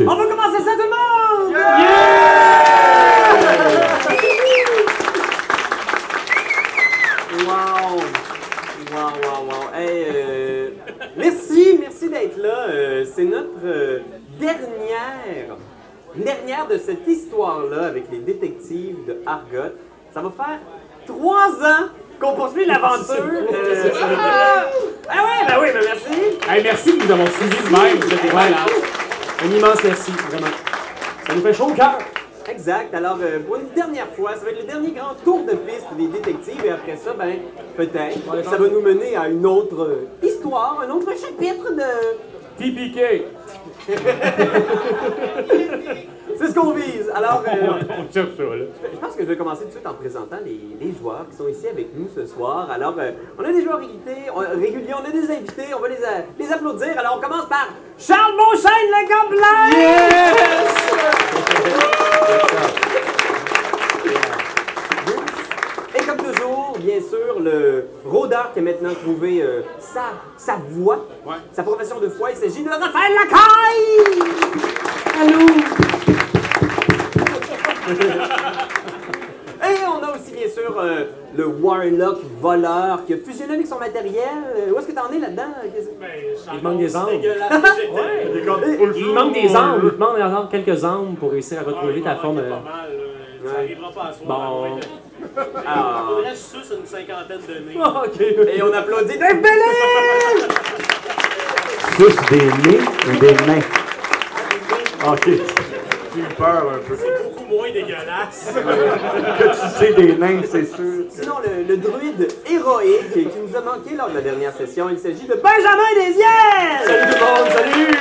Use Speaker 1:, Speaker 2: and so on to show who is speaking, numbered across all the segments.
Speaker 1: On va commencer ça, tout le monde! Wow! Wow, wow, wow. Hey, euh, merci, merci d'être là. Euh, c'est notre euh, dernière, dernière de cette histoire-là avec les détectives de Argot. Ça va faire trois ans qu'on poursuit l'aventure. euh, ah ouais, ben oui, ben merci.
Speaker 2: Hey, merci de nous avoir suivis de même. Vous êtes des malades. Un immense merci, vraiment. Ça nous fait chaud au cœur.
Speaker 1: Exact. Alors, euh, pour une dernière fois, ça va être le dernier grand tour de piste des détectives. Et après ça, ben, peut-être, ça va nous mener à une autre euh, histoire, un autre chapitre de.
Speaker 2: TPK.
Speaker 1: C'est ce qu'on vise. Alors, euh,
Speaker 2: On cherche ça, là.
Speaker 1: je pense que je vais commencer tout de suite en présentant les, les joueurs qui sont ici avec nous ce soir. Alors, euh, on a des joueurs réguliers, on, réguliers, on a des invités, on va les, a- les applaudir. Alors, on commence par Charles Beauchesne, le gobelin! Et comme toujours, bien sûr, le rôdeur qui a maintenant trouvé euh, sa, sa voix,
Speaker 2: Ouais.
Speaker 1: sa profession de foi, il s'agit de Raphaël Lacaille! Allô? Et on a aussi, bien sûr, euh, le Warlock voleur qui a fusionné avec son matériel. Euh, Où est-ce que t'en es là-dedans? Qu'est-ce-
Speaker 2: Il manque des angles.
Speaker 3: Il
Speaker 2: Il manque des angles. Il te manque encore quelques angles pour réussir à
Speaker 3: Ah,
Speaker 2: retrouver ta forme. euh,
Speaker 3: Pas mal, euh,
Speaker 1: Ouais.
Speaker 3: Ça arrivera pas à soi.
Speaker 2: Bon.
Speaker 3: à moins de-
Speaker 1: Ah.
Speaker 3: Il faudrait que je suce une cinquantaine de nez.
Speaker 2: Ah, ok.
Speaker 1: Et on applaudit Dave Bellil!
Speaker 4: Plus des nez ou des mains? Ok. J'ai eu peur un peu.
Speaker 3: C'est beaucoup moins dégueulasse.
Speaker 4: Tu sais des nains, c'est sûr.
Speaker 1: Sinon, le, le druide héroïque qui nous a manqué lors de la dernière session, il s'agit de Benjamin Desiel! Salut tout le monde, salut!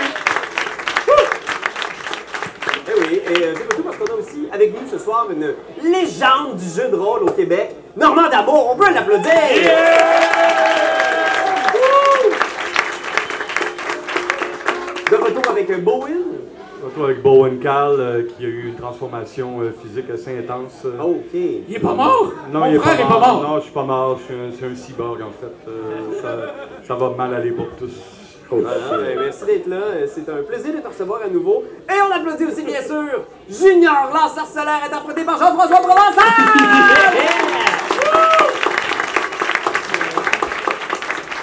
Speaker 1: Eh oui, et euh, c'est pas tout parce qu'on a aussi avec nous ce soir une légende du jeu de rôle au Québec, Normand Damour, on peut l'applaudir! Wouh! De retour avec euh, Bowen.
Speaker 4: Surtout avec Bowen Carl euh, qui a eu une transformation euh, physique assez intense. euh.
Speaker 1: Ok.
Speaker 2: Il est pas mort?
Speaker 4: Non,
Speaker 2: Mon
Speaker 4: il est
Speaker 2: frère
Speaker 4: pas
Speaker 2: est
Speaker 4: mort.
Speaker 2: pas mort.
Speaker 4: Non, je suis pas mort. Je suis un, c'est un cyborg en fait. Euh, ça, ça va mal aller pour tous.
Speaker 1: Voilà, ben, merci d'être là. Euh, C'est un plaisir de te recevoir à nouveau. Et on applaudit aussi, bien sûr, Junior Lanceur Solaire, interprété par Jean-François Provençal!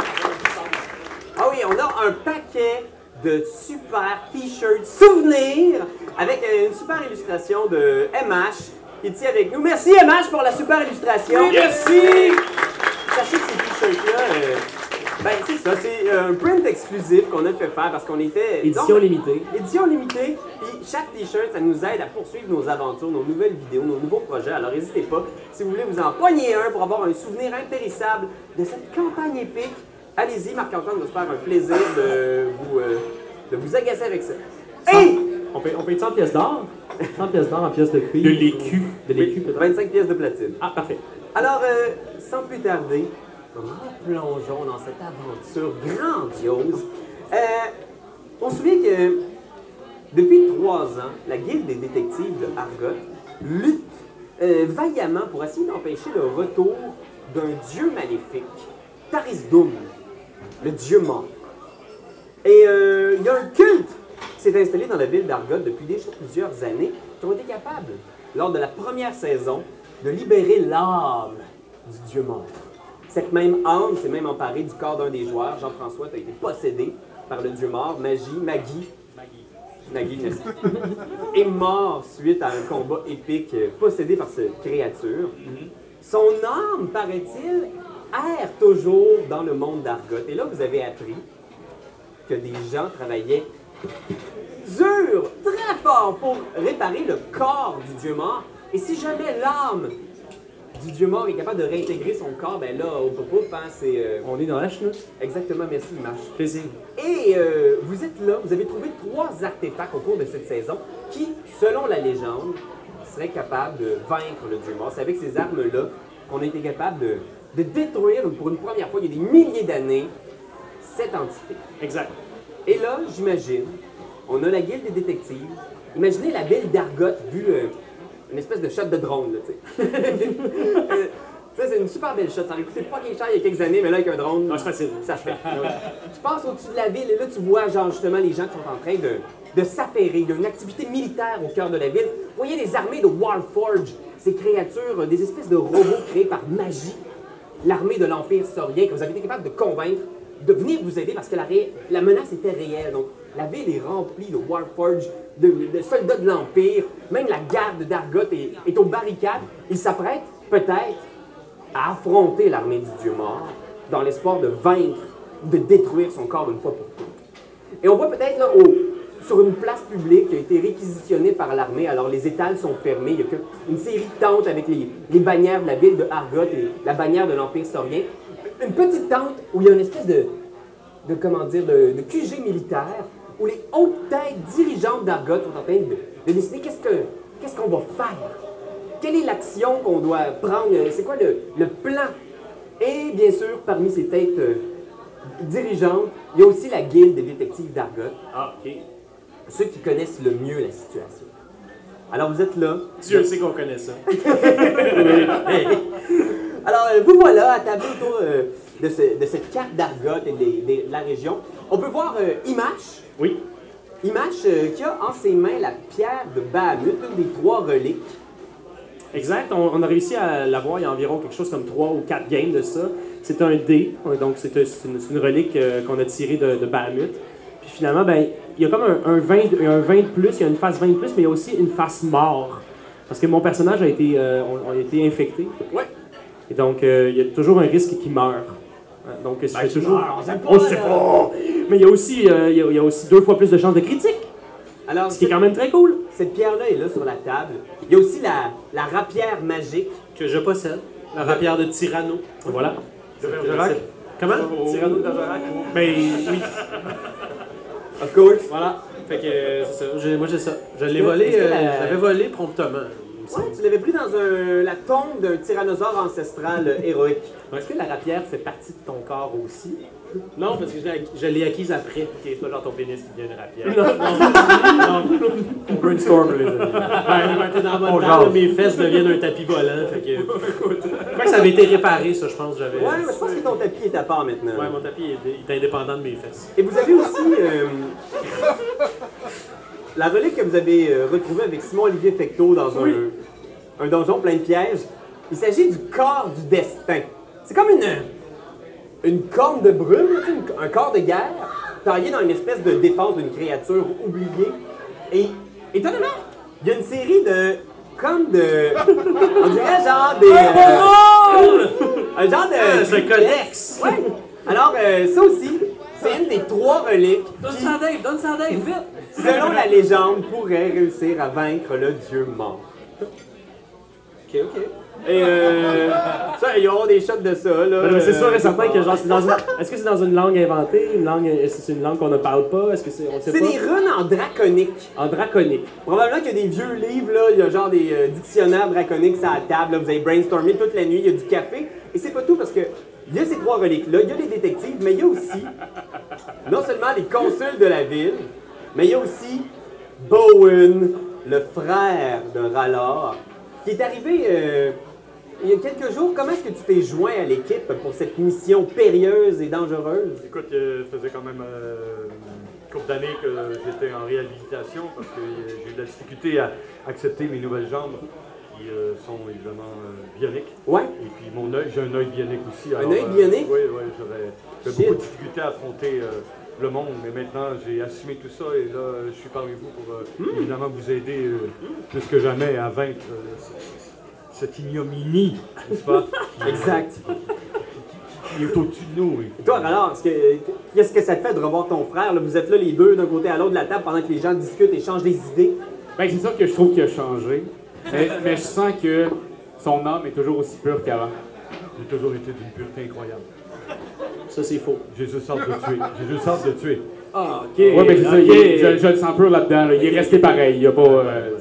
Speaker 1: Wouh! Ah oui, on a un paquet de super t-shirts souvenirs avec euh, une super illustration de MH qui est ici avec nous. Merci MH pour la super illustration. merci! Sachez que ces t-shirts-là, euh, ben c'est ça, c'est euh, un print exclusif qu'on a fait faire parce qu'on était...
Speaker 2: Édition
Speaker 1: donc-
Speaker 2: limitée.
Speaker 1: Édition limitée. Puis chaque t-shirt, ça nous aide à poursuivre nos aventures, nos nouvelles vidéos, nos nouveaux projets. Alors n'hésitez pas, si vous voulez vous en pogner un pour avoir un souvenir impérissable de cette campagne épique, allez-y, Marc-Antoine va se faire un plaisir de vous, euh, de vous agacer avec ça. Et
Speaker 2: On paye, on paye 100 pièces d'or? 100 pièces d'or en pièces de cuivre.
Speaker 3: De l'écu.
Speaker 2: De l'écu, peut-être.
Speaker 1: 25 pièces de platine.
Speaker 2: Ah, parfait.
Speaker 1: Alors, euh, sans plus tarder, replongeons dans cette aventure grandiose. Euh, on se souvient que depuis trois ans, la Guilde des détectives de Argot lutte euh, vaillamment pour essayer d'empêcher le retour d'un dieu maléfique, Tarisdum, le dieu mort. Et euh, il y a un culte qui s'est installé dans la ville d'Argot depuis déjà plusieurs années, qui ont été capables, lors de la première saison, de libérer l'âme du dieu mort. Cette même âme s'est même emparée du corps d'un des joueurs. Jean-François a été possédé par le dieu mort. Magie, Maggie. Maggie, merci. est mort suite à un combat épique euh, possédé par cette créature. Son âme, paraît-il, erre toujours dans le monde d'Argot. Et là, vous avez appris que des gens travaillaient dur, très fort pour réparer le corps du dieu mort. Et si jamais l'âme du dieu mort est capable de réintégrer son corps, ben là, au propos, hein, c'est euh,
Speaker 2: On est dans la chenoute.
Speaker 1: exactement merci, il marche.
Speaker 2: Plaisir.
Speaker 1: Et euh, vous êtes là, vous avez trouvé trois artefacts au cours de cette saison qui, selon la légende, seraient capables de vaincre le dieu mort. C'est avec ces armes-là qu'on a été capable de, de détruire pour une première fois, il y a des milliers d'années, cette entité.
Speaker 2: Exact.
Speaker 1: Et là, j'imagine, on a la guilde des détectives. Imaginez la ville d'Argot vue euh, une espèce de shot de drone, là, tu sais. Euh, ça, c'est une super belle shot. Ça aurait coûté pas quelque cher il y a quelques années, mais là, avec un drone,
Speaker 2: c'est facile.
Speaker 1: ça se fait. tu passes au-dessus de la ville et là, tu vois, genre, justement, les gens qui sont en train de, de s'affairer. Il y a une activité militaire au cœur de la ville. Vous voyez les armées de Warforge, ces créatures, euh, des espèces de robots créés par magie. L'armée de l'Empire saurien que vous avez été capable de convaincre de venir vous aider parce que la, ré- la menace était réelle. Donc, la ville est remplie de Warforge, de, de soldats de l'Empire. Même la garde d'Argot est, est aux barricades. Ils s'apprêtent peut-être à affronter l'armée du dieu mort dans l'espoir de vaincre, de détruire son corps une fois pour toutes. Et on voit peut-être là, au- sur une place publique qui a été réquisitionnée par l'armée, alors les étals sont fermés, il y a que une série de tentes avec les, les bannières de la ville de Argot et la bannière de l'Empire saurien. Une petite tente où il y a une espèce de, de comment dire, de, de QG militaire, où les hautes têtes dirigeantes d'Argot sont en train de, de décider qu'est-ce que- qu'est-ce qu'on va faire quelle est l'action qu'on doit prendre? Euh, C'est quoi le, le plan? Et bien sûr, parmi ces têtes euh, dirigeantes, il y a aussi la guilde des détectives d'Argot,
Speaker 2: Ah, OK.
Speaker 1: ceux qui connaissent le mieux la situation. Alors vous êtes là.
Speaker 3: Dieu sait qu'on connaît ça.
Speaker 1: Alors euh, vous voilà à table autour euh, de, ce- de cette carte d'Argot et des- des- de la région. On peut voir euh, Image,
Speaker 2: Oui.
Speaker 1: Image euh, qui a en ses mains la pierre de Bahamut, une des trois reliques.
Speaker 2: Exact, on, on a réussi à l'avoir il y a environ quelque chose comme 3 ou 4 games de ça. C'est un dé, euh, donc c'est un- c'est une, c'est une relique euh, qu'on a tirée de, de Bahamut. Puis finalement, ben, il y a comme un, un 20, de- un 20 de plus, il y a une face 20 de plus, mais il y a aussi une face mort. Parce que mon personnage a été, euh, on- on a été infecté.
Speaker 1: Ouais.
Speaker 2: Et donc, euh, il y a toujours un risque qu'il meure. Hein, Donc, si je fais toujours.
Speaker 3: Ah,
Speaker 1: meurt, on sait pas,
Speaker 2: On sait
Speaker 1: là.
Speaker 2: pas. Mais il y, a aussi, euh, il y a- il y a aussi deux fois plus de chances de critique,
Speaker 1: Alors
Speaker 2: ce qui est
Speaker 1: cette-
Speaker 2: quand même très cool.
Speaker 1: cette pierre-là est là sur la table. Il y a aussi la, la rapière magique.
Speaker 3: Que je possède. La rapière de Tyranno.
Speaker 2: Voilà.
Speaker 3: Bergerac? Comment?
Speaker 2: Cyrano de
Speaker 3: Bergerac? Ben oui.
Speaker 1: Of course.
Speaker 3: Voilà. Fait que euh, c'est ça. J'ai- moi j'ai ça. Je l'ai
Speaker 1: que-
Speaker 3: volé.
Speaker 1: est-ce que
Speaker 3: euh,
Speaker 1: la-
Speaker 3: Je l'avais volé promptement.
Speaker 1: Ouais, tu l'avais pris dans un- la tombe d'un tyrannosaure ancestral euh, héroïque. Est-ce que la rapière fait partie de ton corps aussi?
Speaker 3: Non, parce que je l'ai acqu- je l'ai acquise après. puis C'est pas genre ton pénis qui devient une rapière.
Speaker 4: Brainstorm, les amis.
Speaker 3: Ben, t'es dans la
Speaker 4: On
Speaker 3: bonne table,
Speaker 4: jase.
Speaker 3: mes fesses deviennent un tapis volant. Fait que. Je crois que ça avait été réparé, ça, je pense. J'avais.
Speaker 1: Ouais, mais je pense que ton tapis est à part maintenant.
Speaker 3: Ouais, mon tapis est, il est indépendant de mes fesses.
Speaker 1: Et vous avez aussi euh, la relique que vous avez euh, retrouvée avec Simon-Olivier Fecteau dans un, un donjon plein de pièges. Il s'agit du corps du destin. C'est comme une, une corne de brume, là, tu sais, une- un corps de guerre, taillé dans une espèce de défense d'une créature oubliée. Et étonnamment, il y a une série de. comme de. On dirait genre des. euh, un genre de.
Speaker 3: Ah, je connexe!
Speaker 1: Ouais. Alors, euh, ça aussi, c'est une des trois reliques
Speaker 3: Donne
Speaker 1: qui,
Speaker 3: ça à Dave, donne ça à Dave, vite!
Speaker 1: selon la légende, pourrait réussir à vaincre le dieu mort.
Speaker 3: Ok, ok.
Speaker 1: Et euh, ça, il y aura des shots de ça, là.
Speaker 2: Ben, mais c'est
Speaker 1: euh,
Speaker 2: sûr et certain que genre c'est dans une... Est-ce que c'est dans une langue inventée, une langue est-ce que c'est une langue qu'on ne parle pas, est-ce que c'est on sait
Speaker 1: C'est
Speaker 2: pas
Speaker 1: des runes en draconique.
Speaker 2: en draconique.
Speaker 1: Probablement qu'il y a des vieux livres, là. Il y a genre des euh, dictionnaires draconiques à la table. là. Vous avez brainstormé toute la nuit. Il y a du café. Et c'est pas tout parce que il y a ces trois reliques-là. Il y a les détectives, mais il y a aussi non seulement les consuls de la ville, mais il y a aussi Bowen, le frère de Rallor, qui est arrivé euh, il y a quelques jours. Comment est-ce que tu t'es joint à l'équipe pour cette mission périlleuse et dangereuse?
Speaker 5: Écoute, euh, ça faisait quand même euh, une couple d'années que j'étais en réhabilitation parce que euh, j'ai eu de la difficulté à accepter mes nouvelles jambes qui euh, sont évidemment euh, bioniques.
Speaker 1: Ouais.
Speaker 5: Et puis mon œil, j'ai un œil bionique aussi. euh,
Speaker 1: œil bionique?
Speaker 5: oui, oui, j'avais j'avais
Speaker 1: Shit.
Speaker 5: beaucoup de difficulté à affronter euh, le monde, mais maintenant j'ai assumé tout ça et là euh, je suis parmi vous pour euh, évidemment vous aider euh, plus que jamais à vaincre euh, ce- cette ignominie, n'est-ce pas,
Speaker 1: Exact.
Speaker 5: qui est au-dessus de nous.
Speaker 1: Et Toi, alors, est-ce que- qu'est-ce que ça te fait de revoir ton frère? là? Vous êtes là les deux d'un côté à l'autre de la table pendant que les gens discutent, échangent des idées.
Speaker 6: Ben, c'est sûr que je trouve qu'il a changé, mais, mais je sens que son âme est toujours aussi pure qu'avant.
Speaker 5: J'ai toujours été d'une pureté incroyable.
Speaker 2: Ça c'est faux.
Speaker 5: Jésus sort de tuer. Jésus sort de tuer.
Speaker 1: Ah, OK.
Speaker 6: Ouais, ben, c'est ça, il est-
Speaker 2: ok.
Speaker 6: je, je le sens pur là-dedans, là. il est resté pareil, il a pas... euh,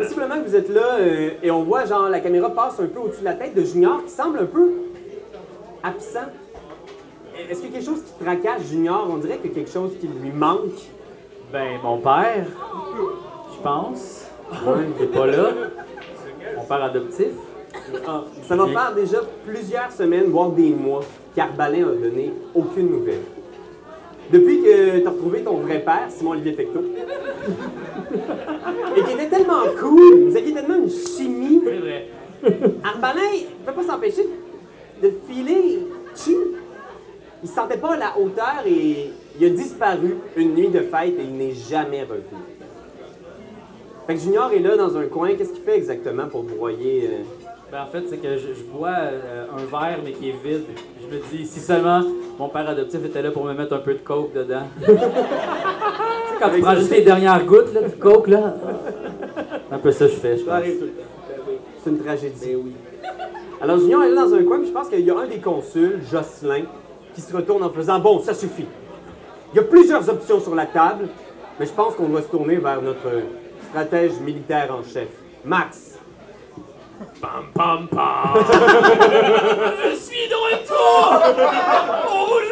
Speaker 1: Possiblement que vous êtes là euh, et on voit, genre, la caméra passe un peu au-dessus de la tête de Junior qui semble un peu absent. Est-ce qu'il y a quelque chose qui tracasse Junior? On dirait qu'il y a quelque chose qui lui manque.
Speaker 4: Ben, mon père, je pense. Ouais, il est pas là. Mon père adoptif.
Speaker 1: Ah, Ça va faire déjà plusieurs semaines, voire des mois, qu'Arbalin a donné aucune nouvelle. Depuis que t'as retrouvé ton vrai père, Simon-Olivier Pecteau. Et qui était tellement cool, vous aviez tellement une chimie.
Speaker 3: C'est vrai.
Speaker 1: Arbalin ne peut pas s'empêcher de filer chill. Il ne sentait pas la hauteur et il a disparu une nuit de fête et il n'est jamais revenu. Fait que Junior est là dans un coin. Qu'est-ce qu'il fait exactement pour broyer? euh?
Speaker 3: Ben, en fait, c'est que je, je bois euh, un verre, mais qui est vide. Je me dis, si seulement mon père adoptif était là pour me mettre un peu de coke dedans. tu sais, quand tu prends juste les dernières gouttes là, du coke, là. C'est un peu ça que je fais, je
Speaker 1: Ça
Speaker 3: pense.
Speaker 1: arrive tout le temps. C'est une tragédie. oui. Alors Junior est là dans un coin, puis je pense qu'il y a un des consuls, Jocelyn, qui se retourne en faisant Bon, ça suffit. Il y a plusieurs options sur la table, mais je pense qu'on doit se tourner vers notre stratège militaire en chef, Max.
Speaker 3: Je suis de retour On vous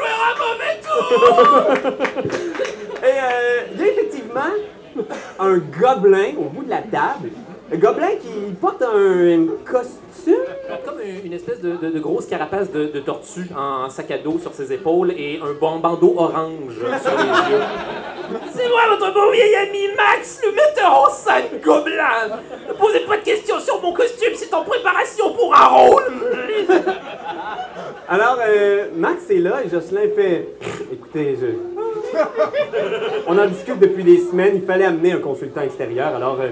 Speaker 3: jouera mauvais tour
Speaker 1: Et euh, il y a effectivement un gobelin au bout de la table. Un gobelin qui porte un costume.
Speaker 3: Comme une une espèce de, de- de grosse carapace de, de tortue en, en sac à dos sur ses épaules et un bon bandeau orange sur les yeux. C'est moi, votre bon vieil ami Max, le metteur en scène gobelin Ne posez pas de questions sur mon costume, c'est en préparation pour un rôle
Speaker 1: Alors, euh, Max est là et Jocelyn fait Écoutez, je. On en discute depuis des semaines, il fallait amener un consultant extérieur. Alors, euh,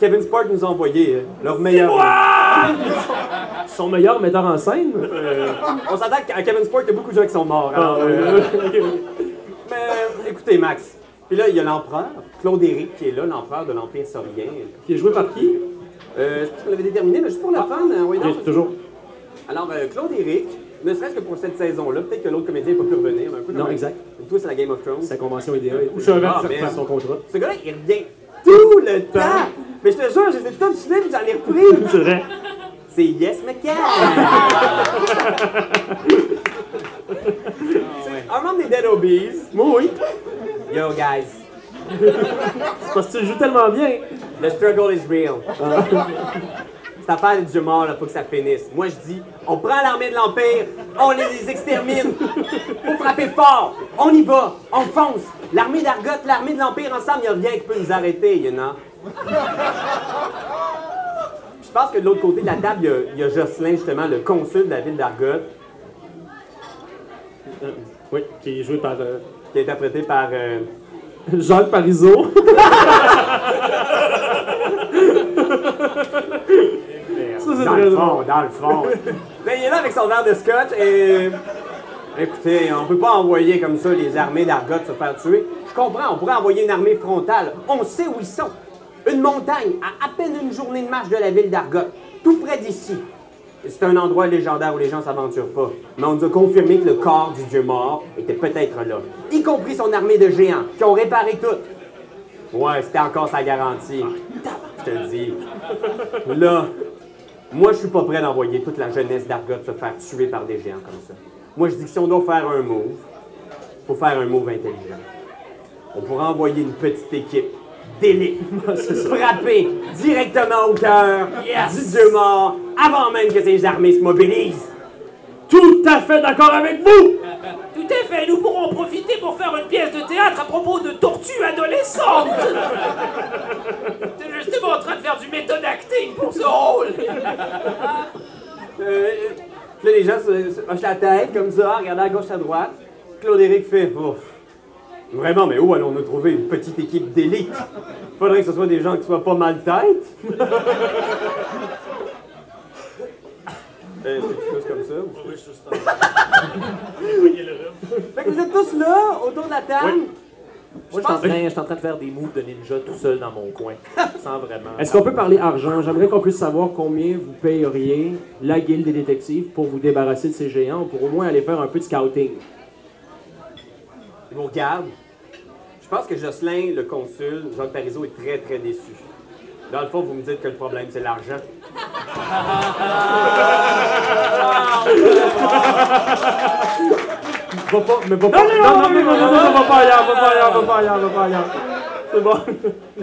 Speaker 1: Kevin Sport nous a envoyé euh, leur meilleur.
Speaker 2: Son meilleur metteur en scène?
Speaker 1: On s'attend à Kevin Sport, il y a beaucoup de gens qui sont morts.
Speaker 2: Ah,
Speaker 1: alors, euh, Mais euh, écoutez, Max. Puis là, il y a l'empereur, Claude Éric, qui est là, l'empereur de l'Empire saurien.
Speaker 2: Qui est joué par qui?
Speaker 1: Euh, je pense qu'on l'avait déterminé, mais juste pour la fin, euh, oui, non,
Speaker 2: Ah, J'ai toujours.
Speaker 1: Alors, euh, Claude Éric, ne serait-ce que pour cette saison-là, peut-être que l'autre comédien n'a pas pu revenir. mais un coup,
Speaker 2: Non,
Speaker 1: comme-
Speaker 2: exact.
Speaker 1: Tout, c'est la Game of Thrones.
Speaker 2: Sa convention idéale.
Speaker 6: Ou je suis un verre
Speaker 1: Ah,
Speaker 6: serpent.
Speaker 1: merde.
Speaker 2: son contrat.
Speaker 1: Ce gars-là, il revient tout le temps. Mais je te jure, je les ai tout filmés, puis j'en ai repris.
Speaker 2: C'est vrai. Ah,
Speaker 1: C'est Yes McCann. C'est Un membre des Dead Obies.
Speaker 2: Moi, oui.
Speaker 1: Yo, guys.
Speaker 2: C'est parce que tu le joues tellement bien.
Speaker 1: The struggle is real. Cette affaire du mort, là, faut que ça finisse. Moi, je dis, on prend l'armée de l'Empire, on les, les extermine. Faut frapper fort. On y va. On fonce. L'armée d'Argot, l'armée de l'Empire, ensemble, il n'y a rien qui peut nous arrêter, you know. Puis Je pense que de l'autre côté de la table, il y a- il y, a Jocelyn, justement, le consul de la ville d'Argot,
Speaker 2: Euh, oui, qui est joué par euh,
Speaker 1: qui est interprété par... euh,
Speaker 2: Jacques Parizeau. Ça, c'est
Speaker 1: dans
Speaker 2: très
Speaker 1: le
Speaker 2: drôle.
Speaker 1: fond, dans le fond. Ben, il est là avec son verre de scotch et. Écoutez, on peut pas envoyer comme ça les armées d'Argot se faire tuer. Je comprends, on pourrait envoyer une armée frontale. On sait où ils sont. Une montagne à à peine une journée de marche de la ville d'Argot, tout près d'ici. C'est un endroit légendaire où les gens s'aventurent pas. Mais on nous a confirmé que le corps du dieu mort était peut-être là. Y compris son armée de géants, qui ont réparé tout. Ouais, c'était encore sa garantie. Je te le dis. Là, moi, je suis pas prêt d'envoyer toute la jeunesse d'Argot se faire tuer par des géants comme ça. Moi, je dis que si on doit faire un move, faut faire un move intelligent. On pourrait envoyer une petite équipe d'élite frapper directement au cœur du dieu mort avant même que ces armées se mobilisent.
Speaker 2: Tout à fait d'accord avec vous!
Speaker 3: Tout à fait, nous pourrons en profiter pour faire une pièce de théâtre à propos de tortues adolescentes T'es justement en train de faire du méthode acting pour ce rôle
Speaker 1: Euh, là, les gens se, se hochent la tête comme ça, regardant à gauche, à droite. Claude-Éric fait Ouf. Vraiment, mais où allons-nous trouver une petite équipe d'élite Faudrait que ce soit des gens qui soient pas mal tête. Euh, Est-ce que tu pousses comme ça ou- Fait que vous êtes tous là, autour de la table.
Speaker 3: Moi, je suis en train- je suis en train de faire des moves de ninja tout seul dans mon coin, sans vraiment...
Speaker 2: Est-ce qu'on peut parler argent? J'aimerais qu'on puisse savoir combien vous payeriez la guilde des détectives pour vous débarrasser de ces géants ou pour au moins aller faire un peu de scouting.
Speaker 1: Ils vous regardent. Je pense que Jocelyn, le consul, Jacques Parizeau, est très, très déçu. Dans le fond, vous me dites que le problème, c'est l'argent.
Speaker 2: Va pas, mais va pas. Non, non, non, non, non, non, non, va pas ailleurs, va pas ailleurs, va pas ailleurs, va pas ailleurs. C'est bon.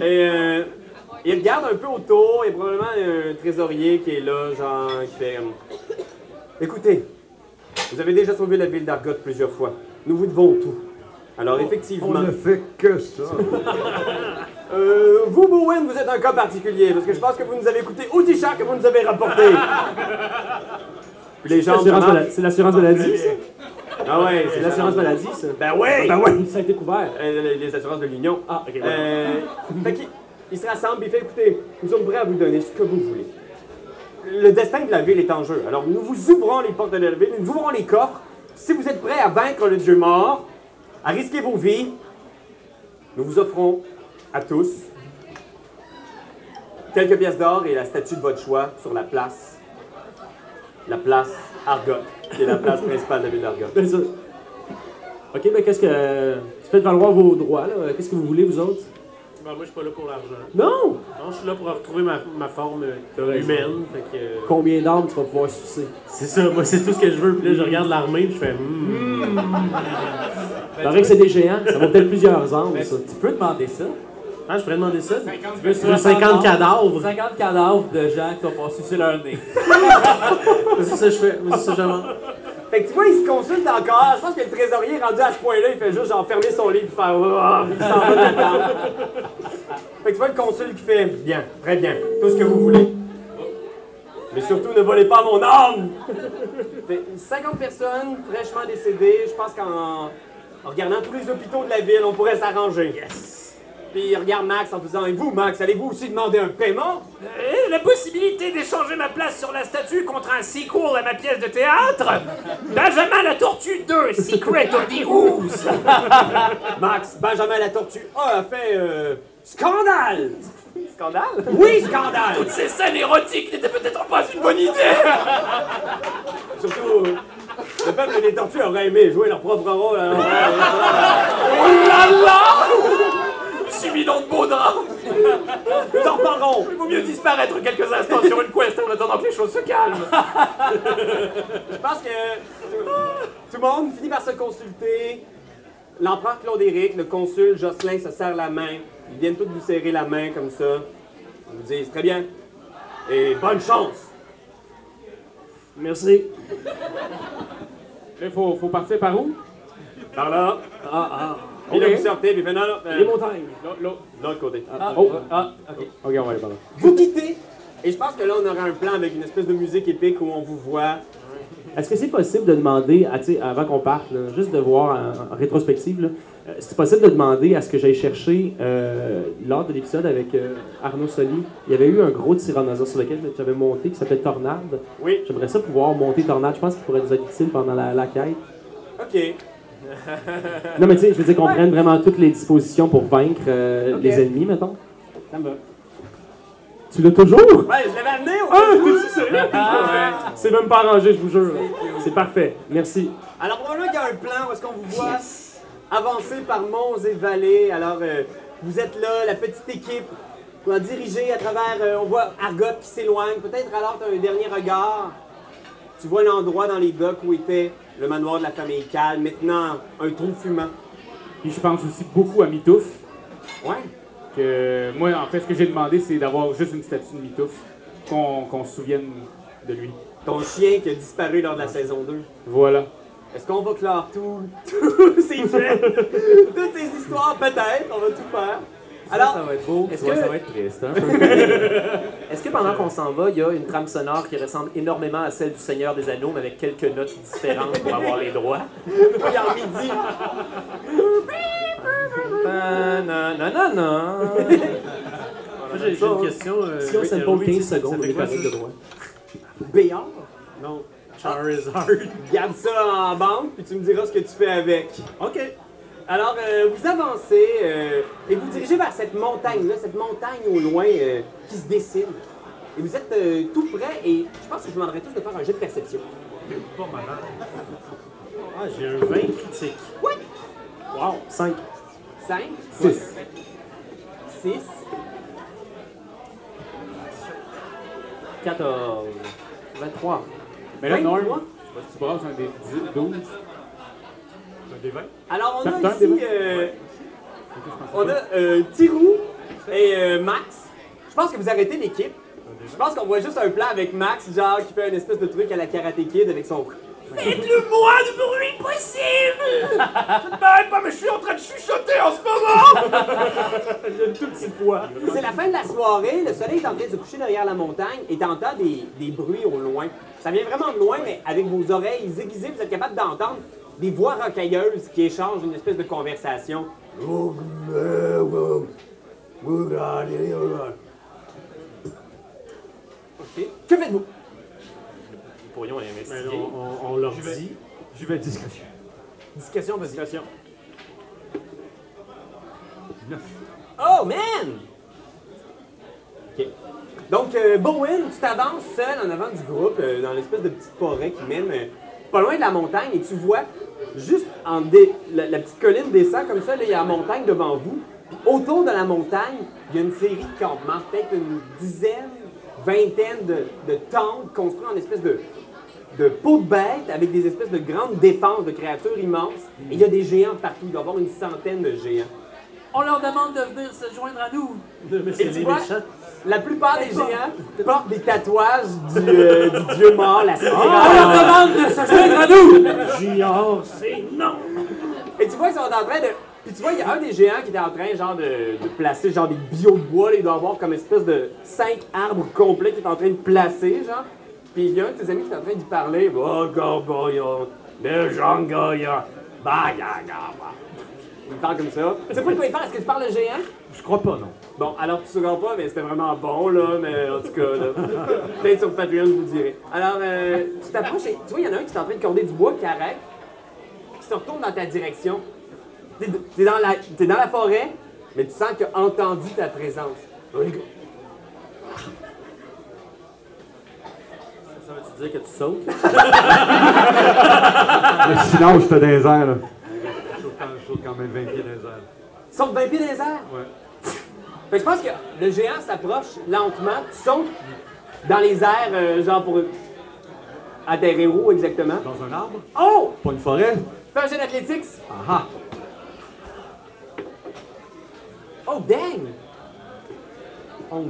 Speaker 1: Et euh, il regarde un peu autour, il y a probablement un trésorier qui est là, genre, qui fait... euh, Écoutez, vous avez déjà sauvé la ville d'Argot plusieurs fois. Nous vous devons tout. Alors,
Speaker 5: On
Speaker 1: effectivement.
Speaker 5: ne fait que ça.
Speaker 1: Euh, vous, Bowen, vous êtes un cas particulier, parce que je pense que vous nous avez coûté aussi cher que vous nous avez rapporté. Les gens.
Speaker 6: L'assurance
Speaker 1: vraiment-
Speaker 6: mala- C'est l'assurance maladie, ça?
Speaker 1: Ah ouais,
Speaker 6: C'est l'assurance
Speaker 1: maladie.
Speaker 6: maladie, ça?
Speaker 1: Ben ouais!
Speaker 6: Ben ouais, ça a été couvert.
Speaker 1: Euh, les- les assurances de l'Union.
Speaker 6: Ah, ok, voilà.
Speaker 1: Euh, fait qu'il- il se rassemble, il fait écoutez, nous sommes prêts à vous donner ce que vous voulez. Le destin de la ville est en jeu. Alors nous vous ouvrons les portes de la ville, nous ouvrons les coffres. Si vous êtes prêts à vaincre le dieu mort, à risquer vos vies, nous vous offrons à tous quelques pièces d'or et la statue de votre choix sur la place. La place Argot, qui est la place principale de la ville d'Argot.
Speaker 6: Ben, ça- Ok, ben qu'est-ce que. Tu faites valoir vos droits, là. Qu'est-ce que vous voulez, vous autres?
Speaker 7: Ben, moi, je suis pas là pour l'argent.
Speaker 6: Non!
Speaker 7: Non, je suis là pour retrouver ma, ma forme euh,
Speaker 6: T'as raison.
Speaker 7: humaine. Fait que, euh,
Speaker 6: Combien d'armes tu vas pouvoir sucer?
Speaker 7: c'est ça, moi, c'est tout ce que je veux. Puis là, je regarde l'armée, puis je fais. Hmm.
Speaker 6: Il paraît que c'est des géants, ça vaut peut-être plusieurs armes,
Speaker 8: Mais
Speaker 6: ça.
Speaker 8: tu peux demander ça.
Speaker 7: Ah, je pourrais demander ça.
Speaker 9: 50
Speaker 7: Tu veux 50 cadavres.
Speaker 8: 50 cadavres de gens qui ont passé sur leur nez.
Speaker 7: C'est ça que je fais. Moi, C'est ça que je demande.
Speaker 1: Fait que tu vois, il se consulte encore. Je pense que le trésorier rendu à ce point-là, il fait juste genre fermer son lit puis faire. Ah puis il s'en va de la table. Fait que tu vois le consul qui fait Bien, très bien, tout ce que vous voulez. Mais surtout, ne volez pas mon âme! Fait 50 personnes fraîchement décédées. Je pense qu'en en regardant tous les hôpitaux de la ville, on pourrait s'arranger. Yes! Puis il regarde Max en faisant Et vous, Max, allez-vous aussi demander un paiement?
Speaker 7: Euh, la possibilité d'échanger ma place sur la statue contre un sequel à ma pièce de théâtre Benjamin la Tortue 2, Secret of the Ooze
Speaker 1: Max, Benjamin la Tortue A a fait euh, scandale! Scandale? Oui, scandale!
Speaker 7: Ces scènes érotiques n'étaient peut-être pas une bonne idée
Speaker 1: Surtout, euh, le peuple des tortues aurait aimé jouer leur propre rôle. alors, euh,
Speaker 7: Ah là Subi donc de beaux drames
Speaker 1: nous en reparlerons!
Speaker 7: Il vaut mieux disparaître quelques instants sur une quest en attendant que les choses se calment
Speaker 1: Je pense que tout, tout le monde finit par se consulter. L'empereur Claude Éric, le consul Jocelyn se serre la main. Ils viennent tous vous serrer la main comme ça. Ils vous disent très bien. Et bonne chance!
Speaker 6: Merci.
Speaker 9: Là, faut, faut partir par où?
Speaker 1: Par là.
Speaker 6: Ah, ah.
Speaker 1: Puis là, vous sortez, puis vous faites, non,
Speaker 7: Ah,
Speaker 1: non, euh,
Speaker 6: Les montagnes.
Speaker 9: Là, là.
Speaker 1: de l'autre côté.
Speaker 9: Oh! Ah, ok. Ok, on va aller par là.
Speaker 1: Vous quittez! Et je pense que là, on aura un plan avec une espèce de musique épique où on vous voit
Speaker 6: Est-ce que c'est possible de demander, à, tu sais, avant qu'on parte, là, juste de voir en, en rétrospective, là, euh, c'est possible de demander à ce que j'aille chercher euh, lors de l'épisode avec euh, Arnaud Soli, il y avait eu un gros tyrannosaure sur lequel j'avais monté qui s'appelait Tornade.
Speaker 1: Oui.
Speaker 6: J'aimerais ça pouvoir monter Tornade. Je pense qu'il pourrait nous être utile pendant la, la quête.
Speaker 1: OK.
Speaker 6: Non, mais tu sais, je veux dire qu'on prenne vraiment toutes les dispositions pour vaincre euh, les ennemis, mettons. Tu l'as toujours?
Speaker 1: Ouais, je l'avais amené au
Speaker 6: Ah, t'es-tu sérieux? C'est même pas arrangé, je vous jure. C'est parfait. Merci.
Speaker 1: Alors, probablement qu'il y a un plan où est-ce qu'on vous voit avancer par monts et vallées. Alors, euh, vous êtes là, la petite équipe, on diriger à travers... euh, on voit Argot qui s'éloigne. Peut-être alors tu as un dernier regard. Tu vois l'endroit dans les docks où était le manoir de la famille Cal. Maintenant, un trou fumant.
Speaker 9: Puis je pense aussi beaucoup à Mitouf.
Speaker 1: Ouais.
Speaker 9: Que moi, en fait, ce que j'ai demandé, c'est d'avoir juste une statue de Mitouf. Qu'on qu'on se souvienne de lui.
Speaker 1: Ton chien qui a disparu lors de la saison 2.
Speaker 9: Voilà.
Speaker 1: Est-ce qu'on va clore tout, tous ces faits, toutes ces histoires? Peut-être, on va tout faire. Alors,
Speaker 8: ça va être beau.
Speaker 1: est-ce
Speaker 8: Ouais,
Speaker 1: que-
Speaker 8: ça va être triste. hein? Est-ce que pendant qu'on s'en va, il y a une trame sonore qui ressemble énormément à celle du Seigneur des Anneaux, mais avec quelques notes différentes pour avoir les droits?
Speaker 1: il est en midi.
Speaker 8: Ta-na-na-na-na.
Speaker 7: Moi, j'ai j'ai une question. euh,
Speaker 6: Si on
Speaker 7: oui,
Speaker 6: s'aime
Speaker 7: euh,
Speaker 6: pas
Speaker 7: oui,
Speaker 6: 15
Speaker 7: ça- ça
Speaker 6: secondes, on
Speaker 7: fait
Speaker 6: est
Speaker 7: quoi,
Speaker 6: pareil
Speaker 7: ça?
Speaker 6: de droit.
Speaker 1: Béard?
Speaker 7: Non, Charizard.
Speaker 1: Garde ça en banque, puis tu me diras ce que tu fais avec. OK. Alors, euh, vous avancez euh, et vous dirigez vers cette montagne-là, cette montagne au loin euh, qui se dessine. Et vous êtes euh, tout près et je pense que je vous demanderai tous de faire un jet de perception.
Speaker 7: Pas malade. Ah, j'ai un 20 critique.
Speaker 1: Ouais.
Speaker 7: Wow!
Speaker 6: 5.
Speaker 1: 5,
Speaker 6: 6.
Speaker 1: 6,
Speaker 8: 14. 23.
Speaker 9: Mais là, Norm,
Speaker 1: 23.
Speaker 9: tu brasses un des 10, 12.
Speaker 5: Un des vingt?
Speaker 1: Alors, on a
Speaker 9: Certains,
Speaker 1: ici.
Speaker 9: des-
Speaker 1: euh, on a euh, Tirou et euh, Max. Je pense que vous arrêtez l'équipe. Je pense qu'on voit juste un plan avec Max, genre, qui fait une espèce de truc à la Karate Kid avec son.
Speaker 10: Faites-le moins de bruit possible! Je ne m'arrête pas, mais je suis en train de chuchoter en ce moment!
Speaker 1: C'est la fin de la soirée, le soleil est en train de se coucher derrière la montagne et t'entends des, des bruits au loin. Ça vient vraiment de loin, mais avec vos oreilles aiguisées, vous êtes capable d'entendre des voix rocailleuses qui échangent une espèce de conversation. OK. Que faites-vous?
Speaker 3: Nous pourrions aller
Speaker 2: On,
Speaker 3: investiguer.
Speaker 2: on- on leur dit.
Speaker 5: J'y vais discrétion.
Speaker 1: Discussion, vas-y.
Speaker 5: Neuf.
Speaker 1: Oh, man! OK. Donc, euh, Bowen, tu t'avances seul en avant du groupe euh, dans l'espèce de petite forêt qui mène euh, pas loin de la montagne et tu vois juste en dé- la, la petite colline descend comme ça, là, il y a la montagne devant vous. Puis autour de la montagne, il y a une série de campements, peut-être une dizaine, vingtaine de, de tentes construites en espèce de, de peaux de bêtes avec des espèces de grandes défenses de créatures immenses. Et il y a des géants partout, il doit y avoir une centaine de géants.
Speaker 8: On leur demande de venir se joindre à nous.
Speaker 1: Et tu vois, la plupart des géants portent des tatouages du, euh, du dieu mort, la
Speaker 8: On leur
Speaker 1: spirale.
Speaker 8: demande de se joindre à nous.
Speaker 2: Junior, c'est non!
Speaker 1: Et tu vois, ils sont en train de. Puis tu vois, il y a un des géants qui était en train, genre, de, de placer, genre, des bio de bois. là. il doit avoir comme espèce de cinq arbres complets qu'il est en train de placer, genre. Puis il y a un de tes amis qui est en train d'y parler. Oh, gorgoyon, le jongoyon, bah, ya, ya, bah. Il parle comme ça. Tu sais pas de quoi il parle? Est-ce que tu parles le géant?
Speaker 5: Je crois pas, non.
Speaker 1: Bon, alors tu sauras pas, mais c'était vraiment bon, là, mais en tout cas, là, peut-être sur Patreon, je vous dirai. Alors, euh, tu t'approches et tu vois, il y en a un qui est en train de corder du bois, qui arrête, qui se retourne dans ta direction. T'es t'es dans, la- t'es dans la forêt, mais tu sens qu'il a entendu ta présence.
Speaker 3: Ça veut-tu dire que tu sautes?
Speaker 5: Sinon, j'étais dans les airs, là. Je saute quand- je saute quand même 20 pieds dans les airs.
Speaker 1: Saute 20 pieds dans les airs.
Speaker 5: Ouais.
Speaker 1: Fait que je pense que le géant s'approche lentement, tu sautes dans les airs, euh, genre pour atterrir où exactement?
Speaker 5: Dans un arbre?
Speaker 1: Oh!
Speaker 5: Pas une forêt?
Speaker 1: Fais un jeu d'athlétics!
Speaker 5: Ah ah!
Speaker 1: Oh, dang!
Speaker 5: 11.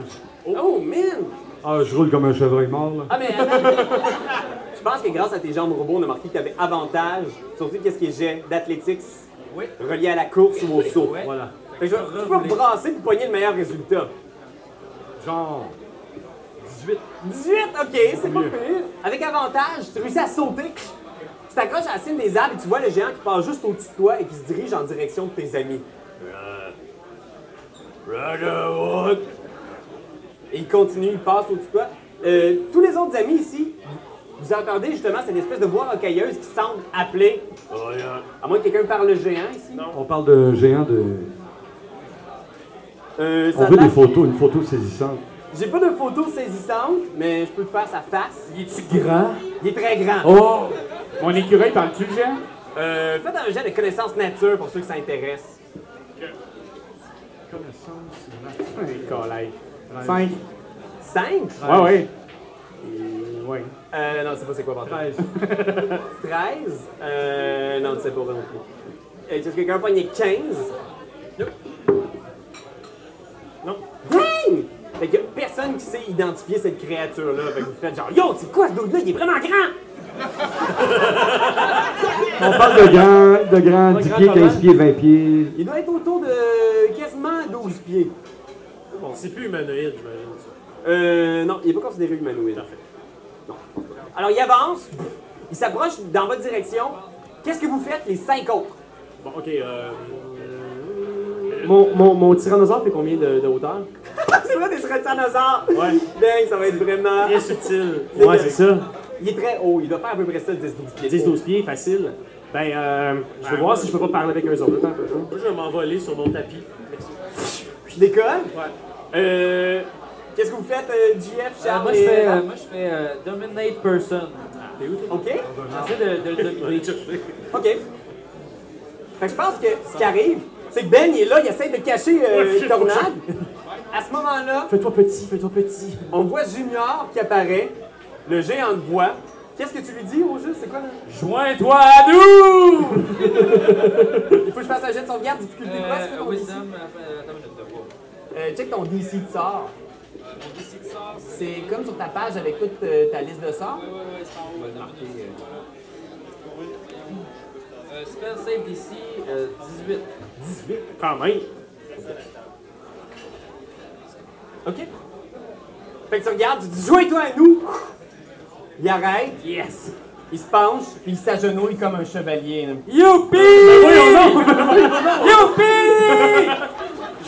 Speaker 1: Oh, man!
Speaker 5: Ah, je roule comme un chevreuil mort, là.
Speaker 1: Ah, mais attends. Je pense que grâce à tes jambes robots, on a marqué que tu avais avantage, surtout qu'est-ce qui est jet d'athlétics
Speaker 8: Oui.
Speaker 1: relié à la course ou au saut.
Speaker 5: Voilà.
Speaker 1: Fait que je vais- tu peux brasser pour pogner le meilleur résultat.
Speaker 5: Genre. 18.
Speaker 1: 18, ok, c'est pas pire. Avec avantage, tu réussis à sauter. Tu t'accroches à la cime des arbres et tu vois le géant qui passe juste au-dessus de toi et qui se dirige en direction de tes amis. Et il continue, il passe au-dessus de toi. Euh, tous les autres amis ici, vous entendez justement cette espèce de voix rocailleuse qui semble appeler. À moins que quelqu'un parle le géant ici.
Speaker 5: On parle de géant de.
Speaker 1: Euh,
Speaker 5: On
Speaker 1: ça
Speaker 5: veut
Speaker 1: a
Speaker 5: des
Speaker 1: l'air-
Speaker 5: photos, une photo saisissante.
Speaker 1: J'ai pas de photo saisissante, mais je peux te faire sa face.
Speaker 3: Il est-tu grand?
Speaker 1: Il est très grand.
Speaker 3: Oh!
Speaker 6: Mon écureuil parle-tu, Jean?
Speaker 1: Euh, faites un jet de connaissance nature pour ceux qui s'intéressent.
Speaker 5: Connaissance.
Speaker 6: Hey, 5.
Speaker 1: 5?
Speaker 6: Ah Ouais, ouais. Et- Ouais.
Speaker 1: Euh, non, c'est pas c'est quoi, par
Speaker 5: 13.
Speaker 1: 13? Euh, non, c'est pas vraiment plus. Euh, Est-ce que quelqu'un a pogné 15? Non. Dang! Fait que personne qui sait identifier cette créature-là. Fait que vous faites genre, yo, c'est quoi ce dude-là? Il est vraiment grand!
Speaker 5: On parle de grand, de grand, 10
Speaker 1: grand
Speaker 5: pieds,
Speaker 1: chevreuil.
Speaker 5: 15 pieds, 20 pieds.
Speaker 1: Il doit être autour de quasiment 12 pieds.
Speaker 2: Bon, c'est plus humanoïde, j'imagine. ça.
Speaker 1: Euh, non, il n'est pas considéré humanoïde.
Speaker 2: Parfait.
Speaker 1: Non. Alors, il avance, il s'approche dans votre direction. Qu'est-ce que vous faites, les cinq autres?
Speaker 2: Bon, ok. Euh... euh, Mon, mon, mon tyrannosaure fait combien de, de hauteur?
Speaker 1: c'est vrai, des tyrannosaures!
Speaker 2: Ouais.
Speaker 1: Dang, ça va être vraiment...
Speaker 2: Très subtil.
Speaker 1: Il est
Speaker 2: Ouais,
Speaker 1: bien.
Speaker 2: c'est ça.
Speaker 1: Il est très haut, il doit faire à peu près ça 10-12 pieds.
Speaker 2: 10-12 pieds, facile. Ben, euh, je vais voir si je peux pas parler avec eux autres. Attends un peu, hein.
Speaker 3: Moi, je vais m'envoler sur mon tapis.
Speaker 1: Je décolle?
Speaker 3: Ouais.
Speaker 1: Euh... Qu'est-ce que vous faites, euh, JF,
Speaker 8: Euh,
Speaker 1: Charles?
Speaker 8: moi, je fais,
Speaker 1: et-
Speaker 8: euh, moi, je fais euh, dominate person.
Speaker 1: OK?
Speaker 8: J'essaie de, de le dominer.
Speaker 1: OK. Fait que je pense que ce qui arrive, c'est que Ben, il est là, il essaie de cacher euh, Tornade. À ce moment-là,
Speaker 2: Fais-toi petit, fais-toi petit.
Speaker 1: on voit Junior qui apparaît, le géant de bois. Qu'est-ce que tu lui dis, au jeu? C'est quoi, là?
Speaker 8: Joins-toi à nous!
Speaker 1: Il faut que je fasse un jet de sauvegarde, difficulté quoi? C'est quoi
Speaker 8: Euh,
Speaker 1: ton DC?
Speaker 8: wisdom, euh, attends une minute, de voir.
Speaker 1: Euh, check ton DC de sort. C'est comme sur ta page avec toute euh, ta liste de sorts.
Speaker 8: Ouais, ouais, ouais, c'est en haut, on va le marquer, euh. Euh, spell save d'ici, 18.
Speaker 2: 18, quand même.
Speaker 1: OK? Fait que tu regardes, tu dis Joins-toi à nous! Il arrête,
Speaker 2: Yes!
Speaker 1: il se penche, puis il s'agenouille comme un chevalier. là. Ben
Speaker 2: Youpi! Youpi!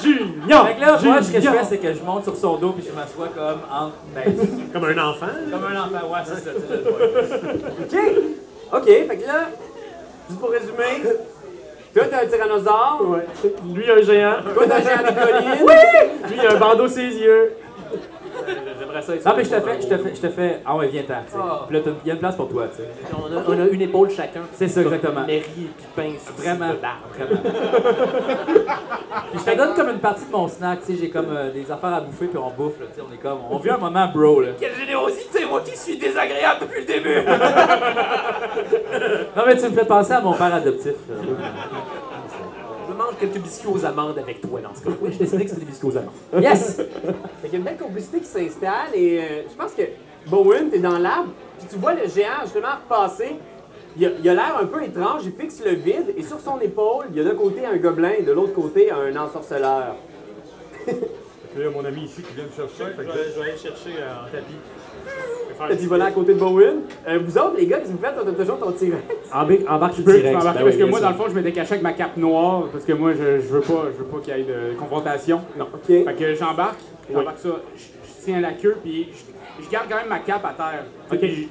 Speaker 2: Junior!
Speaker 8: Fait que là, moi, ce que je
Speaker 2: Junior!
Speaker 8: fais, c'est que je monte sur son dos puis je m'assois comme entre. Ben,
Speaker 2: Comme un enfant.
Speaker 8: comme un enfant, ouais, c'est ça, tu sais, je le vois.
Speaker 1: OK? OK, fait que là, juste pour résumer, toi t'es un tyrannosaure,
Speaker 2: Ouais. Lui, un géant.
Speaker 1: toi t'es un géant des collines.
Speaker 2: Lui, il a un bandeau sur les yeux.
Speaker 3: J'aimerais ça être
Speaker 8: Non, mais je te fais, je te fais, je te fais. Ah ouais, viens-t'en, tu sais. Puis là, il y a une place pour toi, tu sais.
Speaker 3: On a, on a une épaule chacun.
Speaker 8: C'est ça, exactement.
Speaker 3: Mairie et Pipin. sur-
Speaker 8: Vraiment. Vraiment. puis je te donne comme une partie de mon snack, tu sais, j'ai comme euh, des affaires à bouffer puis on bouffe, là, tu sais, on est comme, on vit un moment bro, là.
Speaker 10: Quelle générosité, moi qui suis désagréable depuis le début.
Speaker 8: Non mais tu me fais penser à mon père adoptif. là.
Speaker 3: Je mange quelques biscuits aux amandes avec toi dans ce cas. Oui, je décidé que c'était des biscuits aux amandes.
Speaker 8: Yes!
Speaker 1: Fait qu'il y a une belle complicité qui s'installe et euh, je pense que Bowen, t'es dans l'arbre, puis tu vois le géant justement passer. Il a- il a l'air un peu étrange, il fixe le vide et sur son épaule, il y a d'un côté un gobelin et de l'autre côté un ensorceleur.
Speaker 5: Puis là, mon ami ici qui vient me chercher, fait que là,
Speaker 4: vais aller le chercher euh, en tapis.
Speaker 1: Fait qu'il va là à côté de Bowen. Euh, vous autres, les gars, qu'est-ce que vous faites? On a toujours ton tiré.
Speaker 2: Embarque, embarque
Speaker 6: Je
Speaker 2: le
Speaker 6: peux, je peux
Speaker 2: direct.
Speaker 6: embarquer
Speaker 2: Ben
Speaker 6: parce
Speaker 2: oui,
Speaker 6: que
Speaker 2: bien
Speaker 6: moi,
Speaker 2: sûr.
Speaker 6: dans le fond, je me décachais avec ma cape noire parce que moi, je, je veux pas, je veux pas qu'il y ait de confrontation. Non.
Speaker 1: OK.
Speaker 6: Fait que j'embarque, j'embarque ça, je, je tiens la queue, puis je, je garde quand même ma cape à terre.
Speaker 2: Ok.
Speaker 6: Puis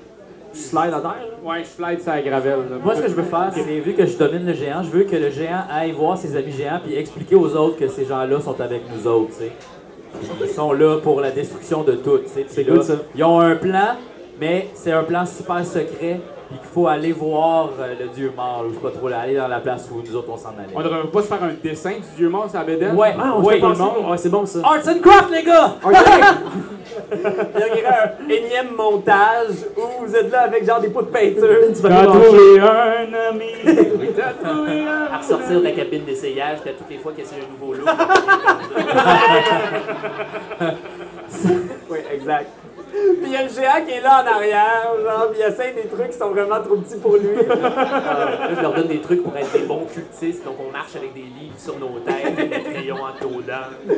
Speaker 2: Tu slides à terre, là?
Speaker 6: je- ouais, je slide ça à gravelle. là.
Speaker 8: Moi, ce que je veux faire, c'est vu que je domine le géant, je veux que le géant aille voir ses amis géants puis expliquer aux autres que ces gens-là sont avec nous autres, tu sais. Ils sont là pour la destruction de tout, tu sais. Puis
Speaker 2: C'est
Speaker 8: là,
Speaker 2: good, ça.
Speaker 8: Ils ont un plan, mais c'est un plan super secret puis qu'il faut aller voir euh, le dieu mort, ou je sais pas trop, là, aller dans la place où nous autres on s'en
Speaker 6: On
Speaker 8: allait.
Speaker 6: devrait pas se faire un dessin du dieu mort sur la bédaine?
Speaker 8: Ouais,
Speaker 2: Ah, on
Speaker 8: ouais,
Speaker 2: fait penser. Ouais, c'est bon, ça.
Speaker 8: Arts and craft, les gars!
Speaker 1: Il y a un énième montage où vous êtes là avec genre des pots de peinture.
Speaker 2: Tu vas
Speaker 6: T'as
Speaker 2: te manger.
Speaker 6: trouvé un ami! T'as trouvé un
Speaker 3: À ressortir de la cabine d'essayage, puis à toutes les fois qu'il essaie un nouveau lot.
Speaker 1: Oui, exact. Puis il y a le géant qui est là en arrière, genre, puis il essaie des trucs qui sont vraiment trop petits pour lui.
Speaker 3: Ah, Là, je leur donne des trucs pour être des bons cultistes, donc on marche avec des livres sur nos têtes, des crayons en dos dedans.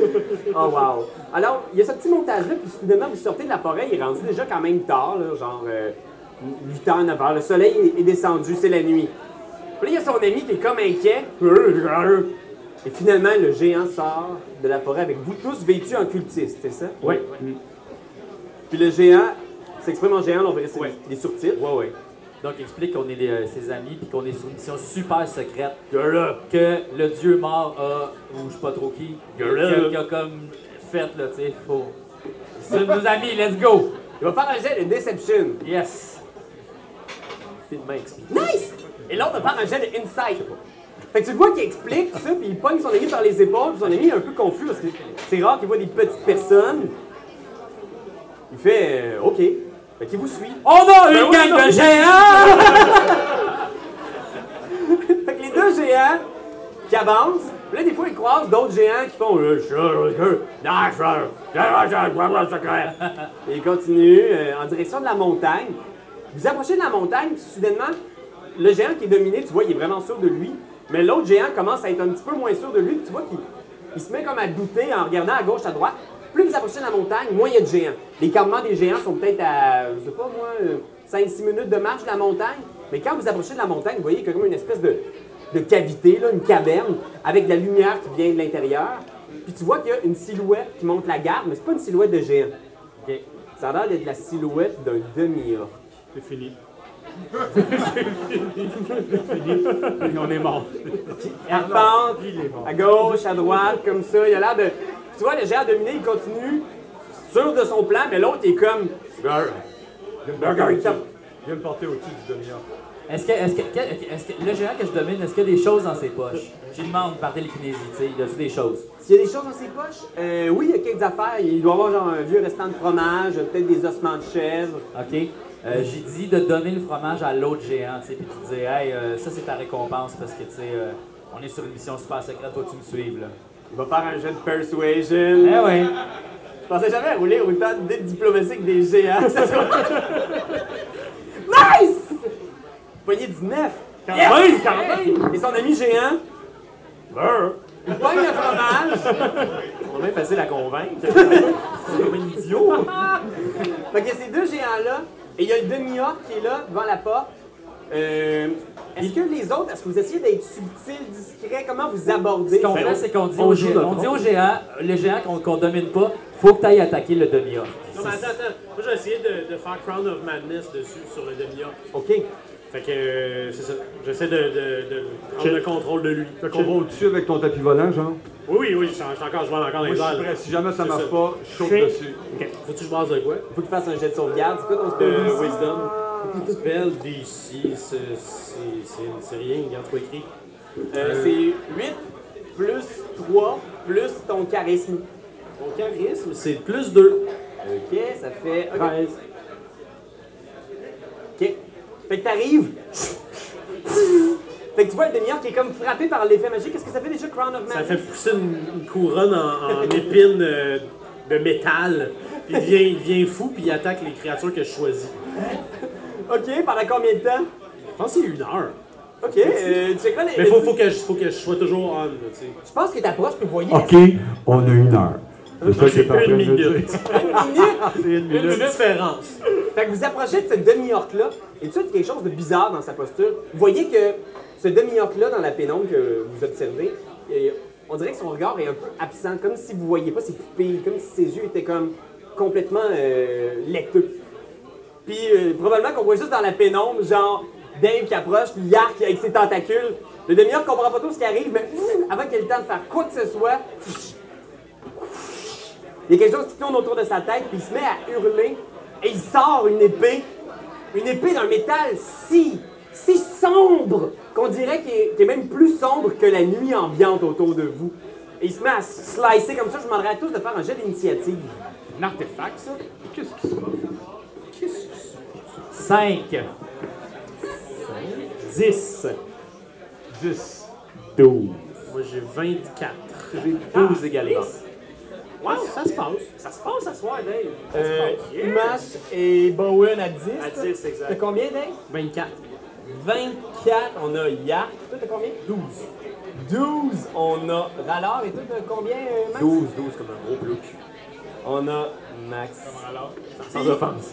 Speaker 1: Oh wow! Alors, il y a ce petit montage-là, puis soudainement, vous sortez de la forêt, il est rendu déjà quand même tard, là, genre euh, 8h, 9h. Le soleil est- est descendu, c'est la nuit. Puis là, il y a son ami qui est comme inquiet. Et finalement, le géant sort de la forêt avec vous tous vêtus en cultistes, c'est ça? Mm.
Speaker 2: Oui.
Speaker 1: Puis le géant s'exprime en géant, là, on verrait c'est des surtitres.
Speaker 8: Ouais, ouais. Donc, il explique qu'on est des, euh, ses amis puis qu'on est sur une mission super secrète. Que le dieu mort a, ou je sais pas trop qui, qui a, qui a comme fait, là, tu sais, faut. C'est nos amis, let's go!
Speaker 1: Il va faire un jet de Deception.
Speaker 8: Yes!
Speaker 1: Nice! Et l'autre va faire un jet de insight. Fait que tu le vois qu'il explique tout ça, puis il pogne son ami par les épaules, puis son ami est un peu confus parce que c'est rare qu'il voit des petites personnes. Il fait euh, OK. Fait qu'il vous suit. Oh,
Speaker 8: On a une gang de géants!
Speaker 1: Fait que les deux géants qui avancent, puis là des fois ils croisent d'autres géants qui font euh, Chut, euh, euh, non, chut, euh, chut, euh, chut, euh, chut, euh, chut, euh. Et ils continuent euh, en direction de la montagne. Vous approchez de la montagne, puis soudainement, le géant qui est dominé, tu vois, il est vraiment sûr de lui. Mais l'autre géant commence à être un petit peu moins sûr de lui, puis tu vois qu'il il se met comme à douter en regardant à gauche, à droite. Plus vous approchez de la montagne, moins il y a de géants. Les campements des géants sont peut-être à, je sais pas moi, euh, 5-6 minutes de marche de la montagne. Mais quand vous approchez de la montagne, vous voyez qu'il y a comme une espèce de, de cavité, là, une caverne, avec de la lumière qui vient de l'intérieur. Puis tu vois qu'il y a une silhouette qui monte la garde, mais c'est pas une silhouette de géant.
Speaker 8: Ok.
Speaker 1: Ça a l'air d'être la silhouette d'un demi-orc.
Speaker 6: C'est fini. C'est fini. On est mort.
Speaker 1: arpente, à gauche, à droite, comme ça. Il a l'air de. Tu vois, le géant dominé, il continue, sûr de son plan, mais l'autre, il est comme.
Speaker 5: il vient me porter
Speaker 1: Burger
Speaker 5: au-dessus.
Speaker 1: Top.
Speaker 5: Il vient me porter au-dessus du demi-heure.
Speaker 8: Est-ce que, est-ce que, que- est-ce que- le géant que je domine, est-ce qu'il y a des choses dans ses poches? J'y demande par télékinésie, tu sais, il a-tu des choses?
Speaker 1: S'il y a des choses dans ses poches, euh, oui, il y a quelques affaires. Il doit avoir genre un vieux restant de fromage, peut-être des ossements de chèvre.
Speaker 8: OK? Euh, J'ai dit de donner le fromage à l'autre géant, tu sais, puis tu disais, hey, euh, ça c'est ta récompense parce que, tu sais, euh, on est sur une mission super secrète, faut que tu me suives, là.
Speaker 1: Il va faire un jeu de persuasion.
Speaker 8: Eh ouais!
Speaker 1: Je pensais jamais rouler autant de diplomatique des géants. ça soit- nice! pognez 19.
Speaker 2: Quand
Speaker 1: Yes!
Speaker 2: même, quand
Speaker 1: Et son ami géant,
Speaker 2: Brr.
Speaker 1: il pogne le fromage.
Speaker 3: On est facile à convaincre.
Speaker 1: fait que ces deux géants-là, et il y a une demi-orque qui est là, devant la porte. Euh, est-ce que les autres, est-ce que vous essayez d'être subtil, discret? Comment vous abordez? Ben,
Speaker 8: Ce qu'on
Speaker 1: ça?
Speaker 8: fait, c'est qu'on dit,
Speaker 2: Ben, on
Speaker 8: aux
Speaker 2: joue
Speaker 8: gé-
Speaker 2: notre
Speaker 8: on dit
Speaker 2: rôle.
Speaker 8: aux géants, les géants qu'on qu'on domine pas, faut que t'ailles attaquer le demi-orc.
Speaker 7: Non, mais attends, attends. Moi, j'ai essayé de, de faire Crown of Madness dessus, sur le demi-orc.
Speaker 1: OK.
Speaker 7: Fait que, euh, c'est ça. J'essaie de, de, de prendre le contrôle de lui.
Speaker 5: Fait qu'on va au-dessus avec ton tapis volant, genre.
Speaker 7: Oui, oui, oui, je suis encore, je vole encore dans
Speaker 5: Moi,
Speaker 7: les
Speaker 5: je
Speaker 7: airs.
Speaker 5: suis prêt.
Speaker 7: là.
Speaker 5: Si jamais ça
Speaker 7: C'est
Speaker 5: marche
Speaker 7: ça.
Speaker 5: pas, je saute
Speaker 2: Je-
Speaker 5: dessus.
Speaker 7: Faut-tu que je base de quoi?
Speaker 1: Faut qu'il fasse un jet de sauvegarde. C'est quoi ton spell?
Speaker 7: Euh, Wisdom. Spell DC, c'est- c'est c'est- c'est rien, il y a trop écrit.
Speaker 1: Euh, c'est 8 plus 3 plus ton charisme.
Speaker 7: Mon charisme, c'est plus 2.
Speaker 1: OK, ça fait... OK. OK. Fait que t'arrives... Fait que tu vois le demi-orc qui est comme frappé par l'effet magique. Qu'est-ce que ça fait déjà, Crown of
Speaker 7: Ça
Speaker 1: Madness?
Speaker 7: fait pousser une, une couronne en, en épines euh, de métal. Puis il vient, il vient fou, puis il attaque les créatures que je choisis.
Speaker 1: OK, pendant combien de temps?
Speaker 7: Je pense que c'est une heure.
Speaker 1: OK, euh, tu sais quoi? les-
Speaker 7: Mais faut, faut, que, je, faut que je sois toujours on, là, tu sais.
Speaker 1: Je pense que t'approches, puis vous
Speaker 7: Oh.
Speaker 1: voyez...
Speaker 4: OK, on a une heure. C'est ça que
Speaker 7: J'ai
Speaker 4: t'es en train de
Speaker 7: une
Speaker 4: me dire.
Speaker 7: minute.
Speaker 1: Une minute!
Speaker 7: Une minute de différence.
Speaker 1: Fait que vous approchez de ce demi-orc-là, et tu as quelque chose de bizarre dans sa posture. Vous voyez que ce demi-orc-là, dans la pénombre que vous observez, et on dirait que son regard est un peu absent, comme si vous voyiez pas ses pupilles, comme si ses yeux étaient comme complètement euh, laiteux. Puis euh, probablement qu'on voit juste dans la pénombre, genre Dave qui approche, puis Yark avec ses tentacules. Le demi-orc comprend pas trop ce qui arrive, mais ouf, avant qu'il ait le temps de faire quoi que ce soit, il y a quelque chose qui tourne autour de sa tête, puis il se met à hurler, et il sort une épée. Une épée d'un métal si, si sombre, qu'on dirait qu'il est, qu'il est même plus sombre que la nuit ambiante autour de vous. Et il se met à slicer comme ça. Je demanderais à tous de faire un jet d'initiative.
Speaker 6: Un artefact, ça?
Speaker 8: 5.
Speaker 2: 10.
Speaker 5: 10.
Speaker 2: 12.
Speaker 7: Moi, j'ai 24.
Speaker 8: 12 également.
Speaker 7: Wow, ça se passe. Ça se passe à soir, Dave. Euh,
Speaker 1: Mash et Bowen à 10.
Speaker 7: À 10,
Speaker 1: T'as
Speaker 7: exact.
Speaker 1: combien, Dave?
Speaker 7: 24.
Speaker 1: 24, on a Yark. Toi, t'as combien? 12. 12, on a Rallard. Et toi, t'as combien, euh, Max?
Speaker 3: 12, 12 comme un gros bloc.
Speaker 1: On a Max.
Speaker 3: Sans offense.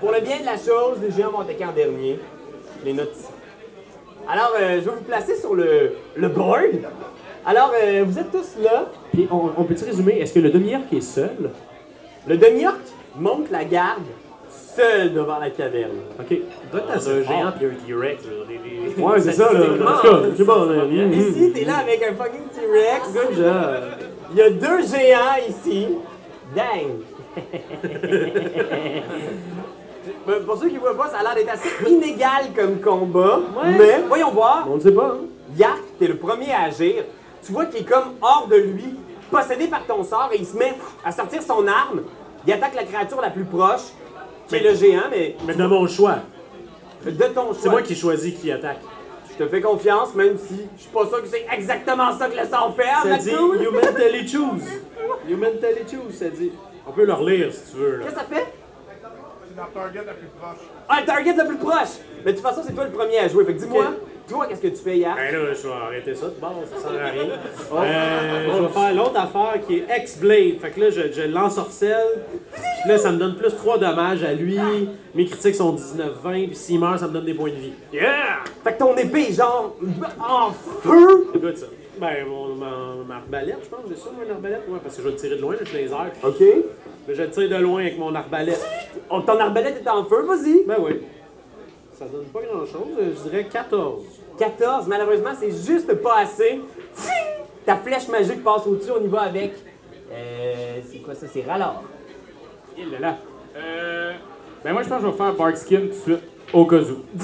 Speaker 1: Pour le bien de la chose, les géants vont attaquer en dernier. Les notes ici. Alors, euh, je vais vous placer sur le, le board. Alors, euh, vous êtes tous là.
Speaker 2: Puis on, on peut-tu résumer, est-ce que le demi-heure qui est seul?
Speaker 1: Le demi-orc monte la garde seul devant la caverne.
Speaker 2: OK.
Speaker 3: Dans un
Speaker 1: Ah.
Speaker 3: géant puis un T-Rex. je veux dire, des- des-
Speaker 2: Ouais, c'est ça, là. En tout cas, c'est bon, là. hum, hum.
Speaker 7: Mm-hmm.
Speaker 1: Ici, t'es là avec un fucking
Speaker 7: Ah,
Speaker 1: T-Rex.
Speaker 2: Good job.
Speaker 1: Il y a deux géants ici. Dang! Ben, Pour ceux qui voient pas, ça a l'air d'être assez inégal comme combat. Mais voyons voir.
Speaker 2: On ne sait pas, hein?
Speaker 1: Yark, t'es le premier à agir. Tu vois qu'il est comme hors de lui, possédé par ton sort, et il se met à sortir son arme. Il attaque la créature la plus proche, qui est le géant, mais
Speaker 7: Mais de mon choix.
Speaker 1: de ton choix.
Speaker 7: C'est moi qui choisis qui attaque.
Speaker 1: Je te fais confiance, même si je suis pas sûr que c'est exactement ça que le sort fait. Ah,
Speaker 7: Ça
Speaker 1: mais
Speaker 7: dit
Speaker 1: cool.
Speaker 7: You mentally choose. You mentally choose, ça dit. On peut le relire si tu veux. Là.
Speaker 1: Qu'est-ce que ça fait?
Speaker 11: La target la plus proche.
Speaker 1: Ah, le target le plus proche! Mais de toute façon, c'est toi le premier à jouer. Fait que dis-moi, toi, qu'est-ce que tu fais hier?
Speaker 7: Ben là, je vais arrêter ça de base, ça sert à rien. Euh, je vais faire l'autre affaire qui est X-Blade. Fait que là, je, je l'ensorcelle. Puis là, ça me donne plus 3 dommages à lui. Mes critiques sont 19-20. Puis s'il meurt, ça me donne des points de vie. Yeah!
Speaker 1: Fait que ton épée est genre en feu!
Speaker 7: C'est good ça. Ben, mon, ma, ma arbalète, je pense, j'ai ça, mon arbalète. Ouais, parce que je vais le tirer de loin, là, je suis dans les airs.
Speaker 1: Ok.
Speaker 7: Mais je le tire de loin avec mon arbalète.
Speaker 1: Oh, ton arbalète est en feu, vas-y!
Speaker 7: Ben oui. Ça donne pas grand chose, je dirais 14.
Speaker 1: 14, malheureusement, c'est juste pas assez. Ta flèche magique passe au-dessus, on y va avec. Euh, c'est quoi ça? C'est Rallard.
Speaker 6: Il là là. Euh, ben moi, je pense que je vais faire Bark Skin tout de suite, au cas où.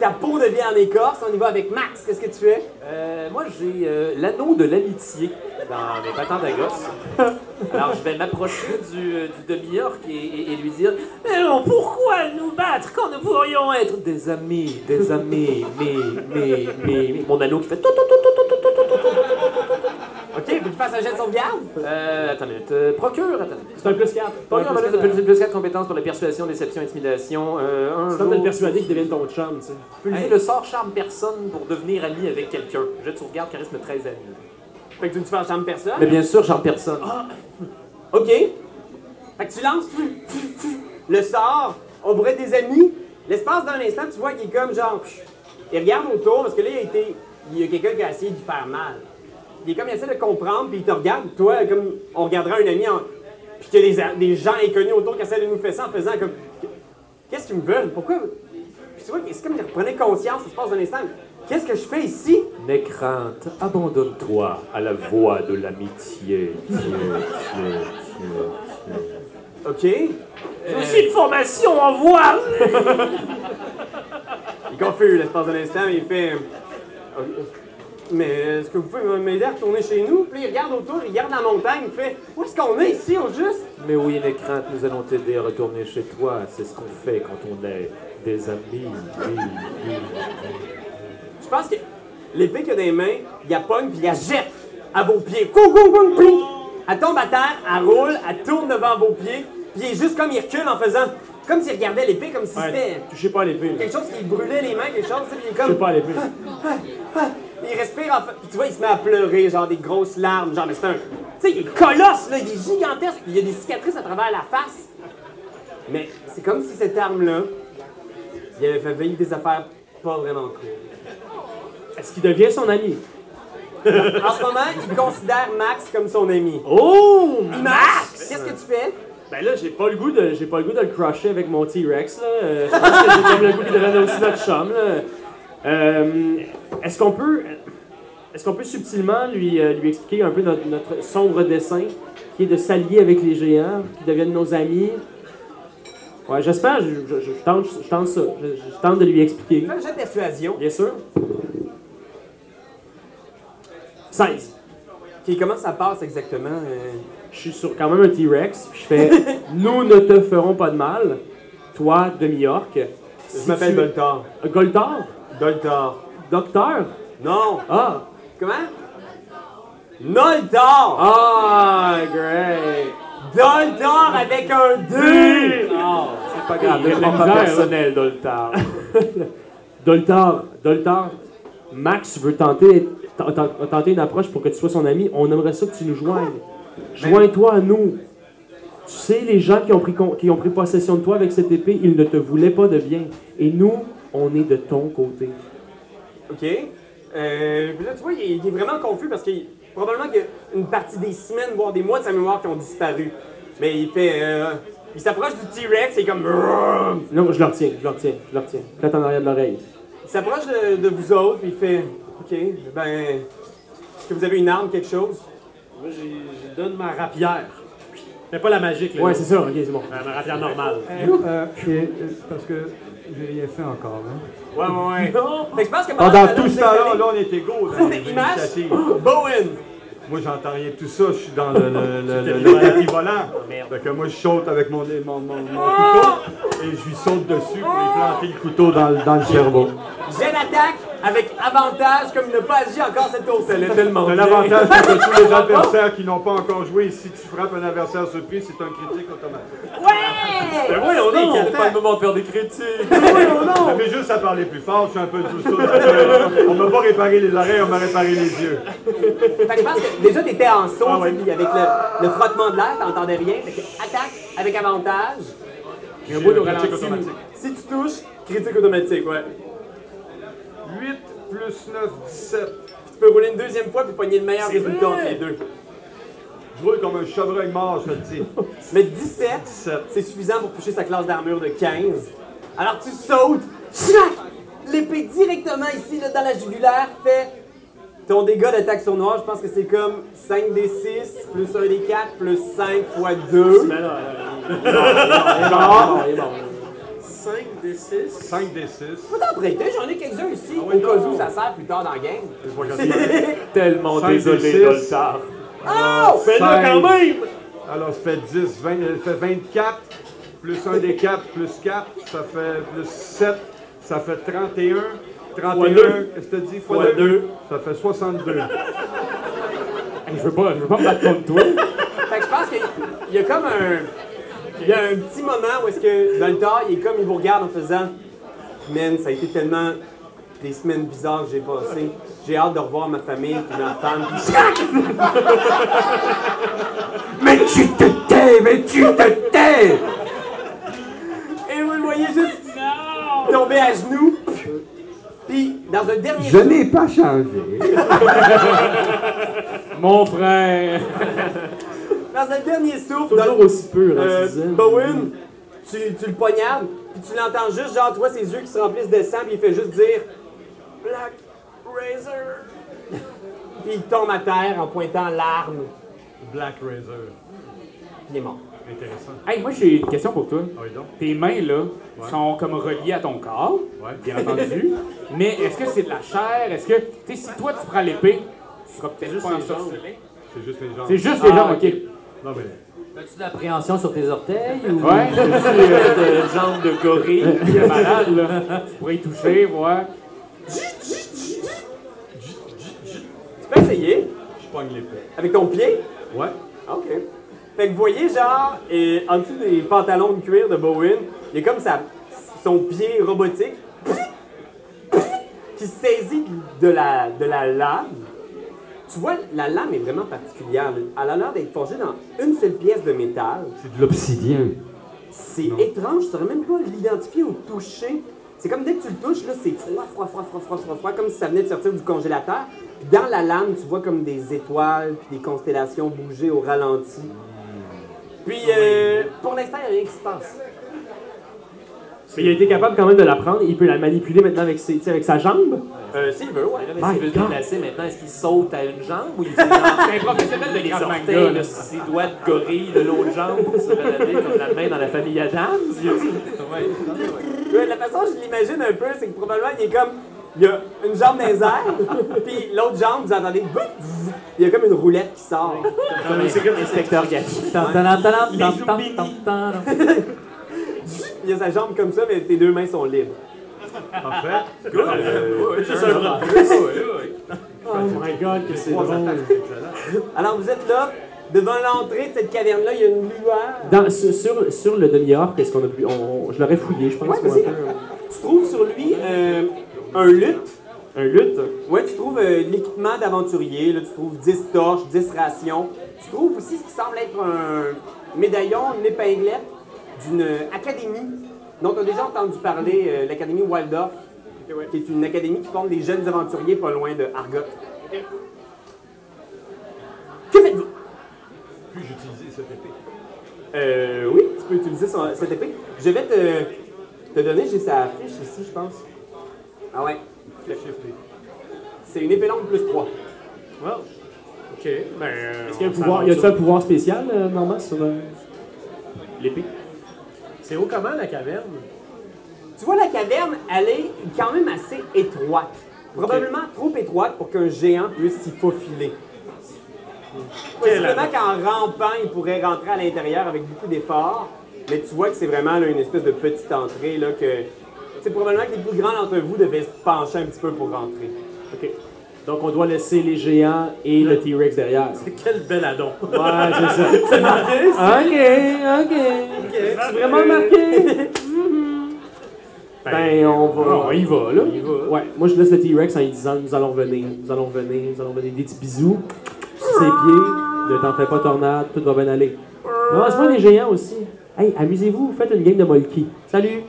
Speaker 1: Ta peau devient en écorce, on y va avec Max, qu'est-ce que tu fais?
Speaker 8: Euh, moi, j'ai euh, l'anneau de l'amitié dans mes patins à gosse. Alors, je vais m'approcher du, euh, du demi-orc et, et- et lui dire Mais non, pourquoi nous battre quand nous pourrions être des amis, des amis, mais, mais, mais, mais. Mon anneau qui fait tout, tout, tout, tout, tout, tout, tout, tout, tout, tout, tout, tout, tout, tout.
Speaker 1: Ok, vous
Speaker 12: fasse un jet de sauvegarde? Euh, attends une minute. Euh, procure, attends.
Speaker 6: C'est un plus 4.
Speaker 12: Procure un bonus de plus, plus 4 compétences pour la persuasion, déception, intimidation. Euh, un
Speaker 6: C'est comme de le
Speaker 12: jour-
Speaker 6: persuader qu'il devienne ton chum, tu sais.
Speaker 12: Tu peux utiliser le sort charme personne pour devenir ami avec quelqu'un. Jet de sauvegarde, charisme 13 amis.
Speaker 1: Fait que tu veux faire charme personne?
Speaker 12: Mais bien sûr, charme personne.
Speaker 1: OK. Fait que tu lances tu- tu- tu- le sort, on pourrait être des amis. L'espace d'un instant, tu vois qu'il est comme genre. pff, Il regarde autour parce que là, il a été. Il y a quelqu'un qui a essayé de lui faire mal. Il est comme il essaie de comprendre, puis il te regarde, toi, comme on regardera un ami, en- puis qu'il y a des, a- des gens inconnus autour qui essaient de nous faire ça en faisant comme. Qu'est-ce qu'ils me veulent? Pourquoi? Puis tu vois, c'est comme il reprenait conscience, l'espace d'un instant. Qu'est-ce que je fais ici?
Speaker 13: N'aie crainte, abandonne-toi à la voix de l'amitié. Tiens, tiens, tiens, tiens.
Speaker 1: OK.
Speaker 14: J'ai aussi une formation en voile.
Speaker 1: Il est confus l'espace d'un instant, il fait. euh, Mais euh, est-ce que vous pouvez m'aider à retourner chez nous? Puis là, il regarde autour, il regarde la montagne, il fait Où est-ce qu'on est ici au juste?
Speaker 8: Mais oui, n'aie crainte, nous allons t'aider à retourner chez toi. C'est ce qu'on fait quand on est des amis. Oui, oui.
Speaker 1: Je pense que l'épée qu'il a dans les mains, il la pogne puis il la jette à vos pieds. Cou, cou, cou, pling! Elle tombe à terre, elle roule, elle tourne devant vos pieds, puis il est juste comme il recule en faisant. Comme s'il regardait l'épée, comme si c'était
Speaker 6: Touchez pas à l'épée, là.
Speaker 1: quelque chose qui brûlait les mains, quelque chose, tu sais, puis il est comme. Ah,
Speaker 6: Touchez pas à l'épée.
Speaker 1: Il respire en fait. Puis tu vois, il se met à pleurer, genre des grosses larmes. Genre, mais c'est un. Tu sais, il est colosse, là. Il est gigantesque. Puis il y a des cicatrices à travers la face. Mais c'est comme si cette arme-là, il avait fait vivre des affaires pas vraiment cool.
Speaker 6: Est-ce qu'il devient son ami?
Speaker 1: En ce moment, il considère Max comme son ami.
Speaker 6: Oh!
Speaker 1: Max! Qu'est-ce que tu fais?
Speaker 6: Ben là, j'ai pas le goût de, j'ai pas le goût de le crusher avec mon T-Rex, là. Euh, je pense que j'ai comme le goût qu'il devienne aussi notre chum, là. Euh, est-ce qu'on peut, est-ce qu'on peut subtilement lui, euh, lui expliquer un peu notre, notre sombre dessein, qui est de s'allier avec les géants, qui deviennent nos amis? Ouais, j'espère, je, je- je tente, je tente ça. Je, je tente de lui expliquer.
Speaker 1: Fais un jet de persuasion.
Speaker 6: Bien sûr. 16.
Speaker 1: Puis comment ça passe exactement? euh?
Speaker 6: Je suis sur quand même un T-Rex. puis Je fais Nous ne te ferons pas de mal. Toi, demi-orc.
Speaker 1: Je m'appelle Doltar.
Speaker 6: Goldar
Speaker 1: Doltar.
Speaker 6: Docteur
Speaker 1: Non!
Speaker 6: Ah
Speaker 1: Comment? Noldor!
Speaker 6: Ah, great
Speaker 1: Doldor avec un 2!
Speaker 8: C'est pas grave, ne prends pas
Speaker 6: misère,
Speaker 8: personnel, Doltar.
Speaker 6: Doltar, Doltar, Max veut tenter, t- t- tenter une approche pour que tu sois son ami. On aimerait ça que tu nous joignes. Joins-toi à nous. Tu sais, les gens qui ont, pris, con- qui ont pris possession de toi avec cette épée, ils ne te voulaient pas de bien. Et nous, on est de ton côté.
Speaker 1: OK. Euh, puis là, tu vois, il est, il est vraiment confus parce que probablement qu'il y a une partie des semaines, voire des mois de sa mémoire qui ont disparu. Mais il fait. euh, il s'approche du T-Rex et il est comme. Vroom
Speaker 6: Non, je le retiens, je le retiens, je le retiens. Plate en arrière de l'oreille.
Speaker 1: Il s'approche de, de vous autres puis il fait. OK, ben. Est-ce que vous avez une arme, quelque chose?
Speaker 7: Moi, j'ai- je donne ma rapière. Mais pas la magique, là.
Speaker 6: Ouais, c'est ça, ok, c'est bon.
Speaker 7: Euh, ma rapière normale.
Speaker 5: parce que j'ai rien fait encore. hein.
Speaker 7: Ouais, ouais, ouais.
Speaker 1: Fait que je pense que
Speaker 5: Pendant
Speaker 1: que-
Speaker 5: Ah, tout ce temps-là, là, on est égaux. dans les
Speaker 1: Image.
Speaker 5: initiatives.
Speaker 1: Bowen!
Speaker 5: Moi, j'entends rien de tout ça. Je suis dans le, le, le, le- le tapis
Speaker 7: hein.
Speaker 5: volant. Fait que moi, je saute avec mon, mon, mon- mon couteau et je lui saute dessus pour lui planter le couteau dans, le- dans le cerveau.
Speaker 1: J'ai l'attaque avec avantage comme il n'a pas agi encore cette tour.
Speaker 5: C'est l'avantage c'est que tous les adversaires qui n'ont pas encore joué, et si tu frappes un adversaire surpris, c'est un critique automatique. Ben
Speaker 1: Ouais!
Speaker 7: Ben
Speaker 5: voyons donc!
Speaker 8: C'est pas le moment de faire des critiques.
Speaker 5: J'avais juste à parler plus fort, je suis un peu tout ça. On m'a pas réparé les oreilles, on m'a réparé les yeux.
Speaker 1: Fait que je pense que déjà t'étais en saut,
Speaker 5: Ah ouais.
Speaker 1: tu sais, avec le, le frottement de l'air, t'entendais rien. Fait que attaque avec avantage.
Speaker 5: J'ai un critique automatique.
Speaker 1: Si tu touches, critique automatique, ouais.
Speaker 5: 8 plus 9, 17.
Speaker 1: Tu peux rouler une deuxième fois puis pogner le meilleur résultat entre les deux.
Speaker 5: Je roule comme un chevreuil mort, je te le dis.
Speaker 1: Mais 17,
Speaker 5: 17.
Speaker 1: c'est suffisant pour toucher sa classe d'armure de 15. Alors tu sautes, tchac! L'épée directement ici, là, dans la jugulaire, fait ton dégât d'attaque sur noir. Je pense que c'est comme 5 des 6 plus 1 des 4 plus 5 fois 2.
Speaker 6: Mais là,
Speaker 1: Genre,
Speaker 6: il est bon.
Speaker 7: 5 des 6.
Speaker 5: 5 des 6.
Speaker 1: je peux t'en prêter, j'en ai quelques-uns ici, au cas où ça sert plus tard dans la game.
Speaker 8: Tellement
Speaker 5: Cinq des
Speaker 8: désolé,
Speaker 5: six.
Speaker 8: Doltar.
Speaker 1: Oh!
Speaker 5: Cinq.
Speaker 6: même!
Speaker 5: Alors, ça fait 10, 20, elle fait 24, plus 1 des 4, plus 4, ça fait plus 7, ça fait 31. 31,
Speaker 6: deux.
Speaker 5: qu'est-ce que tu dis?
Speaker 6: Fois deux.
Speaker 5: Ça fait 62.
Speaker 6: Hey, je veux pas, je veux pas me battre contre toi.
Speaker 1: Fait que je pense qu'il y a comme un. Il y a un petit moment où est-ce que dans le tard, il est comme il vous regarde en faisant Man, ça a été tellement des semaines bizarres que j'ai passées. J'ai hâte de revoir ma famille puis ma femme. Puis- mais tu te tais, mais tu te tais! Et vous le voyez juste tomber à genoux. Puis dans un dernier
Speaker 4: Je n'ai pas changé.
Speaker 6: Mon frère!
Speaker 1: Dans un dernier souffle,
Speaker 2: Toujours
Speaker 1: dans-
Speaker 2: aussi pur, hein,
Speaker 1: euh,
Speaker 2: tu disais.
Speaker 1: Bowen, tu, tu le poignardes, puis tu l'entends juste, genre, tu vois ses yeux qui se remplissent de sang, puis il fait juste dire Black Razor. puis il tombe à terre en pointant l'arme,
Speaker 5: Black Razor.
Speaker 1: puis il est mort.
Speaker 5: Intéressant.
Speaker 6: Hey, moi, j'ai une question pour toi.
Speaker 5: Ah oui, donc.
Speaker 6: Tes mains, là, sont comme reliées à ton corps,
Speaker 5: Ouais.
Speaker 6: bien entendu. Mais est-ce que c'est de la chair? Est-ce que, tu sais, si toi, tu prends l'épée, tu seras peut-être
Speaker 5: juste
Speaker 6: pas
Speaker 5: les jambes. Ah,
Speaker 6: ensorcelé.
Speaker 5: C'est juste les gens.
Speaker 6: C'est juste les jambes, OK.
Speaker 5: Non, mais.
Speaker 8: As-tu de l'appréhension sur tes orteils ou.
Speaker 6: Ouais, je suis euh,
Speaker 3: de jambes de gorille.
Speaker 6: il est malade, là. Tu pourrais y toucher, voir.
Speaker 1: Tu peux essayer
Speaker 5: Je pogne l'épée.
Speaker 1: avec ton pied.
Speaker 5: Ouais.
Speaker 1: OK. Fait que vous voyez, genre, et en dessous des pantalons de cuir de Bowen, il y a comme sa, son pied robotique qui saisit de la, de la lame. Tu vois, la lame est vraiment particulière. Elle a l'air d'être forgée dans une seule pièce de métal.
Speaker 4: C'est de l'obsidien.
Speaker 1: C'est étrange, tu saurais même pas l'identifier ou le toucher. C'est comme dès que tu le touches, là, c'est froid, froid, froid, froid, froid, froid, froid, comme si ça venait de sortir du congélateur. Puis dans la lame, tu vois comme des étoiles puis des constellations bouger au ralenti. Puis, euh, pour l'instant, il n'y a rien qui se passe.
Speaker 2: Mais il a été capable quand même de la prendre. Il peut la manipuler maintenant avec, ses, tu sais, avec sa jambe.
Speaker 3: Euh, s'il veut, ouais.
Speaker 2: My
Speaker 3: Mais s'il veut se
Speaker 2: God.
Speaker 3: déplacer maintenant, est-ce qu'il saute à une jambe ou il fait un professionnel de les
Speaker 6: Krav Maga,
Speaker 3: orteils,
Speaker 6: là.
Speaker 3: de ses doigts de gorille de l'autre jambe pour se balader comme la main dans la famille Adams?
Speaker 1: Ouais, la façon dont je l'imagine un peu, c'est que probablement, il est comme. Il y a une jambe dans les airs, puis l'autre jambe, vous entendez. boum, boum, Il y a comme une roulette qui sort.
Speaker 3: C'est comme l'inspecteur Gadget.
Speaker 8: Tan, tan, tan, tan, tan, tan, tan, tan.
Speaker 1: Il y a sa jambe comme ça, mais tes deux mains sont libres.
Speaker 5: Parfait.
Speaker 2: Oh my god, que c'est
Speaker 5: Trois
Speaker 2: drôle.
Speaker 5: attaques. Excellent.
Speaker 1: Alors, vous êtes là, devant l'entrée de cette caverne-là, il y a une lueur.
Speaker 2: Dans, sur, sur- sur le demi-heure, qu'est-ce qu'on a pu. on- je l'aurais fouillé, je pense.
Speaker 1: Ouais,
Speaker 2: qu'on a
Speaker 1: vas-y.
Speaker 2: un peu-
Speaker 1: Tu trouves sur lui euh, un luth.
Speaker 2: Un lutte.
Speaker 1: Ouais, tu trouves euh, l'équipement d'aventurier. Là, tu trouves 10 torches, 10 rations. Tu trouves aussi ce qui semble être un médaillon, une épinglette d'une euh, académie dont on a déjà entendu parler, euh, l'académie Waldorf, qui est une académie qui forme des jeunes aventuriers pas loin de Argot. Que faites-vous?
Speaker 5: Puis-je utiliser cette épée?
Speaker 1: Euh, oui, tu peux utiliser son- cette épée. Je vais te, te donner, j'ai sa fiche ici, je pense. Ah ouais,
Speaker 5: Cette épée.
Speaker 1: c'est une épée longue plus 3.
Speaker 7: Ok, ben. euh,
Speaker 2: Est-ce qu'il y a un
Speaker 7: on
Speaker 2: pouvoir, y
Speaker 7: s'avance
Speaker 2: a-t-il un pouvoir spécial, euh, Normand, sur euh, l'épée
Speaker 7: C'est haut comment la caverne?
Speaker 1: Tu vois, la caverne, elle est quand même assez étroite. Probablement trop étroite pour qu'un géant puisse s'y faufiler. Possiblement qu'en rampant, il pourrait rentrer à l'intérieur avec beaucoup d'efforts, mais tu vois que c'est vraiment là, une espèce de petite entrée là, que. C'est probablement que les plus grands d'entre vous devaient se pencher un petit peu pour rentrer.
Speaker 2: Ok. Donc on doit laisser les géants et le T-Rex derrière. Ouais,
Speaker 7: Quel bel adon!
Speaker 2: c'est ça. ok, ok. C'est vraiment marqué. Mhm. ben, on va.
Speaker 6: On y va, là.
Speaker 2: Ouais, moi je laisse le T-Rex en lui disant nous allons revenir, nous allons revenir, nous allons revenir. Des petits bisous sur ses pieds, ne t'en fais pas tornade, tout va bien aller. Ramasse-moi les géants aussi. Hey, amusez-vous, faites une game de Molki. Salut!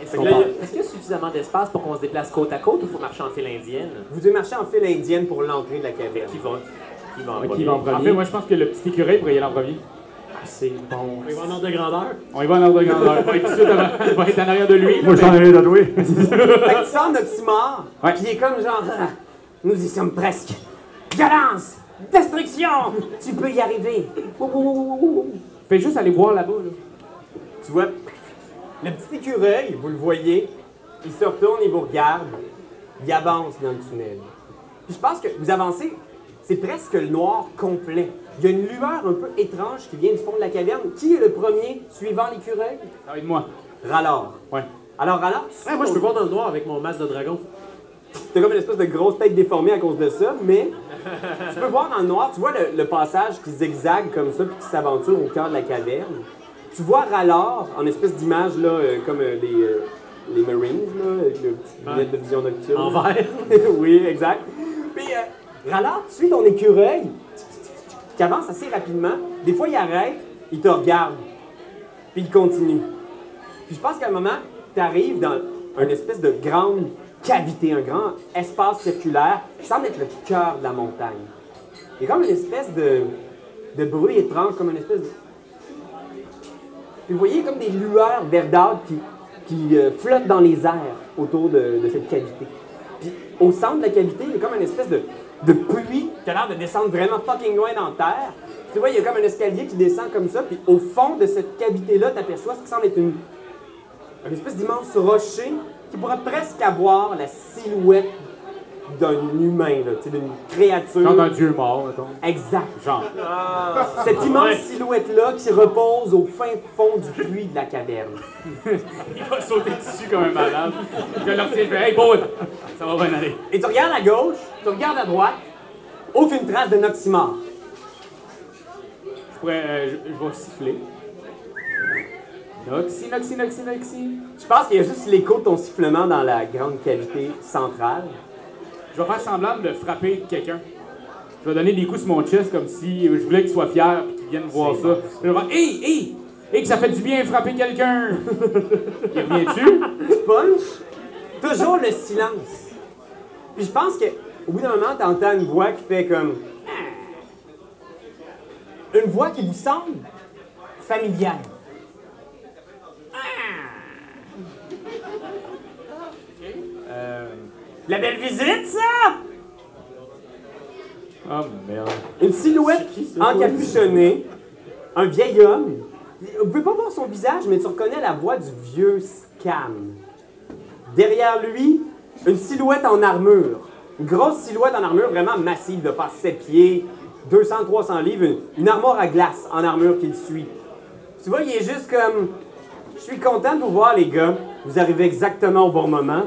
Speaker 3: Est-ce qu'il y a- est-ce qu'il y a suffisamment d'espace pour qu'on se déplace côte à côte ou faut marcher en file indienne?
Speaker 1: Vous devez marcher en file indienne pour l'entrée de la caverne.
Speaker 3: Qui va? Qui va en
Speaker 2: Ok,
Speaker 3: premier?
Speaker 2: il va en premier.
Speaker 6: Ah, En fait, moi, je pense que le petit écureuil pourrait y aller en premier.
Speaker 2: Ah, c'est bon.
Speaker 7: Il va en ordre de grandeur.
Speaker 6: On y va en ordre de grandeur. On va être tout de suite avant- on va être en arrière de lui.
Speaker 4: Moi, j'en ai rien à douer.
Speaker 1: Fait que tu sens Noxymore,
Speaker 6: Ouais.
Speaker 1: puis il est comme genre, Ah, nous y sommes presque. Violence! Destruction! Tu peux y arriver! Ouh, ouh, ouh, ouh, ouh.
Speaker 6: Fais juste aller voir là-bas, là.
Speaker 1: Tu vois, le petit écureuil, vous le voyez, il se retourne, il vous regarde, il avance dans le tunnel. Puis je pense que vous avancez, c'est presque le noir complet. Il y a une lueur un peu étrange qui vient du fond de la caverne. Qui est le premier suivant l'écureuil?
Speaker 6: Ça va être moi.
Speaker 1: Ralor.
Speaker 6: Ah, Ouais.
Speaker 1: Alors, Ralor, tu
Speaker 6: Ah,
Speaker 7: Ah, Ouais, moi, je peux voir dans le noir avec mon masque de dragon.
Speaker 1: T'as comme une espèce de grosse tête déformée à cause de ça, mais tu peux voir dans le noir, tu vois le, le passage qui zigzague comme ça puis qui s'aventure au cœur de la caverne. Tu vois Rallor en espèce d'image là, euh, comme euh, les, euh, les Marines, là, avec le petit lunette de vision nocturne.
Speaker 7: En vert.
Speaker 1: oui, exact. Puis euh, Rallor, tu suis ton écureuil qui avance assez rapidement. Des fois, il arrête, il te regarde, puis il continue. Puis je pense qu'à un moment, tu arrives dans une espèce de grande cavité, un grand espace circulaire qui semble être le cœur de la montagne. Il y a comme une espèce de, de bruit étrange, comme une espèce de... Puis vous voyez comme des lueurs verdâtres qui, qui euh, flottent dans les airs autour de, de cette cavité. Puis au centre de la cavité, il y a comme une espèce de, de puits qui a l'air de descendre vraiment fucking loin dans la terre. Puis tu vois, il y a comme un escalier qui descend comme ça. Puis au fond de cette cavité-là, tu aperçois ce qui semble être une, une espèce d'immense rocher qui pourrait presque avoir la silhouette d'un humain, là, tu sais, d'une créature.
Speaker 6: Comme un dieu mort, mettons.
Speaker 1: Exact.
Speaker 6: Genre.
Speaker 1: Cette immense silhouette-là qui repose au fin fond du puits de la caverne.
Speaker 6: Il va sauter dessus comme un malade. Je leur dis, hey, Paul, ça va bien aller.
Speaker 1: Et tu regardes à gauche, tu regardes à droite, aucune trace de Noximor.
Speaker 6: Je pourrais, euh, je, je vais siffler. Noxy, noxy, noxy, noxy.
Speaker 1: Je pense qu'il y a juste l'écho de ton sifflement dans la grande cavité centrale.
Speaker 6: Je vais faire semblant de frapper quelqu'un. Je vais donner des coups sur mon chest comme si je voulais qu'il soit fier et qu'il vienne voir ça. Je vais faire Hey, hey! Hey, que ça fait du bien frapper quelqu'un! Il revient-tu?
Speaker 1: Tu punches, toujours le silence. Puis je pense qu'au bout d'un moment, t'entends une voix qui fait comme... Ah. Une voix qui vous semble familière. Hein?
Speaker 6: Euh.
Speaker 1: La belle visite, ça!
Speaker 6: Oh merde.
Speaker 1: Une silhouette encapuchonnée, un vieil homme. Vous pouvez pas voir son visage, mais tu reconnais la voix du vieux Scam. Derrière lui, une silhouette en armure. Une grosse silhouette en armure vraiment massive, de par 7 pieds, 200-300 livres, une, une armoire à glace en armure qu'il suit. Tu vois, il est juste comme... Je suis content de vous voir, les gars. Vous arrivez exactement au bon moment.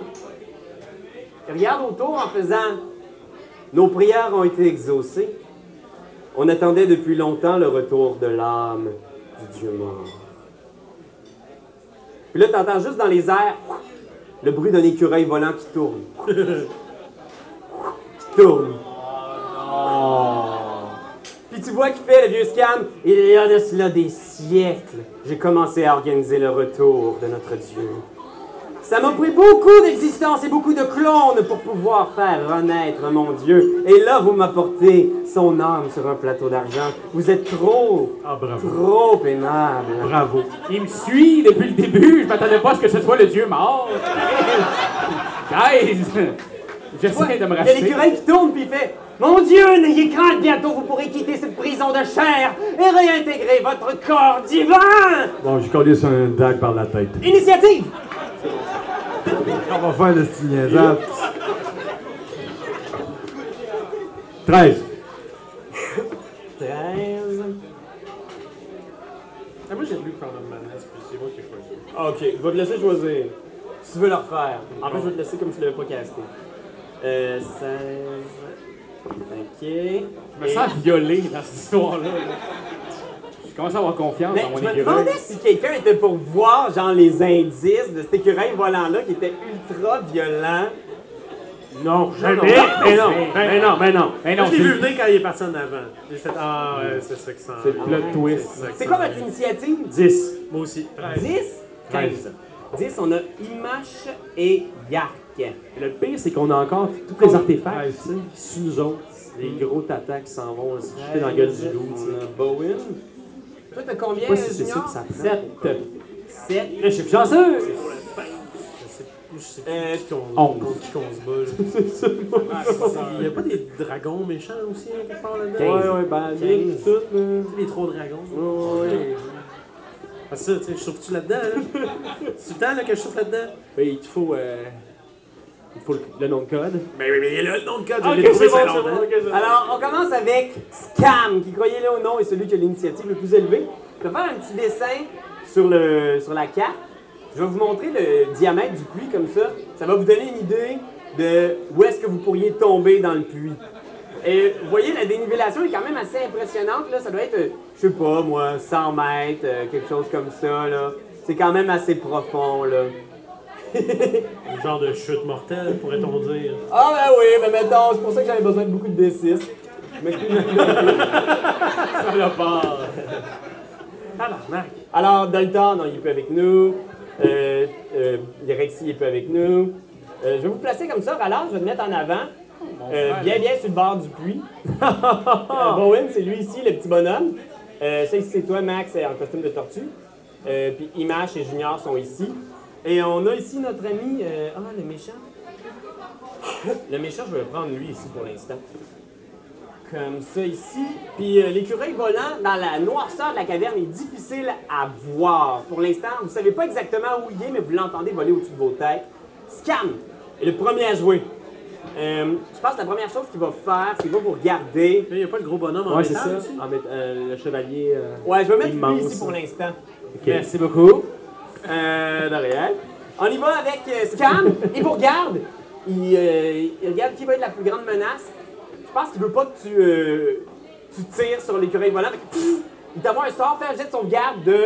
Speaker 1: Il regarde autour en faisant Nos prières ont été exaucées. On attendait depuis longtemps le retour de l'âme du Dieu mort. Puis là, t'entends juste dans les airs le bruit d'un écureuil volant qui tourne. qui tourne. Oh. Puis tu vois qu'il fait le vieux scam. Il y a de cela des siècles. J'ai commencé à organiser le retour de notre Dieu. Ça m'a pris beaucoup d'existence et beaucoup de clones pour pouvoir faire renaître mon Dieu. Et là, vous m'apportez son âme sur un plateau d'argent. Vous êtes trop,
Speaker 5: Ah, bravo.
Speaker 1: trop pénable.
Speaker 5: Bravo.
Speaker 6: Il me suit depuis le début. Je m'attendais pas à ce que ce soit le dieu mort. Guys! J'essaie de
Speaker 1: Il y a
Speaker 6: me racheter.
Speaker 1: l'écureuil qui tourne puis il fait Mon Dieu, n'ayez crainte, bientôt vous pourrez quitter cette prison de chair et réintégrer votre corps divin
Speaker 5: Bon, j'ai collé sur un dague par la tête.
Speaker 1: Initiative
Speaker 5: On va faire le petit niaisage. 13.
Speaker 1: 13.
Speaker 7: Ah, moi, j'ai lu Crown of Madness, puis c'est moi qui ai choisi.
Speaker 1: Ok, je vais te laisser choisir. Si tu veux le refaire. En plus, je vais te laisser comme tu l'avais pas casté. Euh, 16. Ok.
Speaker 6: Je me sens violé dans cette histoire-là. Je commence à avoir confiance
Speaker 1: Mais
Speaker 6: dans mon
Speaker 1: je me
Speaker 6: écureuil.
Speaker 1: demandais si quelqu'un était pour voir, genre, les indices de cet écureuil volant-là qui était ultra violent.
Speaker 2: Non, jamais. Mais non, mais non, mais non.
Speaker 6: Mais
Speaker 7: Moi,
Speaker 6: non,
Speaker 7: je l'ai vu
Speaker 6: c'est
Speaker 7: venir quand il est parti en avant. J'ai fait Ah, ouais, c'est ça qui sent.
Speaker 6: c'est le plot twist.
Speaker 1: C'est quoi votre initiative?
Speaker 2: 10.
Speaker 7: Moi aussi.
Speaker 1: 10? 15. 10, on a Imache et Yark.
Speaker 2: Le pire, c'est qu'on a encore tous les artefacts,
Speaker 5: Nice.
Speaker 2: tu sais, sous nous autres. Les gros tatas qui s'en vont se jeter dans la gueule du loup, tu sais.
Speaker 1: On a Bowen. Toi, t'as combien,
Speaker 2: Pas si c'est ça que ça prend.
Speaker 1: 7. 7.
Speaker 2: Là, je suis chanceux!
Speaker 7: Je sais
Speaker 1: Euh,
Speaker 7: plus qu'on
Speaker 2: onze.
Speaker 7: contre qui qu'on se bat. là. Ah, Il y a pas des dragons méchants aussi, hein, quelque part là-dedans?
Speaker 2: Ouais, ouais, ben, bien, tout, là.
Speaker 7: Les trois dragons.
Speaker 2: Ouais, ouais.
Speaker 7: Ah, ça, tu sais, je chauffe-tu là-dedans? Là? C'est le temps là, que je chauffe là-dedans?
Speaker 2: Mais il te faut, euh, il te faut le, le nom de code.
Speaker 7: Mais oui, mais il y a le nom de code,
Speaker 2: Ok,
Speaker 7: je l'ai
Speaker 2: c'est
Speaker 7: trouvé,
Speaker 2: bon,
Speaker 7: ça
Speaker 2: c'est
Speaker 7: longtemps.
Speaker 2: bon, ok, c'est bon.
Speaker 1: Alors, on commence avec Scam, qui, croyez-le ou non, est celui qui a l'initiative le plus élevée. Je vais faire un petit dessin sur, le, sur la carte. Je vais vous montrer le diamètre du puits comme ça. Ça va vous donner une idée de où est-ce que vous pourriez tomber dans le puits. Et vous voyez, la dénivellation est quand même assez impressionnante. Là. Ça doit être, euh, je sais pas moi, 100 mètres, euh, quelque chose comme ça. là. C'est quand même assez profond. là.
Speaker 7: Un genre de chute mortelle, pourrait-on dire.
Speaker 1: Ah ben oui, mais mettons, c'est pour ça que j'avais besoin de beaucoup de D6. Mais- Alors, Dalton, non, il est plus avec nous. Euh, euh, Rexy, il est plus avec nous. Euh, je vais vous placer comme ça, Ralard, je vais te mettre en avant. Euh, bien, bien sur le bord du puits. Euh, Bowen, c'est lui ici, le petit bonhomme. Euh, ça ici, c'est toi, Max, euh, en costume de tortue. Euh, Puis Image et Junior sont ici. Et on a ici notre ami... euh, Ah, le méchant. le méchant, je vais le prendre lui ici pour l'instant. Comme ça ici. Puis euh, l'écureuil volant, dans la noirceur de la caverne, est difficile à voir. Pour l'instant, vous savez pas exactement où il est, mais vous l'entendez voler au-dessus de vos têtes. Scam est le premier à jouer. Euh, je pense que la première chose qu'il va faire, c'est qu'il va vous regarder.
Speaker 7: Mais il n'y a pas le gros bonhomme en
Speaker 2: Ouais, c'est ça.
Speaker 7: métal, dessus?
Speaker 2: En mét- euh, le chevalier. euh,
Speaker 1: Ouais, je vais mettre lui
Speaker 2: Immense.
Speaker 1: ici pour l'instant.
Speaker 2: ok.
Speaker 7: Merci beaucoup.
Speaker 1: Euh, de rien. On y va avec euh, Scam. Il vous regarde. Il, euh, il regarde qui va être la plus grande menace. Je pense qu'il veut pas que tu, euh, tu tires sur l'écureuil volant. Fait que, pff, Il t'envoie un sort, fais un jet de sauvegarde de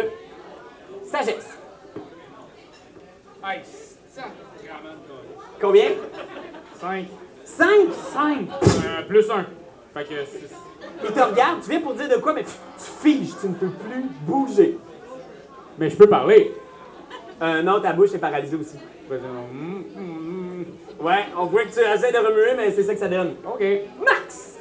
Speaker 1: sagesse.
Speaker 6: Hey, sacrament,
Speaker 1: Combien?
Speaker 6: 5.
Speaker 1: Cinq!
Speaker 6: 5. Euh, plus 1. Fait que six.
Speaker 1: Il te regarde, tu viens pour dire de quoi, mais pff, tu figes, tu ne peux plus bouger.
Speaker 6: Mais je peux parler.
Speaker 1: Euh, non, ta bouche est paralysée aussi.
Speaker 6: Fait que, mm, mm, mm.
Speaker 1: Ouais, on voit que tu essaies de remuer, mais c'est ça que ça donne.
Speaker 6: OK.
Speaker 1: Max!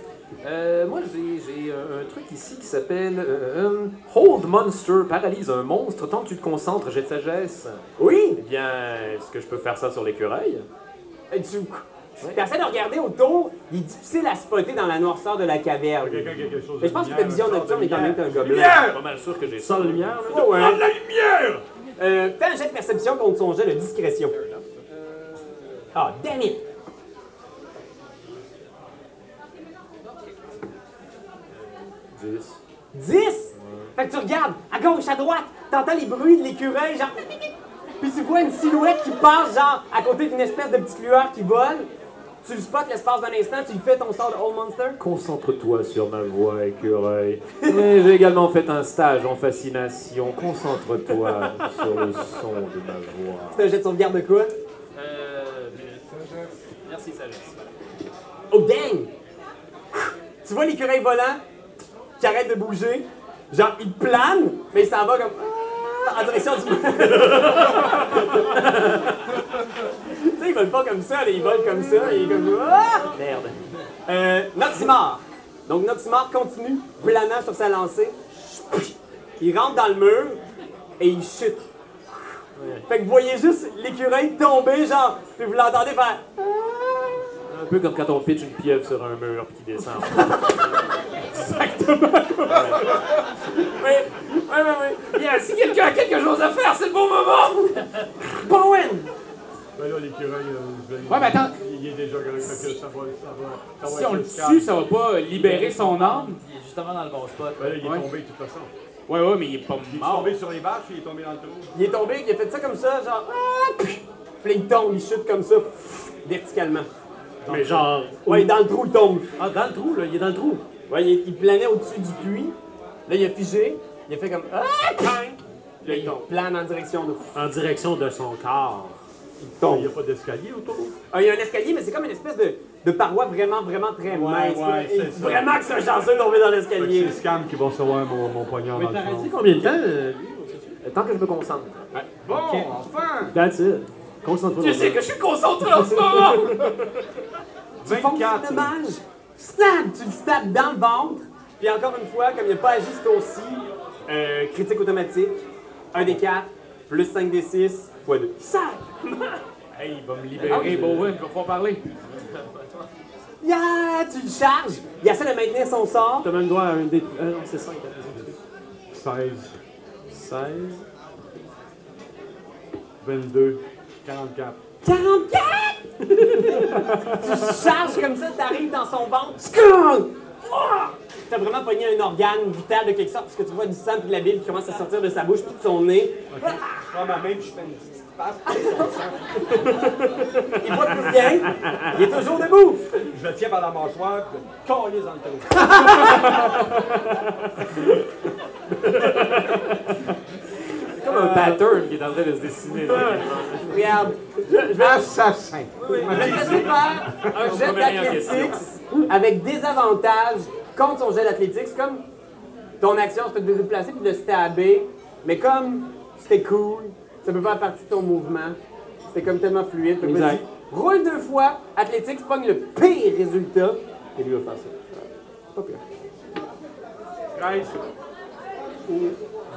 Speaker 3: Euh, moi, j'ai j'ai un, un truc ici qui s'appelle euh, euh, Hold Monster, paralyse un monstre, tant que tu te concentres, j'ai de sagesse.
Speaker 1: Oui?
Speaker 3: Eh bien, est-ce que je peux faire ça sur l'écureuil?
Speaker 1: Euh, Tu essaies de regarder autour, il est difficile à spotter dans la noirceur de la caverne.
Speaker 5: Quelqu'un qui a quelque chose
Speaker 1: Mais je pense que ta vision nocturne est quand même un gobelin.
Speaker 3: Je suis pas mal sûr que j'ai ça.
Speaker 2: Sans lumière, là.
Speaker 1: Oh, ouais. la lumière! Euh, fais un jet de perception contre son jet de discrétion. Ah, damn it!
Speaker 3: Dix.
Speaker 1: 10! Fait que tu regardes à gauche, à droite, t'entends les bruits de l'écureuil, genre. Puis tu vois une silhouette qui passe, genre, à côté d'une espèce de petite lueur qui vole. Tu le spots l'espace d'un instant, tu lui fais ton sort de Old Monster.
Speaker 3: Concentre-toi sur ma voix, écureuil. Mais j'ai également fait un stage en fascination. Concentre-toi sur le son de ma voix.
Speaker 1: C'est un jet de sauvegarde de quoi?
Speaker 8: Euh, Merci, Sagesse.
Speaker 1: Oh dang! Tu vois l'écureuil volant qui arrête de bouger. Genre, il plane, mais il s'en va comme. ah, En direction du. tu sais, ils volent pas comme ça, là, ils volent comme ça, et il est comme. Ah! Merde. Euh, Noximor. Donc, Noximor continue, planant sur sa lancée. Il rentre dans le mur et il chute. Fait que vous voyez juste l'écureuil tomber, genre, puis vous l'entendez faire.
Speaker 3: Un peu comme quand on pitch une pieuvre sur un mur qui descend.
Speaker 1: Oui, oui, oui, oui.
Speaker 10: Bien, si quelqu'un a quelque chose à faire, c'est le bon moment!
Speaker 1: Bowen!
Speaker 5: Ben là, l'écureuil, euh, je vais-
Speaker 6: Ouais, mais attends.
Speaker 5: il est déjà correct. fait que ça va, ça va- ça va
Speaker 6: Si on le
Speaker 5: être calme.
Speaker 6: tue, ça va pas libérer son âme.
Speaker 8: Il est justement dans le bon spot.
Speaker 5: Ben là, il est
Speaker 6: Ouais.
Speaker 5: tombé de toute façon.
Speaker 6: Ouais, ouais, mais il est pas
Speaker 5: Il est
Speaker 6: mort.
Speaker 5: tombé sur les vaches, il est tombé dans le trou.
Speaker 1: Il est tombé, il a fait ça comme ça, genre. Ah, pff. Puis là, il tombe, il chute comme ça, pff, verticalement.
Speaker 7: Mais genre.
Speaker 1: Ouais, dans le trou, il tombe.
Speaker 7: Ah, dans le trou, là, il est dans le trou.
Speaker 1: Ouais, il, il planait au-dessus du puits. Là, il a figé, il a fait comme. Ah, pff. Là, il plane en direction de.
Speaker 7: En direction de son corps.
Speaker 1: Il
Speaker 5: Il n'y
Speaker 1: tombe.
Speaker 5: a pas d'escalier autour.
Speaker 1: Ah, il y a un escalier, mais c'est comme une espèce de, de paroi vraiment, vraiment très mince.
Speaker 5: ouais,
Speaker 1: Et
Speaker 5: c'est ça.
Speaker 1: vraiment que c'est un chanceux de tomber dans
Speaker 5: Fait que C'est
Speaker 1: l'escalier.
Speaker 5: le scam qui va recevoir mon, mon poignard dans
Speaker 7: Mais
Speaker 5: le
Speaker 7: t'as resté
Speaker 5: front.
Speaker 7: combien de temps, euh, lui, on sait-tu?
Speaker 3: Tant que je me concentre.
Speaker 11: Bon, enfin!
Speaker 2: That's it. Concentre-toi.
Speaker 10: Je sais que je suis concentré en ce moment!
Speaker 1: Tu fonces sur le mage, snap, tu le stabs dans le ventre. Puis encore une fois, comme il n'a pas agi ce tour-ci, euh, critique automatique, 1 des 4, plus 5 des 6, fois 2.
Speaker 6: Hey, il va me libérer, Bowen, je vais pouvoir parler.
Speaker 1: Yeah, tu le charges, il essaie de maintenir son sort.
Speaker 2: T'as même droit à un dé. Ah non, c'est 5.
Speaker 5: 16,
Speaker 2: 16.
Speaker 5: 22, 44.
Speaker 1: 44! tu charges comme ça, t'arrives dans son ventre, Scrum! Ouah! t'as vraiment pogné un organe vital de quelque sorte, parce que tu vois du sang puis de la bile qui commence à sortir de sa bouche puis de son nez.
Speaker 11: Dans ma main, puis je fais une petite passe.
Speaker 1: Il voit plus bien, il est toujours debout.
Speaker 11: Je le tiens par la mâchoire, puis je le calisse dans le trou.
Speaker 3: C'est comme un pattern qui est en train de se dessiner. là.
Speaker 1: Regarde,
Speaker 5: Assassin.
Speaker 1: je vais faire un jet
Speaker 3: remet rien en
Speaker 1: d'athlétics avec des avantages contre son jet d'athlétics, comme ton action, c'est de te déplacer puis de le stabber, mais comme c'était cool, ça peut faire partie de ton mouvement, c'était comme tellement fluide, fait que
Speaker 2: Exact.
Speaker 1: vas-y, roule deux fois, athlétics pogne le pire résultat, et lui va faire ça. Pas pire.
Speaker 5: 13 ou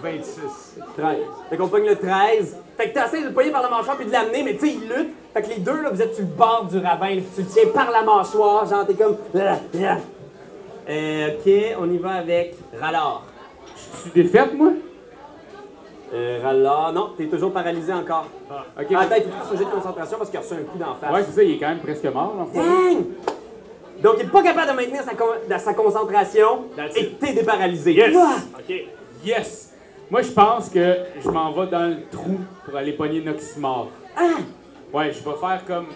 Speaker 5: 26.
Speaker 1: 13. Fait qu'on pogne le 13. Fait que t'essayes de le pogner par la mâchoire puis de l'amener, mais tu sais, il lutte. Fait que les deux, là, vous êtes sur le bord du ravin. là, Tu le tiens par la mâchoire, genre, t'es comme. Ah, ah. Euh, ok, on y va avec Rallard.
Speaker 6: Je suis défaite, moi?
Speaker 1: Euh, Rallard, non, t'es toujours paralysé encore. ok.
Speaker 3: Ah, ben,
Speaker 1: Attends, il faut que tu fasses un jet de concentration parce qu'il a reçu un coup d'en face.
Speaker 6: Ouais, c'est ça, il est quand même presque mort, l'enfoiré.
Speaker 1: Dang! Donc, il est pas capable de maintenir sa, con- de- sa concentration
Speaker 2: That's
Speaker 1: et
Speaker 2: it.
Speaker 1: t'es déparalysé.
Speaker 6: Yes!
Speaker 1: Ah!
Speaker 2: OK.
Speaker 6: Yes! Moi, je pense que je m'en vais dans le trou pour aller pogner Noximor.
Speaker 1: Ah!
Speaker 6: Ouais, je vais faire comme.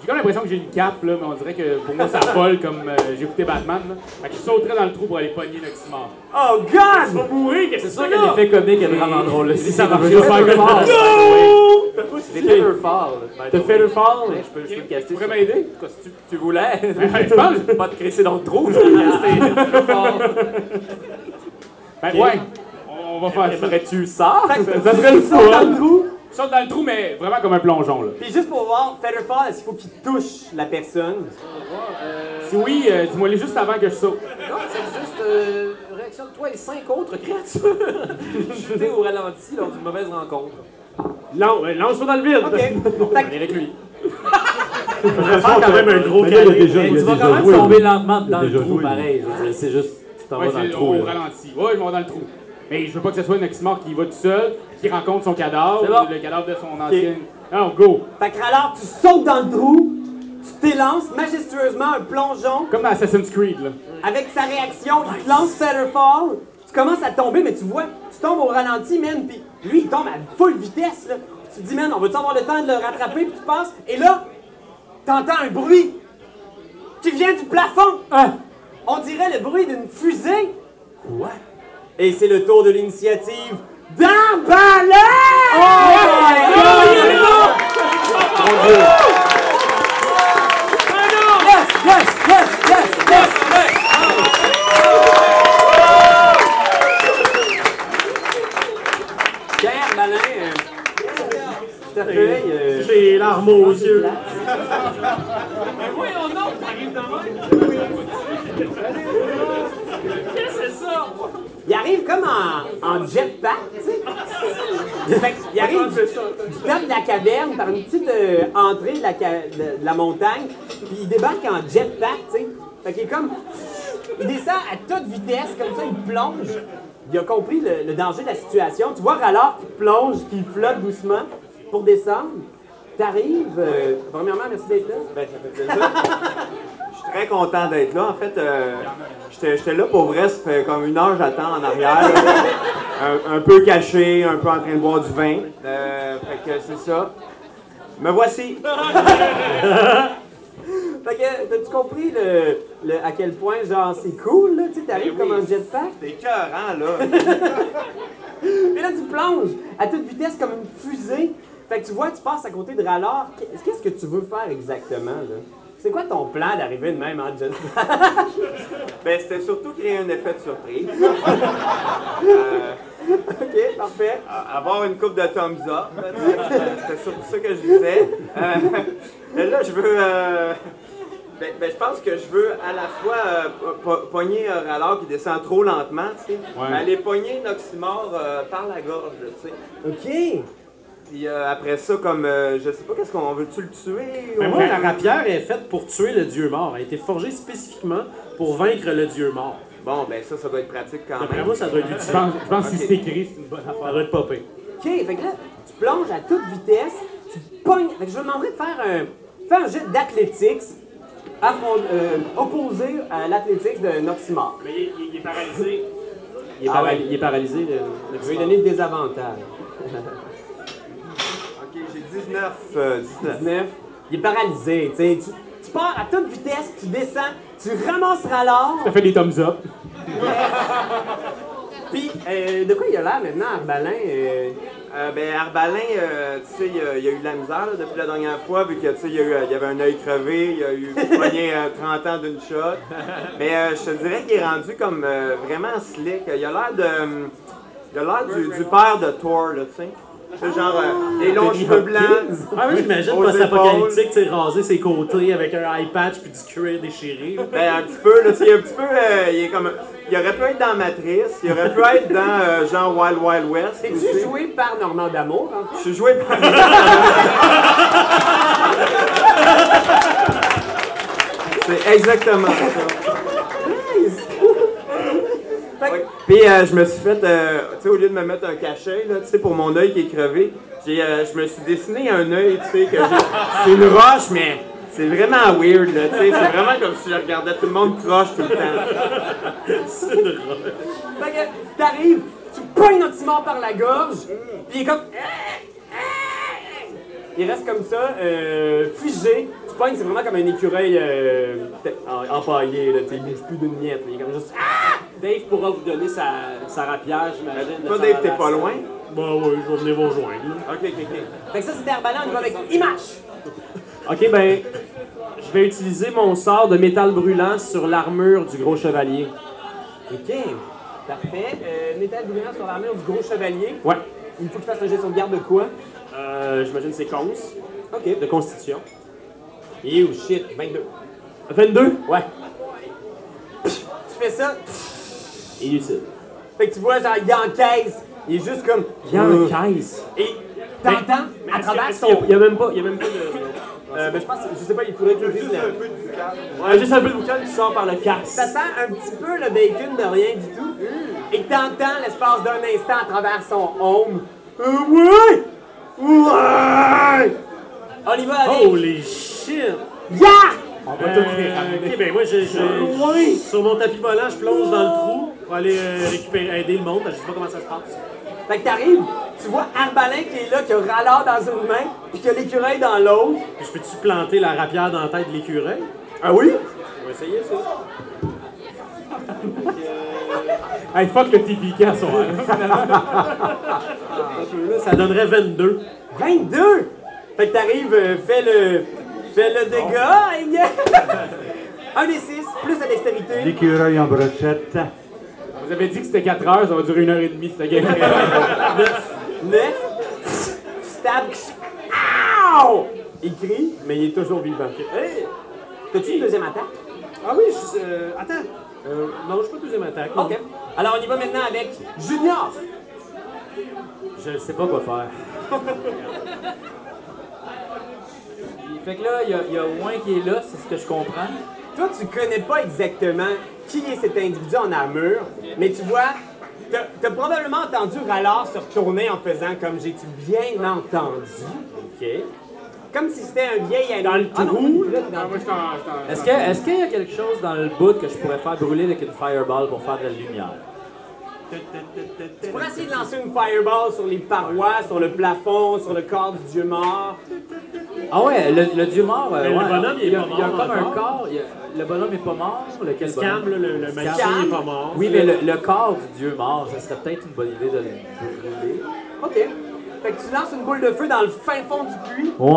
Speaker 6: J'ai comme l'impression que j'ai une cape, là, mais on dirait que pour moi, ça vole comme euh, j'ai écouté Batman. Là. Fait que je sauterais dans le trou pour aller pogner Noximor.
Speaker 1: Oh, God!
Speaker 2: Pas mourir, qu'est-ce que c'est
Speaker 8: C'est sûr que l'effet comique est vraiment drôle. là. Si ça marche,
Speaker 6: Je vais faire comme
Speaker 3: Des Featherfall.
Speaker 6: T'as fait le fall?
Speaker 3: hein. Je peux, je peux le caster.
Speaker 6: Tu pourrais m'aider?
Speaker 3: Quoi, si tu, tu voulais.
Speaker 6: Je pense.
Speaker 3: pas te crisser dans le trou, je vais caster. Featherfall.
Speaker 6: Ben, ouais, on on va faire ça.
Speaker 3: Aimerais-tu ça?
Speaker 6: Ça serait le
Speaker 1: Saute dans le
Speaker 6: fun.
Speaker 1: trou.
Speaker 6: Je saute dans le trou, mais vraiment comme un plongeon, là.
Speaker 1: Puis juste pour voir, Featherfall, est-ce qu'il faut qu'il touche la personne?
Speaker 6: Si oui, euh, dis-moi les juste avant que je saute.
Speaker 3: Non, c'est juste euh, réaction de toi et cinq autres créatures. Chuté au ralenti lors d'une mauvaise rencontre.
Speaker 4: Non,
Speaker 3: euh,
Speaker 4: mais lance-toi dans le vide.
Speaker 1: OK. Tac.
Speaker 3: On est avec lui.
Speaker 4: Je vais faire quand même un gros
Speaker 5: Mais là, il a
Speaker 4: câlin.
Speaker 5: déjà, il a
Speaker 8: Tu vas
Speaker 5: déjà
Speaker 8: quand même
Speaker 5: joué.
Speaker 8: tomber lentement dans le
Speaker 5: déjà
Speaker 8: trou,
Speaker 5: joué, lui.
Speaker 8: pareil. je veux dire, C'est juste, tu t'en
Speaker 6: Ouais,
Speaker 8: vas dans le
Speaker 6: c'est
Speaker 8: trou.
Speaker 6: au
Speaker 8: là.
Speaker 6: ralenti. Ouais, je m'en vais dans le trou. Mais je veux pas que ce soit un oxymore qui va tout seul, qui rencontre son cadavre,
Speaker 8: C'est bon.
Speaker 6: le cadavre de son ancienne. Non, go!
Speaker 1: Fait que alors, tu sautes dans le trou, tu t'élances majestueusement un plongeon.
Speaker 6: Comme dans Assassin's Creed, là.
Speaker 1: Avec sa réaction, il te lance Featherfall. Tu commences à tomber, mais tu vois, tu tombes au ralenti, man. Puis lui, il tombe à full vitesse, là. Tu te dis, man, on va-tu avoir le temps de le rattraper? Puis tu passes. Et là, t'entends un bruit qui vient du plafond. On dirait le bruit d'une fusée. Quoi? Et c'est le tour de l'initiative d'Ambalade! Yes, yes, yes, yes, yes, yes. Pierre Malin, euh, je t'accueille. euh,
Speaker 4: J'ai larmes aux yeux.
Speaker 1: Il arrive comme en, en jetpack, tu sais. Fait que il arrive du, du top de la caverne par une petite euh, entrée de la, ca- de- de la montagne, puis il débarque en jetpack, tu sais. Fait qu'il est comme. Il descend à toute vitesse, comme ça, il plonge. Il a compris le, le danger de la situation. Tu vois Rallard qui plonge, qui flotte doucement pour descendre. T'arrives. euh, premièrement, merci d'être là.
Speaker 15: Ben, ça fait plaisir. Je suis très content d'être là. En fait, euh, j'étais j'étais là pour vrai, ça fait comme une heure j'attends en arrière. un, un peu caché, un peu en train de boire du vin. Euh, fait que c'est ça. Me voici.
Speaker 1: Fait que, t'as-tu compris le, le- à quel point, genre, c'est cool, là? Tu sais, t'arrives comme en jetpack.
Speaker 15: T'es cœur, hein, là?
Speaker 1: Mais là, tu plonges à toute vitesse comme une fusée. Fait que tu vois, tu passes à côté de Rallard. Qu'est-ce que tu veux faire exactement, là? C'est quoi ton plan d'arriver de même en jetpack?
Speaker 15: Ben, c'était surtout créer un effet de surprise. Euh,
Speaker 1: OK, parfait.
Speaker 15: À- avoir une coupe de thumbs up. Euh, C'était surtout ça que je disais. Euh, là, je veux. euh, ben, ben, je pense que je veux à la fois euh, po- po- pogner euh, Rallard qui descend trop lentement, tu sais, mais aller pogner Noxymore euh, par la gorge, tu sais.
Speaker 1: OK.
Speaker 15: Puis euh, après ça, comme euh, je sais pas, qu'est-ce qu'on veut-tu le tuer ou-
Speaker 7: Mais moi, la rapière est faite pour tuer le dieu mort. Elle a été forgée spécifiquement pour vaincre le dieu mort.
Speaker 15: Bon, ben ça, ça doit être pratique quand
Speaker 7: D'après
Speaker 15: même.
Speaker 7: moi, ça doit être utile.
Speaker 6: Je pense, je pense que si c'est écrit, c'est une bonne affaire.
Speaker 7: Ça doit être popé.
Speaker 1: OK, fait que là, tu plonges à toute vitesse. Tu pognes. Fait que je demanderais de faire un, faire un jet d'athlétics affron- euh, opposé à l'athlétique de Noximor.
Speaker 2: Mais il, il- il est paralysé.
Speaker 1: Il est,
Speaker 2: Ah ouais.
Speaker 1: il est paralysé. le- le- Ah Je vais lui donner le désavantage.
Speaker 15: Ok, j'ai 19.
Speaker 1: Euh, 19. Il est paralysé. tu sais. Tu, tu pars à toute vitesse, tu descends, tu ramasseras l'or.
Speaker 6: Ça fait des thumbs up.
Speaker 1: Puis, euh, de quoi il a l'air maintenant, Arbalin? euh,
Speaker 15: Euh, ben, Arbalin, euh, tu sais, il a- il a eu de la misère là, depuis la dernière fois, vu que, tu sais, il y a eu- il y avait un œil crevé, il y a eu poigné euh, 30 ans d'une shot. Mais euh, je te dirais qu'il est rendu comme euh, vraiment slick. Il a l'air de. hum, Il a l'air du, du père de Thor, là, tu sais. Tu sais, Genre, euh, les longs cheveux blancs.
Speaker 7: Ah oui, j'imagine
Speaker 15: aux épaules.
Speaker 7: post-apocalyptique, tu sais, raser ses côtés avec un eye patch puis du cuir déchiré.
Speaker 15: Ben, un petit peu, là, tu sais, un petit peu, euh, il est comme... Il aurait pu être dans Matrice, il aurait pu être dans, euh, genre, Wild Wild West.
Speaker 1: Es-tu joué par Normand D'Amour, en fait?
Speaker 15: Je suis joué par... C'est exactement ça.
Speaker 1: Nice!
Speaker 15: Puis, euh, je me suis fait, euh, tu sais, au lieu de me mettre un cachet, là, tu sais, pour mon œil qui est crevé, j'ai, euh, je me suis dessiné un œil, tu sais, que j'ai- c'est une roche, mais c'est vraiment weird, là, tu sais, c'est vraiment comme si je regardais tout le monde croche tout le temps.
Speaker 1: C'est Fait que t'arrives, tu pognes Oxymore par la gorge, puis il est comme. Il reste comme ça, euh, figé. Tu pognes, c'est vraiment comme un écureuil euh, en- empaillé, là, tu sais, il bouge plus d'une miette. là, Il est comme juste. Ah! Dave pourra vous donner sa, sa rapière, j'imagine. de
Speaker 15: Toi,
Speaker 1: sa
Speaker 15: Dave, t'es
Speaker 1: relation.
Speaker 15: pas loin?
Speaker 4: Bah oui, je vais venir vous rejoindre. là.
Speaker 15: Ok, ok, ok.
Speaker 1: Fait que ça, c'était Arbalin, on y va avec Image.
Speaker 2: Ok, ben, je vais utiliser mon sort de métal brûlant sur l'armure du gros chevalier.
Speaker 1: Ok, parfait. Euh, métal brûlant sur l'armure du gros chevalier.
Speaker 2: Ouais.
Speaker 1: Il faut que tu fasses un jet de sauvegarde de quoi?
Speaker 2: Euh, J'imagine que c'est cons
Speaker 1: Ok.
Speaker 2: de constitution.
Speaker 1: You shit, 22.
Speaker 2: 22?
Speaker 1: Ouais. Tu fais ça,
Speaker 2: Inutile.
Speaker 1: Fait que tu vois, genre, il encaisse. Il est juste comme.
Speaker 2: Il encaisse.
Speaker 1: Et t'entends, à travers
Speaker 2: Est-ce
Speaker 1: son.
Speaker 2: qu'il y a- Il y a même pas, il y a même pas de...
Speaker 1: Euh, ben, je pense, je sais pas, il faudrait que tu le
Speaker 15: peu du calme.
Speaker 2: Ouais, juste un peu de boucan qui sort par le casse.
Speaker 1: Ça sent un petit peu le bacon de rien du tout. Et t'entends, l'espace d'un instant, à travers son home. Euh, ouais! Ouais! On y va, allez!
Speaker 7: Holy shit!
Speaker 2: Oh.
Speaker 1: Yeah!
Speaker 7: On va tout Ok, ben moi, je,
Speaker 16: Ah
Speaker 7: je- sur mon tapis volant, je plonge dans le trou pour aller euh, récupérer, aider le monde. parce que Je sais pas comment ça se passe.
Speaker 1: Fait que t'arrives, tu vois Arbalin qui est là, qui a râleur dans une main, puis qui a l'écureuil dans l'autre.
Speaker 7: Je peux-tu planter la rapière dans la tête de l'écureuil?
Speaker 1: Ah oui?
Speaker 7: On va essayer ça.
Speaker 6: Hey, fuck le TPK à son
Speaker 7: Ça donnerait 22.
Speaker 1: 22! Fait que t'arrives, euh, fais le. Fais le dégât! et yeah! Un des 6, plus la dextérité.
Speaker 5: L'écureuil en brochette.
Speaker 6: Vous avez dit que c'était 4 heures, ça va durer une heure et demie, cette game.
Speaker 1: 9. Stab. Ow! Il crie, mais il est toujours vivant. Hey! T'as-tu une deuxième attaque?
Speaker 7: Ah oui, je, euh, attends. Euh, non, je suis pas deuxième attaque. non.
Speaker 1: Ok. Alors on y va maintenant avec Junior!
Speaker 7: Je sais pas quoi faire.
Speaker 8: Fait que là, il y a- il y, a moins qui est là, c'est ce que je comprends.
Speaker 1: Toi, tu connais pas exactement qui est cet individu en armure, mais tu vois, t'as t'as probablement entendu Rallard se retourner en faisant comme j'ai-tu bien entendu.
Speaker 8: OK.
Speaker 1: Comme si c'était un vieil ami.
Speaker 2: Dans le
Speaker 1: Ah non,
Speaker 2: trou,
Speaker 1: là, dans le-
Speaker 8: Est-ce que- est-ce qu'il y a quelque chose dans le bout que je pourrais faire brûler avec une fireball pour faire de la lumière?
Speaker 1: Tu pourrais essayer de lancer une fireball sur les parois, sur le plafond, sur le corps du dieu mort.
Speaker 8: Ah ouais, le, le dieu mort, euh,
Speaker 7: Mais le
Speaker 8: ouais,
Speaker 7: bonhomme, il est
Speaker 8: y a,
Speaker 7: pas
Speaker 8: y a
Speaker 7: mort
Speaker 8: comme un
Speaker 7: encore.
Speaker 8: corps, il y a- le bonhomme est pas mort, lequel
Speaker 7: Scam,
Speaker 8: bonhomme?
Speaker 7: là, le, le magicien, il est pas mort.
Speaker 8: Oui, mais le, le corps du dieu mort, ça serait peut-être une bonne idée de le brûler.
Speaker 1: OK. Fait que tu lances une boule de feu dans le fin fond du puits.
Speaker 8: Ouais.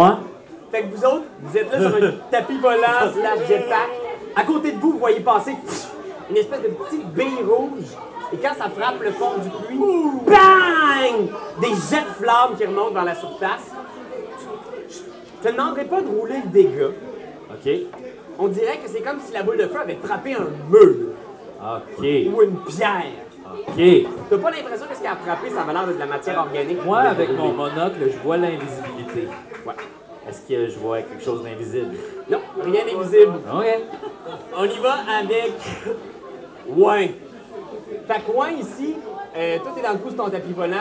Speaker 1: Fait que vous autres, vous êtes là sur un tapis volant, slash jetpack. À côté de vous, vous voyez passer pff, une espèce de petite bille rouge. Et quand ça frappe le fond du puits, bang! Des jets de flammes qui remontent vers la surface. Je te demanderai pas de rouler le dégât.
Speaker 8: OK.
Speaker 1: On dirait que c'est comme si la boule de feu avait frappé un mur
Speaker 8: OK.
Speaker 1: ou une pierre.
Speaker 8: OK.
Speaker 1: T'as pas l'impression que ce qui a frappé, ça a l'air de de la matière organique.
Speaker 8: Moi, avec mon monocle, je vois l'invisibilité. Ouais. Est-ce que je vois quelque chose d'invisible?
Speaker 1: Non, rien d'invisible.
Speaker 8: OK.
Speaker 1: On y va avec Ouin. Fait que Ouin ici, euh, Euh, toi, t'es dans le coup sur ton tapis volant.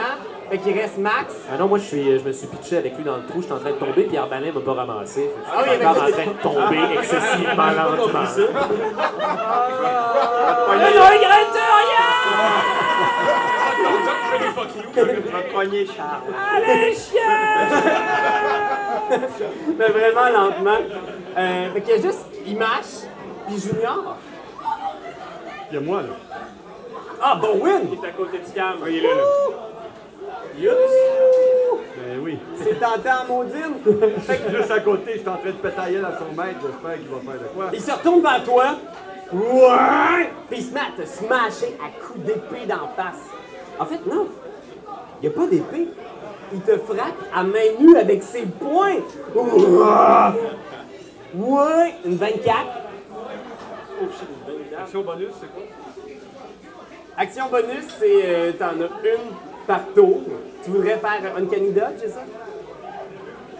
Speaker 1: Fait qu'il reste Max.
Speaker 16: Ah non, moi, je, suis, je me suis pitché avec lui dans le trou, j'étais en train de tomber, puis Arbalin m'a pas ramassé. Fait que
Speaker 1: Ah
Speaker 16: Je
Speaker 1: oui,
Speaker 16: suis encore en
Speaker 1: avec-
Speaker 16: train de
Speaker 7: Ah.
Speaker 16: tomber excessivement lentement.
Speaker 17: Votre poignet, Charles.
Speaker 1: Allez, chien! Mais vraiment lentement. Euh, fait qu'il y a juste Image, puis Junior.
Speaker 5: Il y a moi, là.
Speaker 1: Ah, Bowen!
Speaker 18: Qui est à côté de Cam.
Speaker 5: il est là,
Speaker 18: Ben oui.
Speaker 1: C'est tentant, maudine!
Speaker 5: Juste à côté, je suis en train de pétailler à son maître, j'espère qu'il va faire de quoi.
Speaker 1: Il se retourne vers toi. Ouais! Puis il se met à te smasher à coups d'épée d'en face. En fait, non. Il n'y a pas d'épée. Il te frappe à main nue avec ses poings. Ouah! Ouais! Une 24.
Speaker 5: Action bonus, c'est quoi?
Speaker 1: Action bonus, c'est. euh, T'en as une par tour. Tu voudrais faire un Uncanny Dodge, c'est ça?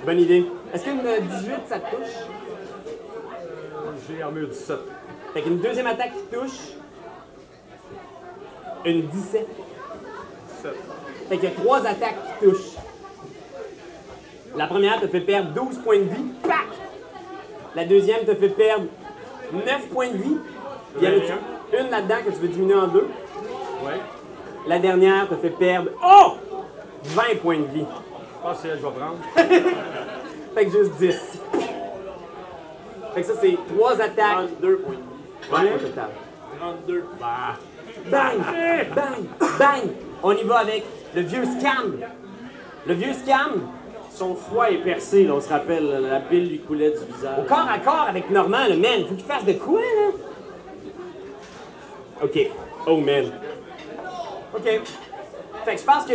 Speaker 1: Bonne idée. Est-ce qu'une euh, 18, ça te touche?
Speaker 5: J'ai armure 17.
Speaker 1: Fait qu'une deuxième attaque qui touche. Une 17.
Speaker 5: 17.
Speaker 1: Fait qu'il y a trois attaques qui touchent. La première te fait perdre 12 points de vie. Pac! La deuxième te fait perdre 9 points de vie. Il y en a une là-dedans que tu veux diminuer en deux.
Speaker 5: Ouais.
Speaker 1: La dernière te fait perdre. Oh! 20 points de vie.
Speaker 5: Je pense que c'est elle que je vais prendre.
Speaker 1: Fait que juste 10. Fait que ça, c'est trois
Speaker 5: Ah,
Speaker 1: attaques.
Speaker 18: 32 points de vie.
Speaker 1: Ouais, au total.
Speaker 18: 32. Bah.
Speaker 1: Bang!
Speaker 7: Bah.
Speaker 1: Bang! Bang! On y va avec le vieux scam. Le vieux scam.
Speaker 7: Son foie est percé, là, on se rappelle, la bile lui coulait du visage.
Speaker 1: Au corps à corps avec Normand, le man. Faut qu'il fasse de quoi, là? OK. Oh, man. OK. Fait que je pense que...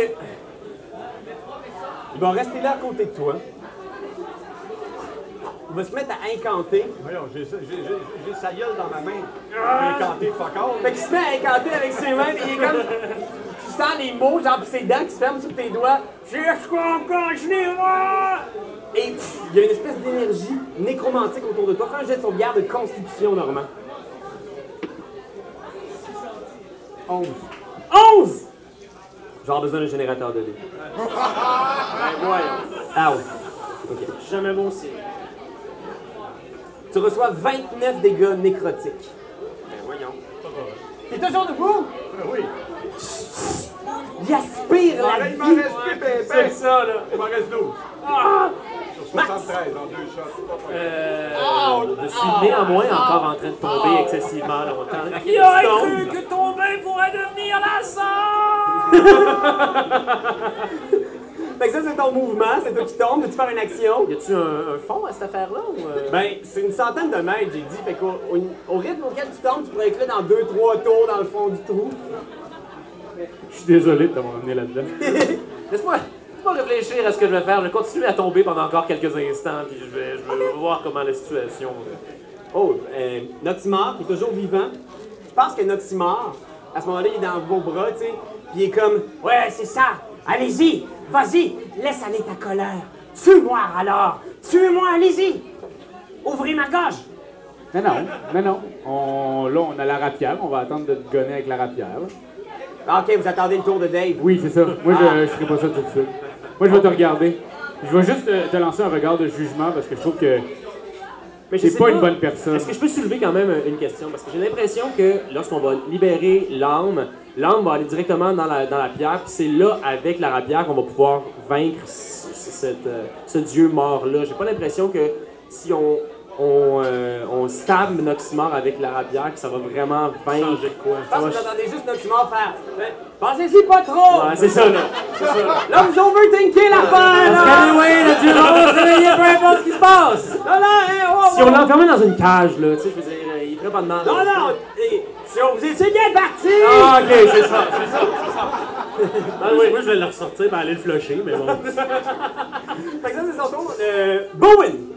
Speaker 1: Il va rester là à côté de toi. Il va se mettre à incanter.
Speaker 5: Voyons, j'ai ça- j'ai- j'ai- j'ai sa gueule dans ma main. J'ai canté fuck all.
Speaker 1: Fait qu'il se met à incanter avec ses mains, puis il est comme... Tu sens les mots, genre, pis ses dents qui se ferment sur tes doigts. Cherche quoi encore, je n'ai pas! Et pff, il y a une espèce d'énergie nécromantique autour de toi. Fais un jet de sauvegarde de constitution, Normand. 11. 11! J'aurai besoin d'un générateur de dés. Ah ouais. OK.
Speaker 7: Jamais bon signe.
Speaker 1: Tu reçois 29 dégâts nécrotiques.
Speaker 17: Ben voyons.
Speaker 1: T'es toujours debout?
Speaker 5: Oui.
Speaker 1: Il aspire la
Speaker 5: Il m'en
Speaker 1: vie.
Speaker 5: reste plus, ben, ben.
Speaker 1: C'est ça, là.
Speaker 5: Il m'en reste 12.
Speaker 1: Ah!
Speaker 5: Sur 73, en deux shots.
Speaker 16: Je suis néanmoins encore en train de tomber excessivement longtemps.
Speaker 19: Qui aurait cru que tomber pourrait devenir la
Speaker 1: Fait que ça, c'est ton mouvement, c'est toi qui tombes, tu faire une action.
Speaker 16: Y a-tu un, un fond à cette affaire-là ou. euh?
Speaker 1: Ben, c'est une centaine de mètres, j'ai dit. Fait qu'au au- au rythme auquel tu tombes, tu pourrais être là dans deux, trois tours dans le fond du trou.
Speaker 6: Je suis désolé de t'avoir amené là-dedans.
Speaker 16: Laisse-moi laisse-moi réfléchir à ce que je vais faire. Je vais continuer à tomber pendant encore quelques instants, puis je vais, je vais voir comment la situation.
Speaker 1: Oh, euh, Noximor, qui est toujours vivant. Je pense que Noximor, à ce moment-là, il est dans vos bras, tu sais. Puis il est comme, ouais, c'est ça. Allez-y, vas-y, laisse aller ta colère. Tue-moi alors. Tue-moi, allez-y. Ouvrez ma gorge.
Speaker 6: Mais non, mais non. On, là, on a la rapière. On va attendre de te gonner avec la rapière.
Speaker 1: Ah, Ok, vous attendez le tour de Dave.
Speaker 6: Oui, c'est ça. Moi, je ne ferai pas ça tout de suite. Moi, je vais te regarder. Je vais juste euh, te lancer un regard de jugement parce que je trouve que
Speaker 7: Mais
Speaker 6: t'es
Speaker 7: sais
Speaker 6: pas, une bonne personne.
Speaker 7: Est-ce que je peux soulever quand même une question? Parce que j'ai l'impression que lorsqu'on va libérer l'âme, l'âme va aller directement dans la, dans la pierre, puis c'est là, avec la rapière, qu'on va pouvoir vaincre ce, ce- cette, euh, ce dieu mort-là. J'ai pas l'impression que si on, on, euh, on stab Noximor avec la rapière, que ça va vraiment vaincre. quoi.
Speaker 1: Je pense que vous entendez juste Noximor faire. Mais Pensez-y pas trop.
Speaker 7: Ouais, c'est ça, là.
Speaker 1: Là, vous overthinkez l'affaire, là.
Speaker 7: Anyway, le dieu mort va se réveiller, peu importe ce qui se passe!
Speaker 1: Non, non, hé, oh,
Speaker 7: Si on
Speaker 1: oh.
Speaker 7: l'enfermait dans une cage, là, tu sais, je veux dire, euh, il ferait pas de mal.
Speaker 1: Non, Ah non, hé, si on vous essayez de partir.
Speaker 7: Ah, ok, c'est ça, c'est ça. Ah,
Speaker 20: Moi, je vais le ressortir, ben aller le flusher, mais bon.
Speaker 1: Fait que ça, c'est son tour. Euh, Bowen!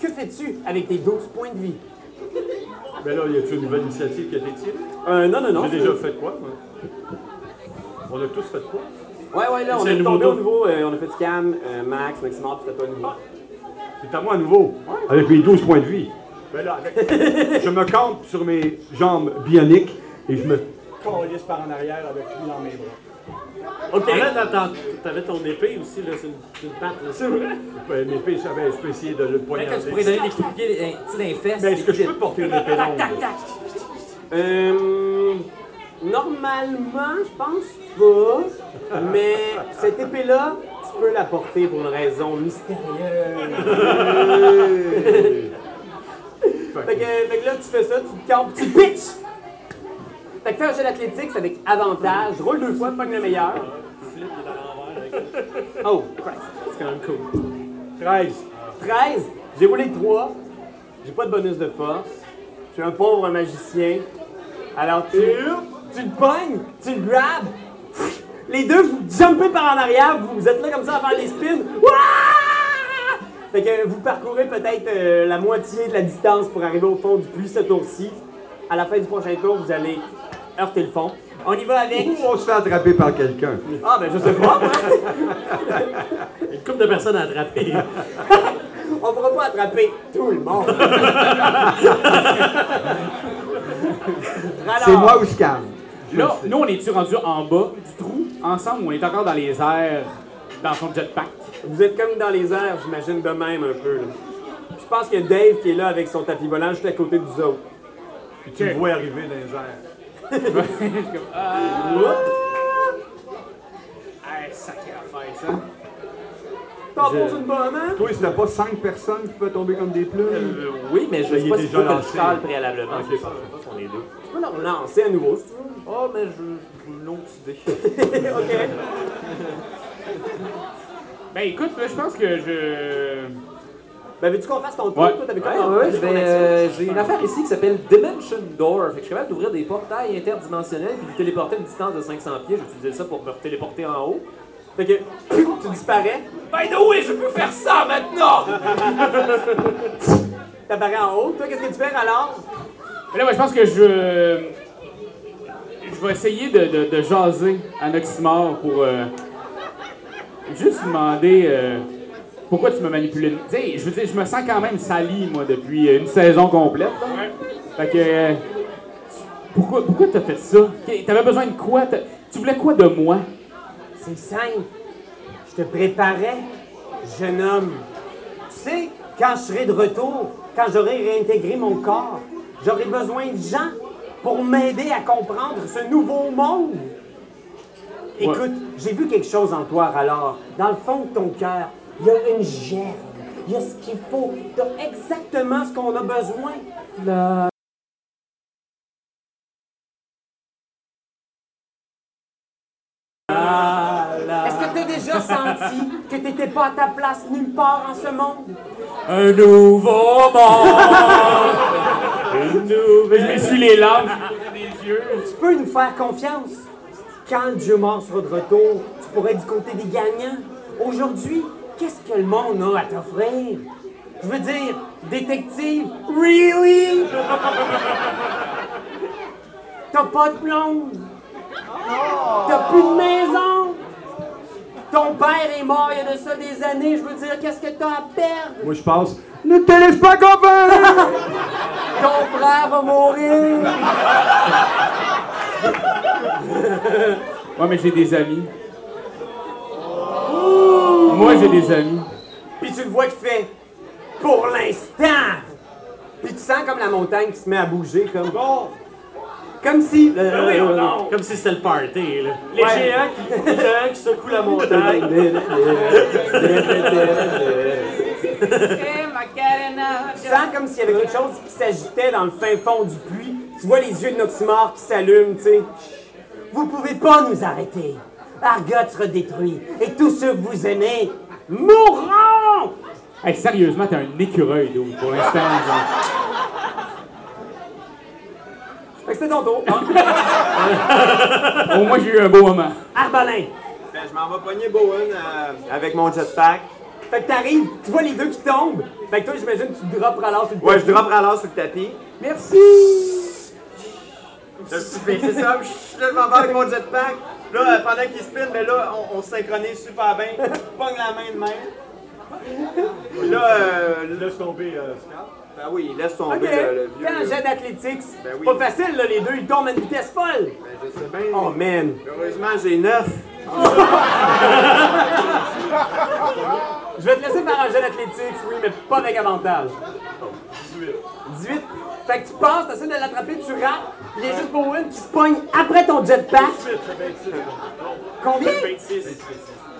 Speaker 1: Que fais-tu avec tes 12 points de vie?
Speaker 5: Mais Ben là, y a-tu une nouvelle initiative qui a été tirée?
Speaker 1: Euh, non, non, non.
Speaker 5: J'ai
Speaker 1: c'est-
Speaker 5: déjà fait quoi, moi? On a tous fait quoi?
Speaker 1: Ouais, ouais, là, on
Speaker 5: C'est
Speaker 1: est
Speaker 5: le
Speaker 1: tombé
Speaker 5: nouveau
Speaker 1: au nouveau. euh, on a fait du cam, euh, Max, Maximor, puis c'était pas nouveau.
Speaker 5: C'est à moi à nouveau, avec mes 12 points de Ben vie. Mais là, avec- je me campe sur mes jambes bioniques et je me
Speaker 21: calisse par en arrière avec lui dans mes bras.
Speaker 22: Ok. Là, t'as- t'avais ton épée aussi, là, c'est une, c'est une patte. là.
Speaker 5: Ouais, une épée, ça, ben, je peux essayer de le poignarder.
Speaker 22: Peut-être que tu pourrais donner des
Speaker 8: coups de pied, des- un petit dans les fesses,
Speaker 5: Ben, est-ce que
Speaker 8: des
Speaker 5: je peux porter une épée longue?
Speaker 8: Tac, tac,
Speaker 1: Euh, normalement, je pense pas. Mais cette épée-là, tu peux la porter pour une raison mystérieuse. fait, que, fait que là, tu fais ça, tu te campes, tu pitches. Fait que fais un jeu d'athlétique avec avantage, roule deux fois, pogne le meilleur. Oh, Christ, c'est quand même cool. 13. 13? J'ai roulé 3. J'ai pas de bonus de force. Je suis un pauvre magicien. Alors tu, tu le pognes, tu le grabes. Pff, Les deux, vous jumpez par en arrière, vous êtes là comme ça à faire des spins. Ouah! Fait que vous parcourez peut-être euh, la moitié de la distance pour arriver au fond du puits ce tour-ci. À la fin du prochain tour, vous allez heurter le fond. On y va avec.
Speaker 23: on se fait attraper par quelqu'un.
Speaker 1: Ah, ben je sais pas, moi.
Speaker 22: Une couple de personnes à attraper.
Speaker 1: On pourra pas attraper tout le monde.
Speaker 23: C'est moi ou je calme.
Speaker 6: Là, nous, on est-tu rendu en bas du trou, ensemble, ou on est encore dans les airs, dans son jetpack?
Speaker 1: Vous êtes comme dans les airs, j'imagine, de même un peu. là. Je pense que Dave qui est là avec son tapis volant juste à côté de vous autres.
Speaker 5: Puis tu me vois arriver dans les airs.
Speaker 6: Hey, sacré affaire, ça.
Speaker 1: T'en
Speaker 5: Je-
Speaker 1: poses une bonne, hein?
Speaker 5: Toi, c'était pas cinq personnes qui peuvent tomber comme des plumes?
Speaker 7: oui, mais je
Speaker 5: Il
Speaker 7: sais
Speaker 5: est
Speaker 7: pas si
Speaker 5: déjà
Speaker 7: tu peux que
Speaker 5: lancé.
Speaker 7: je parle préalablement.
Speaker 5: Ok,
Speaker 7: Je sais pas qu'on est deux.
Speaker 1: Tu peux leur lancer à nouveau si tu veux.
Speaker 7: Ah, mais je- j'ai une autre idée.
Speaker 6: Ben écoute, là, je pense que je...
Speaker 1: Ben, veux-tu qu'on fasse ton tour?
Speaker 6: Ouais.
Speaker 1: Toi, t'avais
Speaker 7: Ouais,
Speaker 1: comme-
Speaker 7: Ah, ouais, ouais, je
Speaker 1: ton
Speaker 7: vais,
Speaker 1: action.
Speaker 7: euh, j'ai une affaire ici qui s'appelle Dimension Door. Fait que je suis capable d'ouvrir des portails interdimensionnels puis de téléporter à une distance de 500 pieds. J'ai utilisé ça pour me téléporter en haut.
Speaker 1: Fait que tu disparais,
Speaker 7: By the way, je peux faire ça maintenant!
Speaker 1: t'apparais en haut. Toi, qu'est-ce que tu fais alors?
Speaker 6: Mais là, moi, je pense que je... Je vais essayer de, de, de jaser à Noximor pour... euh, Juste lui demander... euh, Pourquoi tu me manipules? Tu sais, je veux dire, je me sens quand même sali, moi, depuis une saison complète. là. Fait que... euh, Pourquoi, pourquoi t'as fait ça? Qu'est- T'avais besoin de quoi? T'as- Tu voulais quoi de moi?
Speaker 1: C'est simple. Je te préparais, jeune homme. Tu sais, quand je serai de retour, quand j'aurai réintégré mon corps, j'aurai besoin de gens pour m'aider à comprendre ce nouveau monde. Écoute, j'ai vu quelque chose en toi, alors. Dans le fond de ton cœur, il y a une germe. Il y a ce qu'il faut. T'as exactement ce qu'on a besoin. Est-ce que t'as déjà senti que t'étais pas à ta place nulle part en ce monde?
Speaker 8: Un nouveau monde!
Speaker 6: Je m'essuie les larmes.
Speaker 1: Tu peux nous faire confiance. Quand le Dieu mort sera de retour, tu pourrais être du côté des gagnants. Aujourd'hui, qu'est-ce que le monde a à t'offrir? Je veux dire, détective, really? T'as pas de blonde. T'as plus de maison. Ton père est mort il y a de ça des années. Je veux dire, qu'est-ce que t'as à perdre?
Speaker 5: Moi, je passe. Ne te laisse pas convaincre!
Speaker 1: Ton frère va mourir.
Speaker 6: Ouais, mais j'ai des amis. Moi, j'ai des amis.
Speaker 1: Puis tu le vois qui fait pour l'instant. Puis tu sens comme la montagne qui se met à bouger comme Comme si
Speaker 5: Ben
Speaker 1: euh,
Speaker 7: Ben
Speaker 1: euh,
Speaker 22: Comme si c'était le party, là.
Speaker 1: Les géants
Speaker 22: qui, les géants qui secouent la montagne.
Speaker 1: tu sens comme s'il y avait quelque chose qui s'agitait dans le fin fond du puits. Tu vois les yeux de Noximor qui s'allument, tu sais. Vous pouvez pas nous arrêter. Argot sera détruit et tous ceux que vous aimez mourront.
Speaker 6: Hey, sérieusement, t'es un écureuil, dude, pour l'instant. genre.
Speaker 1: Fait que c'est ton tour. hein?
Speaker 6: Au moins, j'ai eu un beau moment.
Speaker 1: Arbalin.
Speaker 15: Ben, je m'en vais pogner Bowen euh, avec mon jetpack.
Speaker 1: Fait que t'arrives, tu vois les deux qui tombent. Fait que toi, j'imagine, que tu droppes à l'heure sur le
Speaker 15: Ouais, je
Speaker 1: tapis.
Speaker 15: drop Rallard sur le tapis. Merci! Ben, C'est ça, je je m'en vais avec mon jetpack. ben Là, euh, pendant qu'il spin, mais là, on, on se synchronise super bien. Je Pogne la main de même. Là, euh,
Speaker 5: laisse tomber, euh, Scar.
Speaker 15: Ben oui, laisse tomber
Speaker 1: Ok,
Speaker 15: le, le vieux.
Speaker 1: fais un jet d'athlétique.
Speaker 15: Ben oui.
Speaker 1: Pas facile, là, les deux, ils tombent à une vitesse folle.
Speaker 15: Ben, je sais bien.
Speaker 1: Oh, man.
Speaker 15: Heureusement, j'ai neuf.
Speaker 1: Je vais te laisser faire un jet d'athlétique, oui, mais pas avec avantage.
Speaker 5: 18.
Speaker 1: 18. Fait que tu passes, t'essaies de l'attraper, tu rates. Il y a juste Bowen qui se pogne après ton jetpack.
Speaker 5: 18, ça fait 26.
Speaker 1: Combien?
Speaker 5: 26.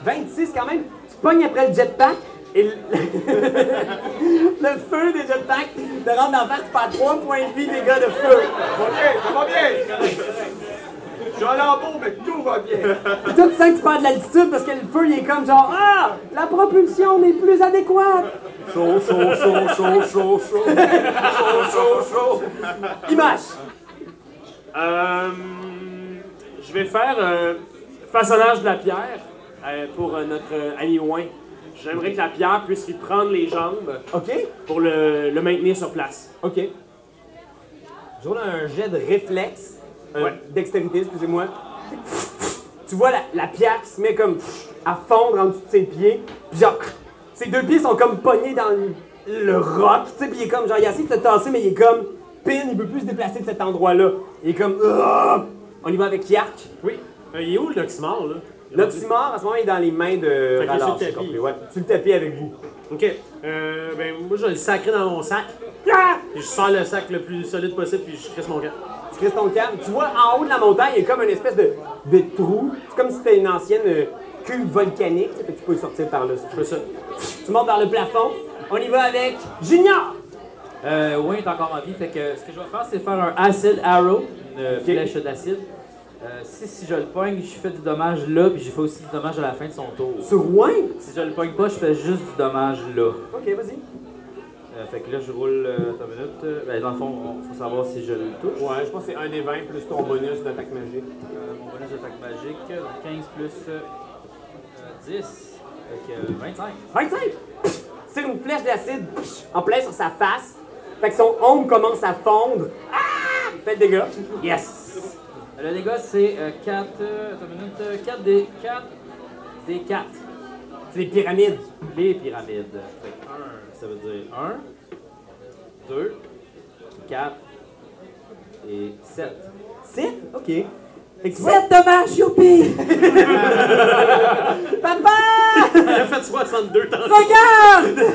Speaker 1: 26 quand même. Tu pognes après le jetpack et le, le feu des jetpacks te rentre dans la face, tu perds 3 points de vie des gars de feu.
Speaker 5: Ok, ça va bien. Je suis en lambeau, mais tout va bien.
Speaker 1: Puis toi, tu sens que tu perds de l'altitude parce que le feu, il est comme genre Ah! La propulsion n'est plus adéquate!
Speaker 5: Chaud, chaud, chaud, chaud, chaud, chaud. Chaud, chaud, chaud.
Speaker 1: Image!
Speaker 6: Euh, je vais faire euh, façonnage de la pierre euh, pour euh, notre euh, ami Ouin. J'aimerais que la pierre puisse lui prendre les jambes
Speaker 1: OK?
Speaker 6: pour le, le maintenir sur place.
Speaker 1: OK. J'aurais un jet de réflexe, euh, dextérité, excusez-moi. Tu vois la, la pierre qui se met comme à fondre en dessous de ses pieds, puis genre, ses deux pieds sont comme pognés dans le, le roc, tu sais, puis il est comme, genre, il a essayé de se tasser, mais il est comme, pin, il peut plus se déplacer de cet endroit-là. Il est comme, Ah! on y va avec Yark.
Speaker 7: Oui. Euh, il est où le l'oxymore, là?
Speaker 1: L'oxymore, à ce moment, il est dans les mains de
Speaker 7: Fait qu'il est sur
Speaker 1: Rallard,
Speaker 7: le
Speaker 1: j'ai
Speaker 7: tapis.
Speaker 1: compris, ouais. Sur le tapis avec vous.
Speaker 7: OK. Euh, ben, moi, je vais le sacrer dans mon sac. Puis je sors le sac le plus solide possible, puis je crisse mon camp.
Speaker 1: Tu restes ton calme. Tu vois, en haut de la montagne, il y a comme une espèce de, de trou. C'est comme si c'était une ancienne euh, cuve volcanique. Fait que tu peux sortir par là si tu veux ça. Tu montes vers le plafond. On y va avec Junior!
Speaker 8: Euh, Wayne est encore en vie, fait que ce que je vais faire, c'est faire un acid arrow, une euh, flèche d'acide. Euh, si, si je le pogne, je fais du dommage là, puis j'ai fait aussi du dommage à la fin de son tour.
Speaker 1: Sur Wayne?
Speaker 8: Si je le pogne pas, je fais juste du dommage là.
Speaker 1: Ok, vas-y.
Speaker 8: Euh, fait que là, je roule, euh, attends une minute. Euh, Ben, dans le fond, il faut savoir si je le touche.
Speaker 7: Ouais, je pense que c'est 1 des 20 plus ton bonus d'attaque magique.
Speaker 8: Euh, mon bonus d'attaque magique, euh, 15 plus euh, euh, 10, fait que euh, 25.
Speaker 1: 25! C'est une flèche d'acide psh, en plein sur sa face. Fait que son ombre commence à fondre. Ah! Fait le dégât. Yes!
Speaker 8: Euh, Le dégât, c'est 4, attends une minute, 4 des 4 des 4.
Speaker 1: C'est les pyramides.
Speaker 8: Les pyramides. Fait que 1, ça veut dire 1, 2, 4 et 7.
Speaker 1: 7? OK. Fait que tu vois... 7 dommages, youpi! Papa!
Speaker 7: Il a fait 62 tentatives.
Speaker 1: Regarde!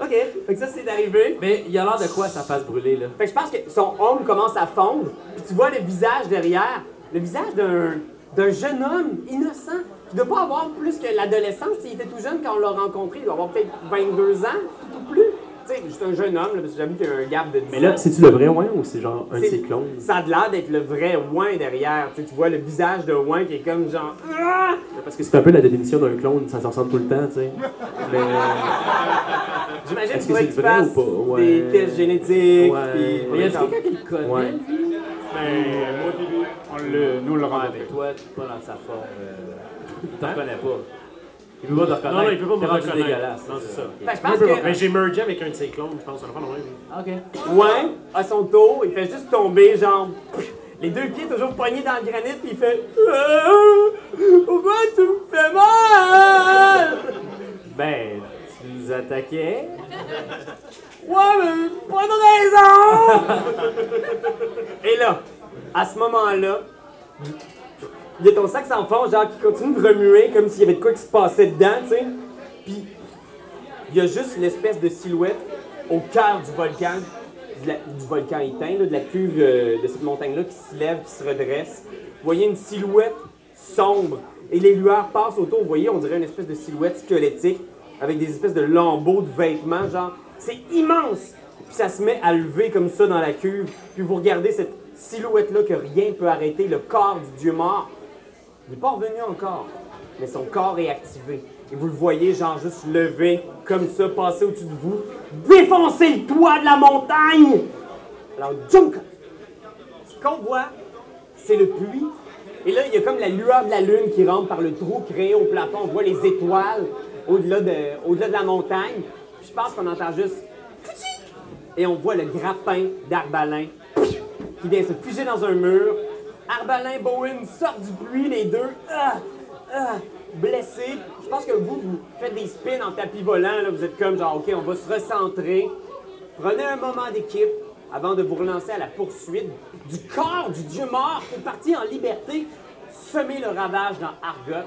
Speaker 1: OK. Fait que ça, c'est arrivé.
Speaker 8: Mais il a l'air de quoi sa face brûlée là?
Speaker 1: Fait que je pense que son ombre commence à fondre, puis tu vois le visage derrière, le visage d'un, d'un jeune homme innocent, qui doit pas avoir plus que l'adolescence. Il était tout jeune quand on l'a rencontré, il doit avoir peut-être 22 ans, tout ou plus. Tu sais, juste un jeune homme, là, parce que j'avoue qu'il y a un gap de 10
Speaker 6: Mais là,
Speaker 1: ans.
Speaker 6: c'est-tu le vrai Ouin ou c'est genre un de
Speaker 1: C'est-
Speaker 6: ses clones?
Speaker 1: Ça a de l'air d'être le vrai Ouin derrière. Tu, sais, tu vois le visage de Ouin qui est comme genre. Ah!
Speaker 6: Parce que c'est un peu la définition d'un clone, ça s'en ressemble tout le temps, tu sais. Mais.
Speaker 1: J'imagine
Speaker 6: Est-ce
Speaker 1: qu'il faudrait
Speaker 6: que
Speaker 1: que
Speaker 6: c'est
Speaker 1: tu
Speaker 6: le vrai
Speaker 1: fasses
Speaker 6: ou pas? Ouais.
Speaker 1: des tests génétiques.
Speaker 6: Ouais.
Speaker 1: puis-
Speaker 6: Mais y a-t-il
Speaker 1: Genre-
Speaker 6: quelqu'un
Speaker 8: qui le connaît?
Speaker 6: Ouais.
Speaker 24: Ben, moi, on le, nous on le rendait.
Speaker 8: Toi, t'es pas dans sa forme. euh, il te reconnaît pas. Il peut pas te reconnaître.
Speaker 7: Non, non, il peut pas
Speaker 8: T'es
Speaker 7: me
Speaker 8: rendu
Speaker 7: reconnaître.
Speaker 8: dégueulasse.
Speaker 7: Non, c'est ça.
Speaker 1: Fait que je
Speaker 7: Moi,
Speaker 1: pense
Speaker 7: je peux
Speaker 1: que-
Speaker 7: pas. Ben, j'ai mergé avec un de ses clones, je pense. On va faire le même.
Speaker 8: Ah, Ok.
Speaker 1: Ouais, à son tour, il fait juste tomber, genre. pff, Les deux pieds toujours poignés dans le granit, puis il fait. Ah, Pourquoi tu me fais mal?
Speaker 8: Ben, tu nous attaquais.
Speaker 1: Ouais, mais pas de raison! Et là, à ce moment-là, il y a ton sac sans fond, genre, qui continue de remuer comme s'il y avait de quoi qui se passait dedans, tu sais. Puis, il y a juste l'espèce de silhouette au cœur du volcan, de la- du volcan éteint, là, de la cuve euh, de cette montagne-là qui se lève, qui se redresse. Vous voyez une silhouette sombre et les lueurs passent autour. Vous voyez, on dirait une espèce de silhouette squelettique avec des espèces de lambeaux de vêtements, genre. C'est immense! Puis ça se met à lever comme ça dans la cuve. Puis vous regardez cette silhouette-là que rien ne peut arrêter, le corps du dieu mort. Il n'est pas revenu encore, mais son corps est activé. Et vous le voyez, genre, juste levé, comme ça, passer au-dessus de vous, défoncer le toit de la montagne! Alors, Junk, ce qu'on voit, c'est le puits. Et là, il y a comme la lueur de la lune qui rentre par le trou créé au plafond. On voit les étoiles au-delà de, au-delà de la montagne. Puis je pense qu'on entend juste et on voit le grappin d'Arbalin qui vient se figer dans un mur. Arbalin, Bowen sortent du puits, les deux. Ah, ah, blessé. Je pense que vous, vous faites des spins en tapis volant. Là. Vous êtes comme genre, OK, on va se recentrer. Prenez un moment d'équipe avant de vous relancer à la poursuite du corps du dieu mort pour partir en liberté, semer le ravage dans Argot.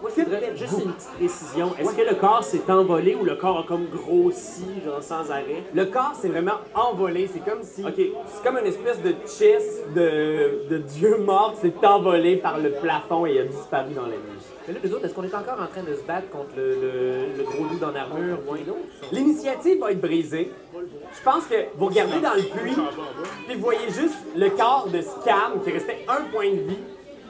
Speaker 25: Moi, je voudrais juste une petite précision. Est-ce que le corps s'est envolé ou le corps a comme grossi, genre sans arrêt?
Speaker 1: Le corps s'est vraiment envolé. C'est comme si. C'est comme une espèce de chess de, de dieu mort qui s'est envolé par le plafond et a disparu dans la nuit.
Speaker 26: Mais là, les autres, est-ce qu'on est encore en train de se battre contre le, le- le gros loup dans l'armure ou un autre?
Speaker 1: L'initiative va être brisée. Je pense que vous regardez dans le puits, puis vous voyez juste le corps de Scam qui restait un point de vie,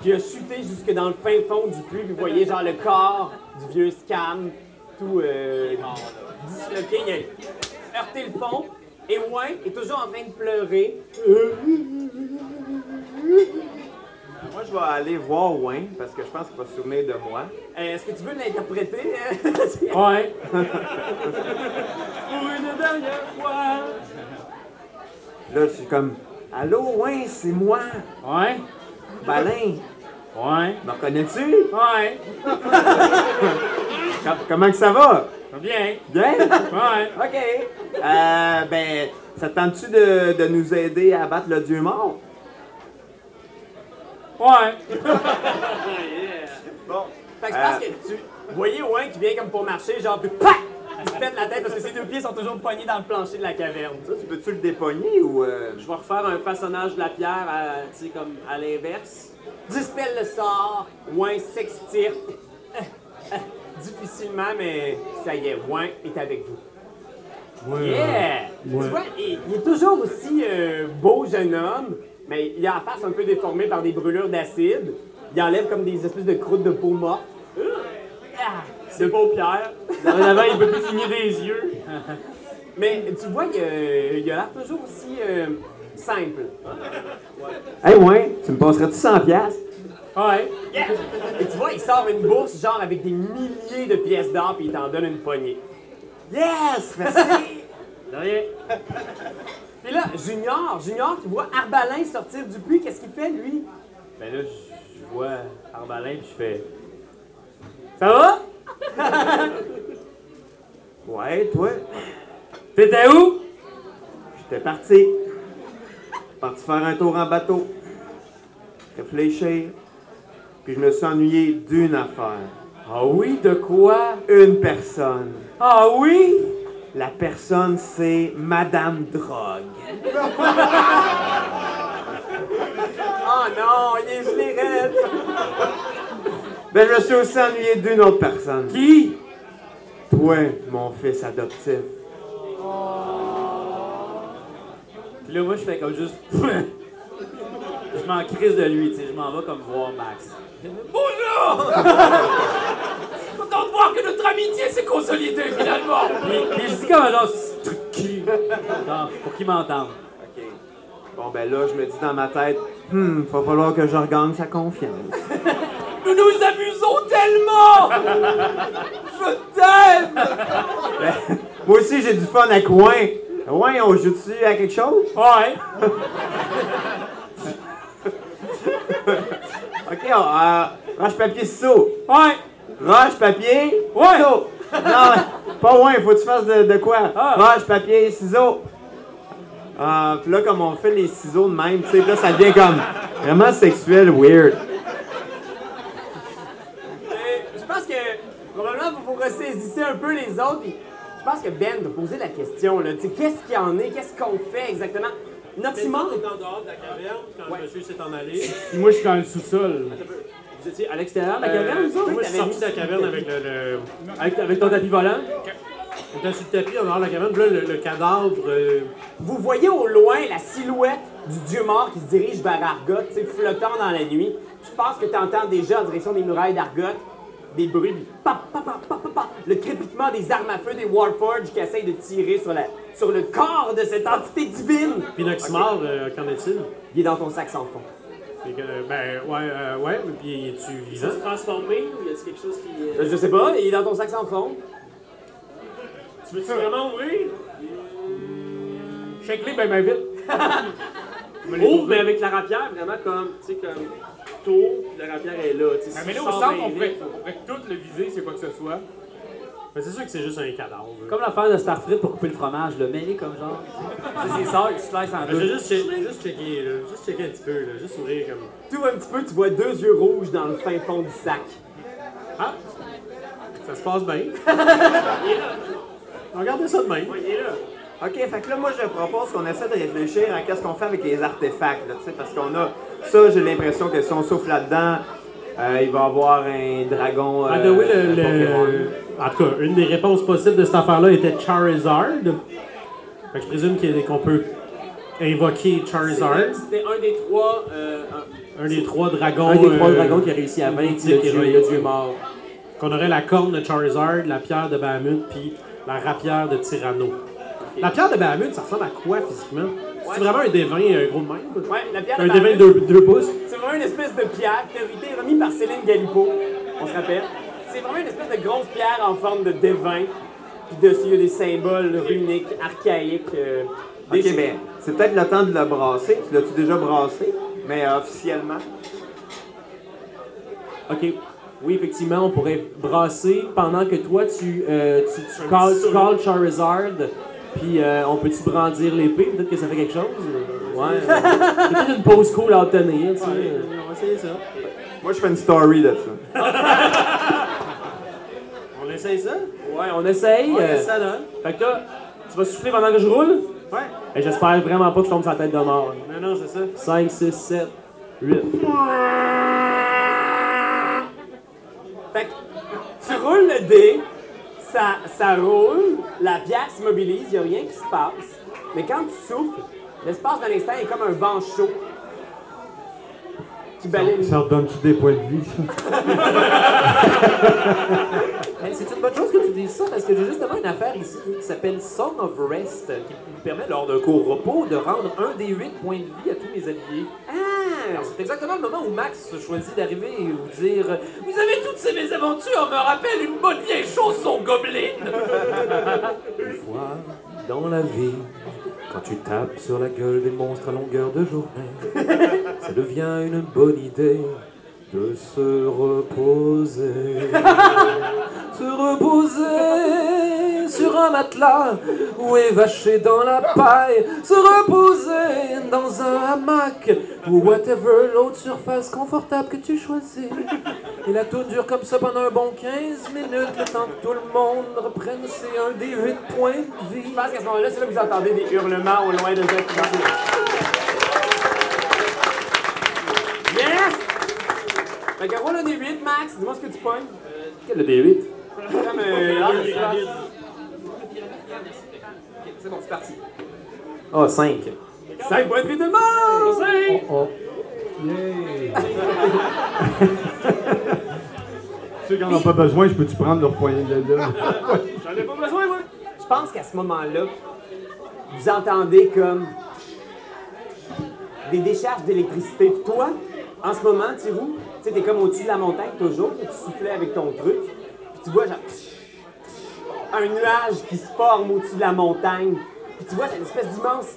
Speaker 1: qui a chuté jusque dans le fin fond du puits, puis vous voyez genre le corps du vieux Scam tout euh, disloqué. Il a heurté le fond. Et Wayne est toujours en train de pleurer. Euh,
Speaker 15: Moi, je vais aller voir Wayne parce que je pense qu'il va se souvenir de moi.
Speaker 1: Euh, Est-ce que tu veux l'interpréter?
Speaker 15: Ouais.
Speaker 1: Pour une dernière fois.
Speaker 15: Là, je suis comme Allô, Wayne, c'est moi.
Speaker 6: Ouais.
Speaker 15: Balin.
Speaker 6: Ouais.
Speaker 15: Me reconnais-tu?
Speaker 6: Ouais.
Speaker 15: Com- comment que ça va?
Speaker 6: Bien.
Speaker 15: Bien?
Speaker 6: Ouais.
Speaker 15: OK. Euh, ben, ça te tente-tu de, de nous aider à battre le dieu mort?
Speaker 6: Ouais.
Speaker 15: Bon.
Speaker 1: Fait que je pense que tu vous voyez Wayne qui vient comme pour marcher, genre, puis PAC! Il se pète la tête parce que ses deux pieds sont toujours pognés dans le plancher de la caverne.
Speaker 15: tu peux-tu le dépogner ou. euh,
Speaker 1: Je vais refaire un façonnage de la pierre, à- tu sais, comme à l'inverse. Dispel le sort, Wayne s'extirpe. Euh, euh, Difficilement, mais ça y est, Wayne est avec vous.
Speaker 27: Ouais.
Speaker 6: euh,
Speaker 1: Yeah!
Speaker 27: Ouais.
Speaker 1: Tu vois, il, il est toujours aussi euh, beau jeune homme, mais il a la face un peu déformée par des brûlures d'acide. Il enlève comme des espèces de croûtes de peau morte. Ah! C'est beau, Pierre.
Speaker 6: Dorénavant, il peut plus cligner des yeux.
Speaker 1: Mais tu vois, il, euh, il a l'air toujours aussi euh, simple.
Speaker 15: Hey, Wayne, tu me passerais-tu 100 piastres?
Speaker 1: Ouais. Et tu vois, il sort une bourse, genre avec des milliers de pièces d'or, puis il t'en donne une poignée. Yes! Merci! de rien. Puis là, Junior, Junior qui voit Arbalin sortir du puits, qu'est-ce qu'il fait, lui?
Speaker 8: Ben là, je je vois Arbalin puis je fais.
Speaker 1: Ça va?
Speaker 15: Ouais, toi?
Speaker 8: T'étais où?
Speaker 15: J'étais parti. Parti faire un tour en bateau. Réfléchir. Puis je me suis ennuyé d'une affaire.
Speaker 8: Ah oui, de quoi?
Speaker 15: Une personne.
Speaker 8: Ah oui?
Speaker 15: La personne, c'est Madame Drogue.
Speaker 8: Ah
Speaker 1: Oh non, il est gelé raide!
Speaker 15: Ben, je me suis aussi ennuyé d'une autre personne.
Speaker 8: Qui?
Speaker 15: Toi, mon fils adoptif.
Speaker 8: Puis là, moi, je fais comme juste. je m'en crise de lui, tu sais. Je m'en vais comme voir Max.
Speaker 28: Bonjour Content de voir que notre amitié s'est consolidée finalement
Speaker 8: Puis, puis je dis comme genre, ce truc qui. Genre, pour qu'il m'entende.
Speaker 15: Bon, ben là, je me dis dans ma tête, hmm, va falloir que je regagne sa confiance.
Speaker 28: Nous nous amusons tellement Je t'aime
Speaker 15: Ben, Moi aussi, j'ai du fun avec Wayne. Wayne, on joue-tu à quelque chose?
Speaker 8: Ouais.
Speaker 15: ok, on, euh, roche, papier, ciseaux.
Speaker 8: Ouais.
Speaker 15: Roche, papier,
Speaker 8: ouais.
Speaker 15: ciseaux. Non, pas Wayne, faut que tu fasses de, de quoi?
Speaker 28: Ah.
Speaker 15: Roche, papier, ciseaux. Euh, puis là, comme on fait les ciseaux de même, tu sais, là, ça devient comme vraiment sexuel, weird.
Speaker 1: Je pense que probablement vous vous ressaisissez un peu les autres. puis je pense que Ben doit poser la question, là. Tu sais, qu'est-ce qu'il y en est? Qu'est-ce qu'on fait exactement? Noximor
Speaker 7: est en dehors de la caverne quand le monsieur s'est en allé.
Speaker 6: Moi, je suis dans le sous-sol.
Speaker 7: Vous étiez à l'extérieur
Speaker 6: de la
Speaker 1: Euh,
Speaker 6: caverne, vous autres?
Speaker 7: Moi, je suis
Speaker 6: T'avais
Speaker 7: sorti de la caverne avec le. le-
Speaker 25: Avec, avec ton tapis volant?
Speaker 7: On était sur le tapis en dehors de la caverne, puis là, le, le cadavre. euh,
Speaker 1: Vous voyez au loin la silhouette du dieu mort qui se dirige vers Argot, tu sais, flottant dans la nuit. Tu penses que tu entends déjà en direction des murailles d'Argot des bruits, puis pap, pap, pap, pap, pap, pap, le crépitement des armes à feu des Warforges qui essayent de tirer sur, la, sur le corps de cette entité divine.
Speaker 7: Puis Noximar, euh, qu'en est-il?
Speaker 1: Il est dans ton sac sans fond.
Speaker 7: Fait que, euh, ben, ouais, euh, ouais, mais puis es-tu
Speaker 25: Il
Speaker 7: vivant?
Speaker 25: s'est transformé ou y a quelque chose qui.
Speaker 1: Euh, Je sais pas, il est dans ton sac sans fond.
Speaker 25: Tu veux-tu vraiment ouvrir?
Speaker 6: Check-les ben, ben vite.
Speaker 25: Ouvre, mais avec la rapière, vraiment comme. Tu sais, comme.
Speaker 29: tour, puis la rapière est là. tu sais,
Speaker 6: Mais
Speaker 29: si
Speaker 6: mais là,
Speaker 29: tu
Speaker 6: au
Speaker 29: sors
Speaker 6: centre,
Speaker 29: bien
Speaker 6: on pourrait,
Speaker 29: vite,
Speaker 6: on pourrait tout le viser, c'est quoi que ce soit.
Speaker 7: Mais Ben, c'est sûr que c'est juste un cadavre.
Speaker 30: Comme l'affaire de Starfrit pour couper le fromage, le mêler comme genre. C'est ça, il slice en
Speaker 7: Mais je
Speaker 30: deux.
Speaker 7: vais juste, che- juste checker, là. Juste checker un petit peu, là. Juste ouvrir comme.
Speaker 1: Tout un petit peu, tu vois deux yeux rouges dans le fin fond du sac.
Speaker 7: Ah! Ça se passe bien. Regardez ça de même.
Speaker 15: OK, fait que là, moi, je propose qu'on essaie de réfléchir à qu'est-ce qu'on fait avec les artefacts, là, tu sais, parce qu'on a... Ça, j'ai l'impression que si on souffle là-dedans, euh, il va y avoir un dragon...
Speaker 7: By
Speaker 15: Ah
Speaker 7: the way, Euh, le- le- en tout cas, une des réponses possibles de cette affaire-là était Charizard. Fait que je présume qu'il- qu'on peut invoquer Charizard.
Speaker 1: C'était un des trois. euh,
Speaker 7: Un des trois dragons.
Speaker 31: Un des trois
Speaker 7: euh,
Speaker 31: dragons qui a réussi à vaincre
Speaker 7: mythiques
Speaker 31: le dieu,
Speaker 7: héroïques.
Speaker 31: le dieu mort.
Speaker 7: Qu'on aurait la corne de Charizard, la pierre de Bahamut, puis la rapière de Tyranno. La pierre de Bahamut, ça ressemble à quoi physiquement? C'est vraiment un dévin, un gros de même?
Speaker 1: Ouais, la pierre
Speaker 7: Un
Speaker 1: de
Speaker 7: dévin de
Speaker 1: Bahamut.
Speaker 7: deux, deux pouces?
Speaker 1: C'est vraiment une espèce de pierre qui a été remise par Céline Galipo, on se rappelle. C'est vraiment une espèce de grosse pierre en forme de dévin. Puis dessus, il y a des symboles runiques, archaïques. euh, des
Speaker 15: OK, ben, c'est peut-être le temps de le brasser. Tu l'as-tu déjà brassé? Mais euh, officiellement.
Speaker 31: OK. Oui, effectivement, on pourrait brasser pendant que toi, tu, euh, tu, tu calls, tu calls Charizard, puis euh, on peut-tu brandir l'épée? Peut-être que ça fait quelque chose? Ouais. euh, C'est peut-être une pause cool à obtenir, tu sais.
Speaker 7: On va essayer ça.
Speaker 15: Moi, je fais une story de ça.
Speaker 7: On essaye ça?
Speaker 31: Ouais, on essaye.
Speaker 7: Ouais,
Speaker 31: euh,
Speaker 7: ça donne.
Speaker 31: Fait que toi, tu vas souffler pendant que je roule?
Speaker 7: Ouais.
Speaker 31: Et j'espère vraiment pas que je tombe sur la tête de mort.
Speaker 7: Non, non, c'est ça.
Speaker 31: 5, 6, 7, 8.
Speaker 1: Fait que tu roules le dé, ça, ça roule, la pierre s'immobilise, il n'y a rien qui se passe. Mais quand tu souffles, l'espace d'un instant est comme un vent chaud qui balaye le
Speaker 5: Ça redonne-tu des points de vie, ça?
Speaker 8: Mais c'est une bonne chose que tu dises ça parce que j'ai justement une affaire ici qui s'appelle Song of Rest qui me permet lors d'un court repos de rendre un des huit points de vie à tous mes alliés. Alors c'est exactement le moment où Max choisit d'arriver et vous dire Vous avez toutes ces mésaventures, me rappelle une bonne vieille chanson gobeline
Speaker 32: Une fois dans la vie, quand tu tapes sur la gueule des monstres à longueur de journée, ça devient une bonne idée de se reposer.
Speaker 8: Se reposer sur un matelas ou évacher dans la paille, se reposer dans un hamac ou whatever l'autre surface confortable que tu choisis. Et la tour dure comme ça pendant un bon 15 minutes, le temps que tout le monde reprenne ses un des 8 points de vie.
Speaker 1: Je pense qu'à ce moment-là, c'est là que vous entendez des hurlements au loin de gens qui marchent. Yes! Fait que roule un des 8, Max. Dis-moi ce que tu pognes.
Speaker 8: Quel le D8
Speaker 1: Comme euh, un espace.
Speaker 8: C'est bon, c'est parti.
Speaker 31: Ah, 5.
Speaker 1: 5 points de vie de mort!
Speaker 31: Oh,
Speaker 5: Ceux qui n'en ont pas besoin, je peux-tu prendre leur poignée de là?
Speaker 1: J'en ai pas besoin, moi! Je pense qu'à ce moment-là, vous entendez comme des décharges d'électricité. Puis Toi, en ce moment, Thirou, tu sais, t'es comme au-dessus de la montagne toujours, puis tu soufflais avec ton truc, puis tu vois genre psh, psh, un nuage qui se forme au-dessus de la montagne, puis tu vois cette espèce d'immense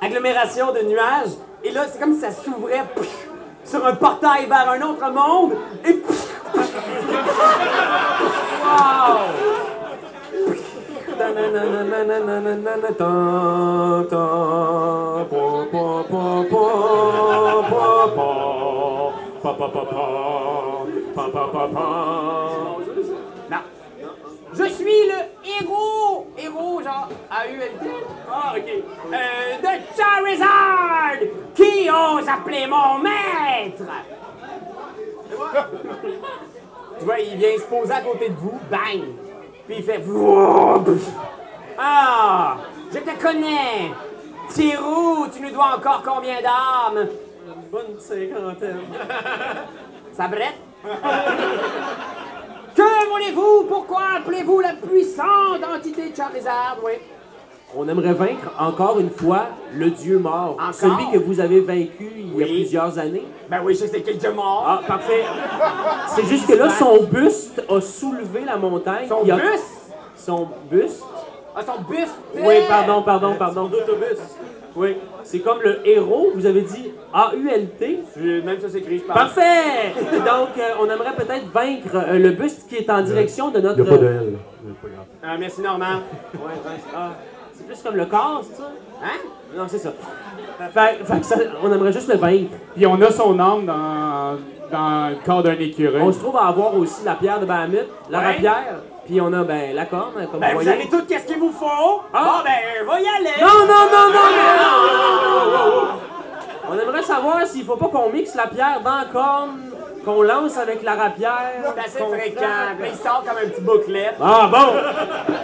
Speaker 1: agglomération de nuages, et là, c'est comme si ça s'ouvrait psh, sur un portail vers un autre monde, et psh, Je suis le héros! Héros, genre A-U-L-T? Ah, ok. Euh, de Charizard! Qui ose appeler mon maître? tu vois, il vient se poser à côté de vous, bang! Puis il fait. vroom. Ah! Je te connais! Thirou, tu nous dois encore combien d'armes?
Speaker 7: Une bonne cinquantaine.
Speaker 1: Ça brette? que voulez-vous? Pourquoi appelez-vous la puissante entité de Charizard? Oui.
Speaker 31: On aimerait vaincre encore une fois le dieu mort.
Speaker 1: Encore?
Speaker 31: Celui que vous avez vaincu il y a
Speaker 1: Oui.
Speaker 31: plusieurs années.
Speaker 1: Ben oui, je sais qu'il est mort.
Speaker 31: Ah, parfait. C'est juste que là, son buste a soulevé la montagne.
Speaker 1: Son
Speaker 31: Il a-
Speaker 1: bus?
Speaker 31: Son buste?
Speaker 1: Ah, son bus!
Speaker 31: Oui, pardon, pardon, pardon.
Speaker 7: Autobus.
Speaker 1: Oui.
Speaker 8: C'est comme le héros, vous avez dit A-U-L-T.
Speaker 1: Même ça s'écrit, je parle.
Speaker 8: Parfait! Donc, euh, on aimerait peut-être vaincre euh, le buste qui est en direction de notre. euh,
Speaker 33: Il n'y a pas de L. C'est pas grave.
Speaker 1: Ah, merci Normand.
Speaker 8: Ouais, ben, ah, c'est plus comme le corps, c'est ça?
Speaker 1: Hein?
Speaker 8: Non, c'est ça. Fait, fait que ça- On aimerait juste le vaincre.
Speaker 6: Puis on a son âme dans, dans le corps d'un écureuil.
Speaker 8: On se trouve à avoir aussi la pierre de Bahamut, la
Speaker 1: Ouais.
Speaker 8: rapière, puis on a ben, la corne, comme
Speaker 1: Ben,
Speaker 8: vous
Speaker 1: vous
Speaker 8: voyez.
Speaker 1: savez tout qu'est-ce qu'il vous faut.
Speaker 8: Ah.
Speaker 1: Bon, ben, va y aller.
Speaker 8: Non, non, non, non,
Speaker 1: Ah,
Speaker 8: non, non, non, non, non, non. On aimerait savoir s'il faut pas qu'on mixe la pierre dans la corne, qu'on lance avec la rapière.
Speaker 1: C'est assez
Speaker 8: qu'on
Speaker 1: fréquent.
Speaker 8: frappe.
Speaker 1: Là, il sort comme un petit bouclet.
Speaker 8: Ah, bon!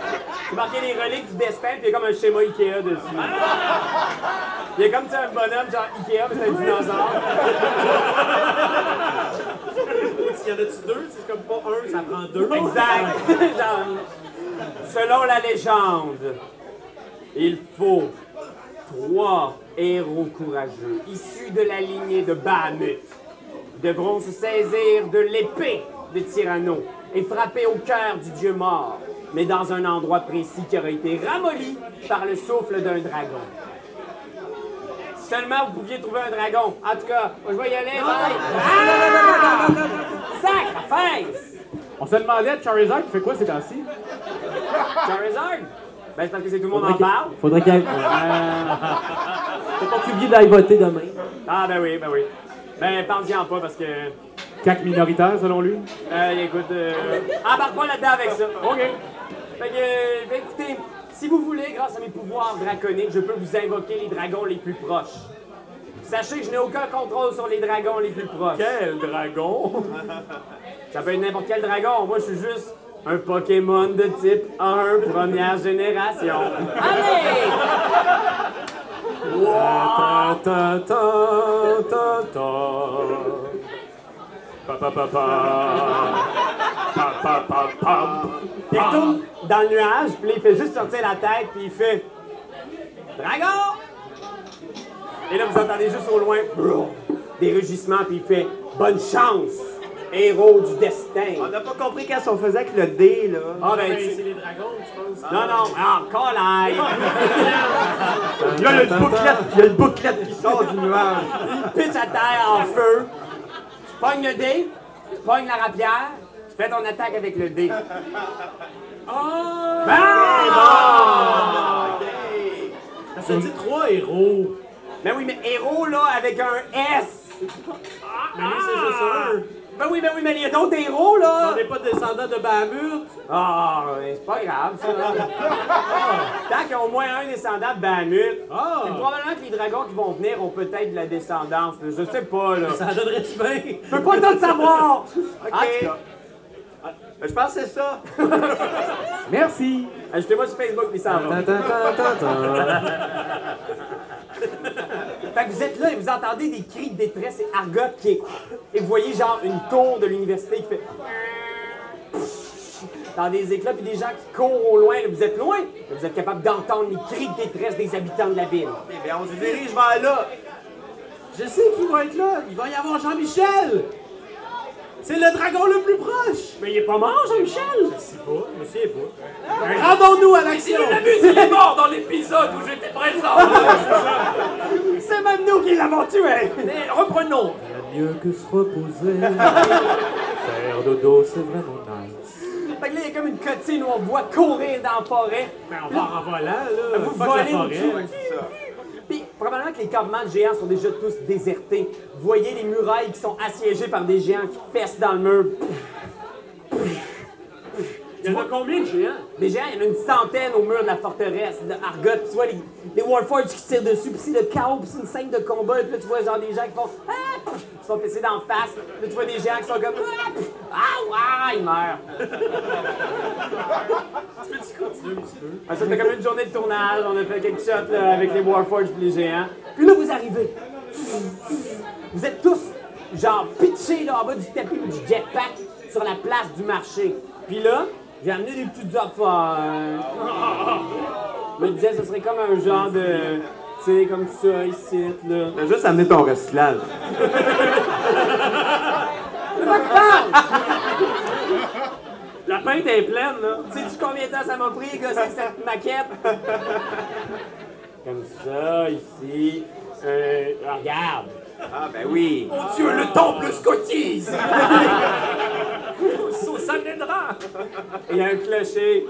Speaker 1: C'est marqué les reliques du destin, puis il y a comme un schéma Ikea dessus. Il y a comme tu sais, un bonhomme, genre Ikea, mais c'est un dinosaure.
Speaker 34: S'il y en a-tu deux, c'est comme pas un, ça prend deux.
Speaker 1: Exact. Genre, selon la légende, il faut trois héros courageux issus de la lignée de Bahamut. Devront se saisir de l'épée de Tyranno et frapper au cœur du dieu mort, mais dans un endroit précis qui aurait été ramolli par le souffle d'un dragon. Seulement vous pouviez trouver un dragon. En tout cas, moi, je vais y aller. bye. Ah! Sacrifice!
Speaker 6: On se demandait à Charizard qui fait quoi ces temps-ci?
Speaker 1: Charizard? Ben, c'est parce que c'est tout le monde
Speaker 8: Faudrait
Speaker 1: en
Speaker 8: qu'il-
Speaker 1: parle.
Speaker 8: Faudrait qu'il y ait- Faut pas que tu oublies d'aller voter demain.
Speaker 1: Ah, ben oui, ben oui. Ben, parle-en pas parce que.
Speaker 6: Cac minoritaire selon lui.
Speaker 1: Euh, écoute. Euh... Embarque pas là-dedans avec ça. OK. Fait que, euh, ben, écoutez, si vous voulez, grâce à mes pouvoirs draconiques, je peux vous invoquer les dragons les plus proches. Sachez que je n'ai aucun contrôle sur les dragons les plus proches.
Speaker 35: Quel dragon!
Speaker 1: Ça peut être n'importe quel dragon. Moi, je suis juste un Pokémon de type 1, première génération. Allez!
Speaker 5: Ta ta ta ta ta. Pa pa pa pa. Pa pa pa pa.
Speaker 1: Il retourne dans le nuage, puis là, il fait juste sortir la tête, puis il fait Dragon! Et là, vous entendez juste au loin Bro! des rugissements, puis il fait Bonne chance, héros du destin.
Speaker 15: On n'a pas compris qu'est-ce qu'on faisait avec le dé, là.
Speaker 1: Ah, ben, tu-
Speaker 34: les dragons, je pense.
Speaker 1: Non, non, ah, colaille!
Speaker 15: Là, il y a le bouclette, il y a le bouclette qui sort du nuage.
Speaker 1: Pitch à terre en feu, tu pognes le dé, tu pognes la rapière, tu fais ton attaque avec le dé.
Speaker 34: Ah!
Speaker 1: Oh!
Speaker 36: Ça dit trois héros.
Speaker 1: Ben oui, mais héros, là, avec un S!
Speaker 34: Ah! Mais lui, c'est juste un.
Speaker 1: Ben oui, ben oui, mais il y a d'autres héros, là!
Speaker 34: On n'est pas descendant de Bahamut. Ah!
Speaker 1: Ah, mais c'est pas grave, ça. Tant qu'il y a au moins un descendant de Bahamut,
Speaker 34: Ah!
Speaker 1: c'est probablement que les dragons qui vont venir ont peut-être de la descendance. là. Je sais pas, là.
Speaker 34: Ça donnerait du bien.
Speaker 1: Je peux pas tout le savoir!
Speaker 15: OK.
Speaker 1: En tout cas,
Speaker 15: Ben, Je pense que c'est ça.
Speaker 8: Merci.
Speaker 1: ajoutez-moi sur Facebook, puis ça va.
Speaker 5: Ta ta ta ta ta.
Speaker 1: Fait que vous êtes là et vous entendez des cris de détresse et Argot qui est... Et vous voyez, genre, une tour de l'université qui fait... Dans des éclats, puis des gens qui courent au loin. Là, Vous êtes loin, mais vous êtes capable d'entendre les cris de détresse des habitants de la ville.
Speaker 15: Eh bien, on se dirige vers là.
Speaker 34: Je sais qu'il va être là. Il va y avoir Jean-Michel. C'est le dragon le plus proche.
Speaker 1: Mais il est pas mort, Jean-Michel! Ah.
Speaker 34: Rendons-nous à l'action.
Speaker 35: Il est mort dans l'épisode où j'étais présent!
Speaker 1: C'est même nous qui l'avons tué!
Speaker 35: Mais reprenons!
Speaker 5: Rien de mieux que se reposer. Faire dodo, c'est vraiment nice.
Speaker 1: Fait que là, il y a comme une cotine où on voit courir dans la forêt. Ben,
Speaker 34: Mais Ben, on part en volant, là.
Speaker 1: Vous
Speaker 34: Fuck la
Speaker 1: volez
Speaker 34: forêt.
Speaker 1: au-dessus. Puis, probablement que les campements de géants sont déjà tous désertés. Vous voyez les murailles qui sont assiégées par des géants qui fessent dans le mur.
Speaker 34: Il y en a combien de géants?
Speaker 1: Des géants, il y en a une centaine au mur de la forteresse de Argot. Puis Tu vois les, les Warforges qui tirent dessus, puis c'est le chaos, puis c'est une scène de combat. Et puis là, tu vois genre des gens qui font Ah! Pff! Ils sont pissés d'en face. Puis Là, tu vois des géants qui sont comme Ah! Pff! Ah! Ah! Ils meurent. Ah, ça, c'était comme une journée de tournage. On a fait quelques shots là, avec les Warforges et les géants. Puis là, vous arrivez. Vous êtes tous, genre, pitchés là, en bas du tapis ou du jetpack sur la place du marché. Puis là, j'ai amené des petites affaires. Je me disais, ce serait comme un genre de. Tu sais, comme ça, ici, là.
Speaker 15: T'as juste amené ton recyclage.
Speaker 8: La pinte est pleine, là.
Speaker 1: Sais-tu combien de temps ça m'a pris, gosser cette maquette?
Speaker 37: Comme ça, ici. Euh, regarde.
Speaker 15: Ah, ben oui.
Speaker 38: Mon Dieu, le temple scotise!
Speaker 37: Sous ça m'aidera. Il y a un clocher.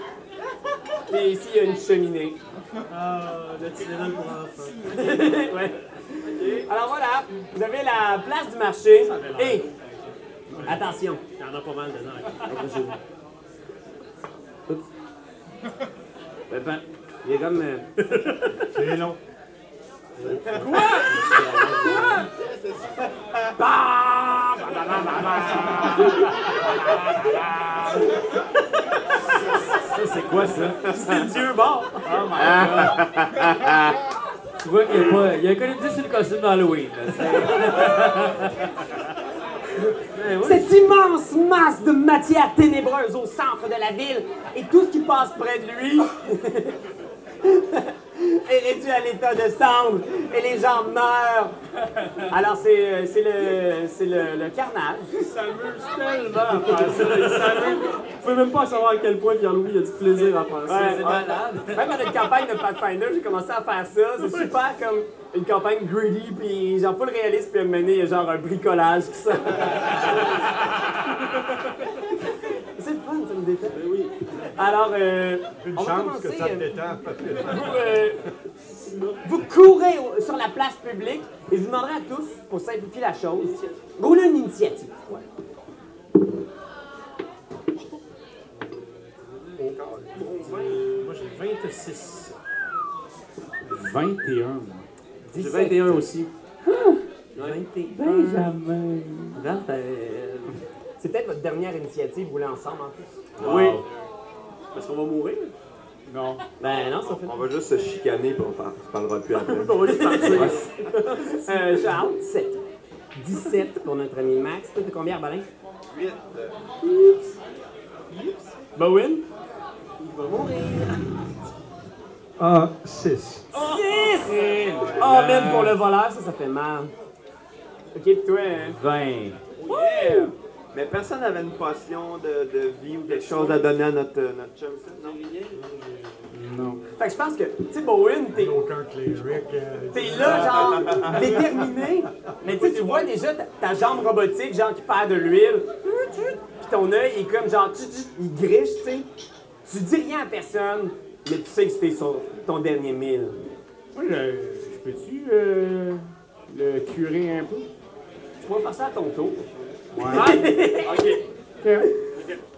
Speaker 37: Et ici, il y a une cheminée.
Speaker 39: Ah, le Tylenol pour enfants.
Speaker 37: ouais. Alors voilà, vous avez la place du marché. Et attention.
Speaker 39: Il y en a pas mal dedans.
Speaker 37: Ben, ben, il est comme. euh,
Speaker 5: C'est long.
Speaker 37: Quoi?
Speaker 38: Ça, c'est quoi ça? C'est le dieu mort! Oh
Speaker 8: Tu vois qu'il y a pas. Il y a que les sur le costume d'Halloween. là,
Speaker 1: Cette immense masse de matière ténébreuse au centre de la ville et tout ce qui passe près de lui est réduit à l'état de cendre et les gens meurent. Alors c'est euh, c'est le, c'est le, le carnage.
Speaker 37: tellement à faire ça, il s'amuse. Vous pouvez même pas savoir à quel point Pierre-Louis a du plaisir à faire ça.
Speaker 1: Ouais, ouais. Même à notre campagne de Pathfinder, j'ai commencé à faire ça. C'est super comme une campagne greedy, puis genre le réaliste, puis à un moment donné, il y a genre un bricolage qui sort. C'est le fun, ça me détend.
Speaker 37: Ben
Speaker 1: oui. Alors, euh,
Speaker 5: Une
Speaker 1: on va
Speaker 5: chance que
Speaker 1: commencer,
Speaker 5: ça te
Speaker 1: euh,
Speaker 5: détend.
Speaker 1: vous, euh, vous courez au- sur la place publique et je vous demanderai à tous, pour simplifier la chose, roulez une initiative.
Speaker 7: Moi, j'ai 26.
Speaker 6: 21, moi.
Speaker 40: J'ai 21 aussi.
Speaker 1: Benjamin. C'est peut-être votre dernière initiative roulée ensemble en plus.
Speaker 40: Oui. Parce qu'on va mourir.
Speaker 6: Non.
Speaker 1: Ben non, ça fait.
Speaker 15: On va juste se chicaner puis on par- on se parlera plus après.
Speaker 1: On va juste partir.
Speaker 15: Ouais.
Speaker 1: Euh, Charles, 17. 17 pour notre ami Max. Toi, t'as combien, Arbalin?
Speaker 15: 8.
Speaker 6: Bah,
Speaker 40: Bowen?
Speaker 1: Il va mourir.
Speaker 5: Ah, 6.
Speaker 1: 6! Oh, même pour le voleur, ça, ça fait mal. Ok, puis toi. hein?
Speaker 15: 20. Mais personne n'avait une potion de, de vie ou quelque chose à donner à notre, euh, notre chum, ça? Non, rien.
Speaker 6: Non.
Speaker 1: Fait que je pense que, tu sais, Bowen, t'es.
Speaker 5: Aucun cleric. euh,
Speaker 1: T'es là, genre, déterminé. Mais tu sais, tu vois déjà ta, ta jambe robotique, genre, qui perd de l'huile. Puis ton œil est comme, genre, tu, tu- il griche, tu sais. Tu dis rien à personne, mais tu sais que c'était sur ton dernier mille.
Speaker 6: Moi, je, je peux-tu euh, le curer un peu?
Speaker 1: Tu vas faire ça à ton tour.
Speaker 6: Ouais.
Speaker 1: OK.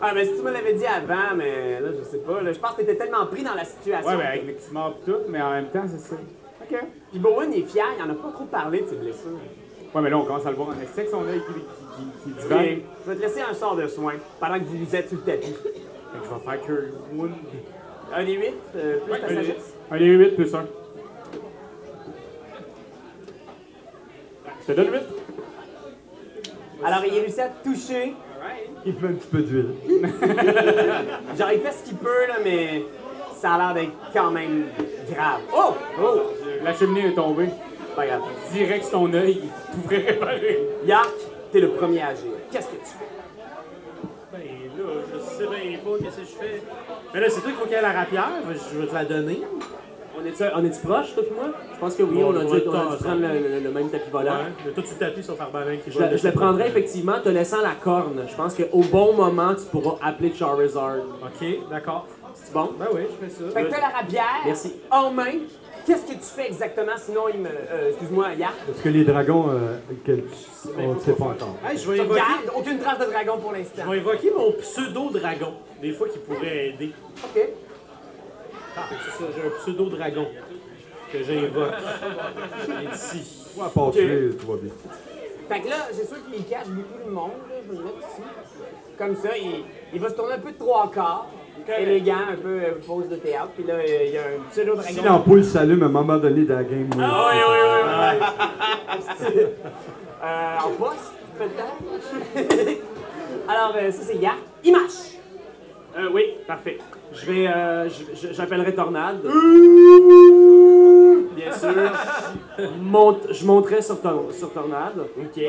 Speaker 1: Ah, mais si tu me l'avais dit avant, mais là, je sais pas. là, je pense que t'étais tellement pris dans la situation.
Speaker 6: Ouais, ben avec les petits morts pis tout, mais en même temps, c'est ça. OK.
Speaker 1: Puis Bowen est fier, il en a pas trop parlé de ses blessures.
Speaker 6: Ouais, mais là, on commence à le voir en esthétique, son œil qui, qui, qui, qui divague.
Speaker 1: Ok, Je vais te laisser un sort de soin pendant que vous êtes sur le tapis.
Speaker 6: Fait que je vais faire Cure Wound.
Speaker 1: Un des huit, euh, plus ta sagesse.
Speaker 6: Un des 8 plus 1. Je te donne 8.
Speaker 1: Alors, il réussit à te toucher.
Speaker 5: Il pleut un petit peu d'huile.
Speaker 1: Genre, il fait ce qu'il peut, là, mais ça a l'air d'être quand même grave. Oh! Oh!
Speaker 6: La cheminée est tombée.
Speaker 1: Pas grave.
Speaker 6: Direct sur ton œil, il t'ouvrait réparer.
Speaker 1: Yark, t'es le premier à agir. Qu'est-ce que tu fais?
Speaker 7: Ben là, je sais bien pas qu'est-ce que je fais. Mais là, c'est toi qui faut qu'elle la rapière. Je vais te la donner.
Speaker 40: On est-tu on est proche, toi et moi? Je pense que oui,
Speaker 7: Bon,
Speaker 40: on a
Speaker 7: on
Speaker 40: dû,
Speaker 7: va être
Speaker 40: on a dû
Speaker 7: ensemble.
Speaker 40: prendre le, le- le même tapis volant.
Speaker 7: Le tout sur le tapis sur Farbalin qui
Speaker 40: Je, la- je le prendrai effectivement te laissant la corne. Je pense qu'au bon moment, tu pourras appeler Charizard.
Speaker 7: Ok, Ben, d'accord.
Speaker 40: C'est bon?
Speaker 7: Ben oui, je fais ça.
Speaker 1: Fait que t'as la rabière
Speaker 40: Merci.
Speaker 1: en main. Qu'est-ce que tu fais exactement? Sinon, il me. euh, excuse-moi, Yark.
Speaker 5: Parce que les dragons, euh, quel- on ne sait pas encore.
Speaker 7: Hey, je
Speaker 1: Tu
Speaker 7: vais évoquer,
Speaker 1: regardes, aucune trace de dragon pour l'instant.
Speaker 7: je vais évoquer mon pseudo-dragon. Des fois, qui pourrait aider.
Speaker 1: OK.
Speaker 7: Ah, c'est ça, j'ai un pseudo-dragon que j'invoque. Il est ici.
Speaker 5: Toi, à part tuer, tout va bien.
Speaker 1: Fait que là, c'est sûr qu'il cache beaucoup de monde. Là. Je vais le mettre ici. Comme ça, il, il va se tourner un peu de trois quarts. Élégant, un peu euh, pose de théâtre. Puis là, euh, il y a un pseudo
Speaker 5: Si
Speaker 1: dragon.
Speaker 5: l'ampoule s'allume à un moment donné dans la game, euh, moi,
Speaker 1: Ah oui, oui, oui, oui. Euh, en poste, peut-être. Alors, euh, ça, c'est Yark. Il marche.
Speaker 40: Euh, oui, parfait. Je vais. euh, je- je- J'appellerai Tornade. Bien sûr. Monte- je monterai sur, Tor- sur Tornade.
Speaker 1: OK.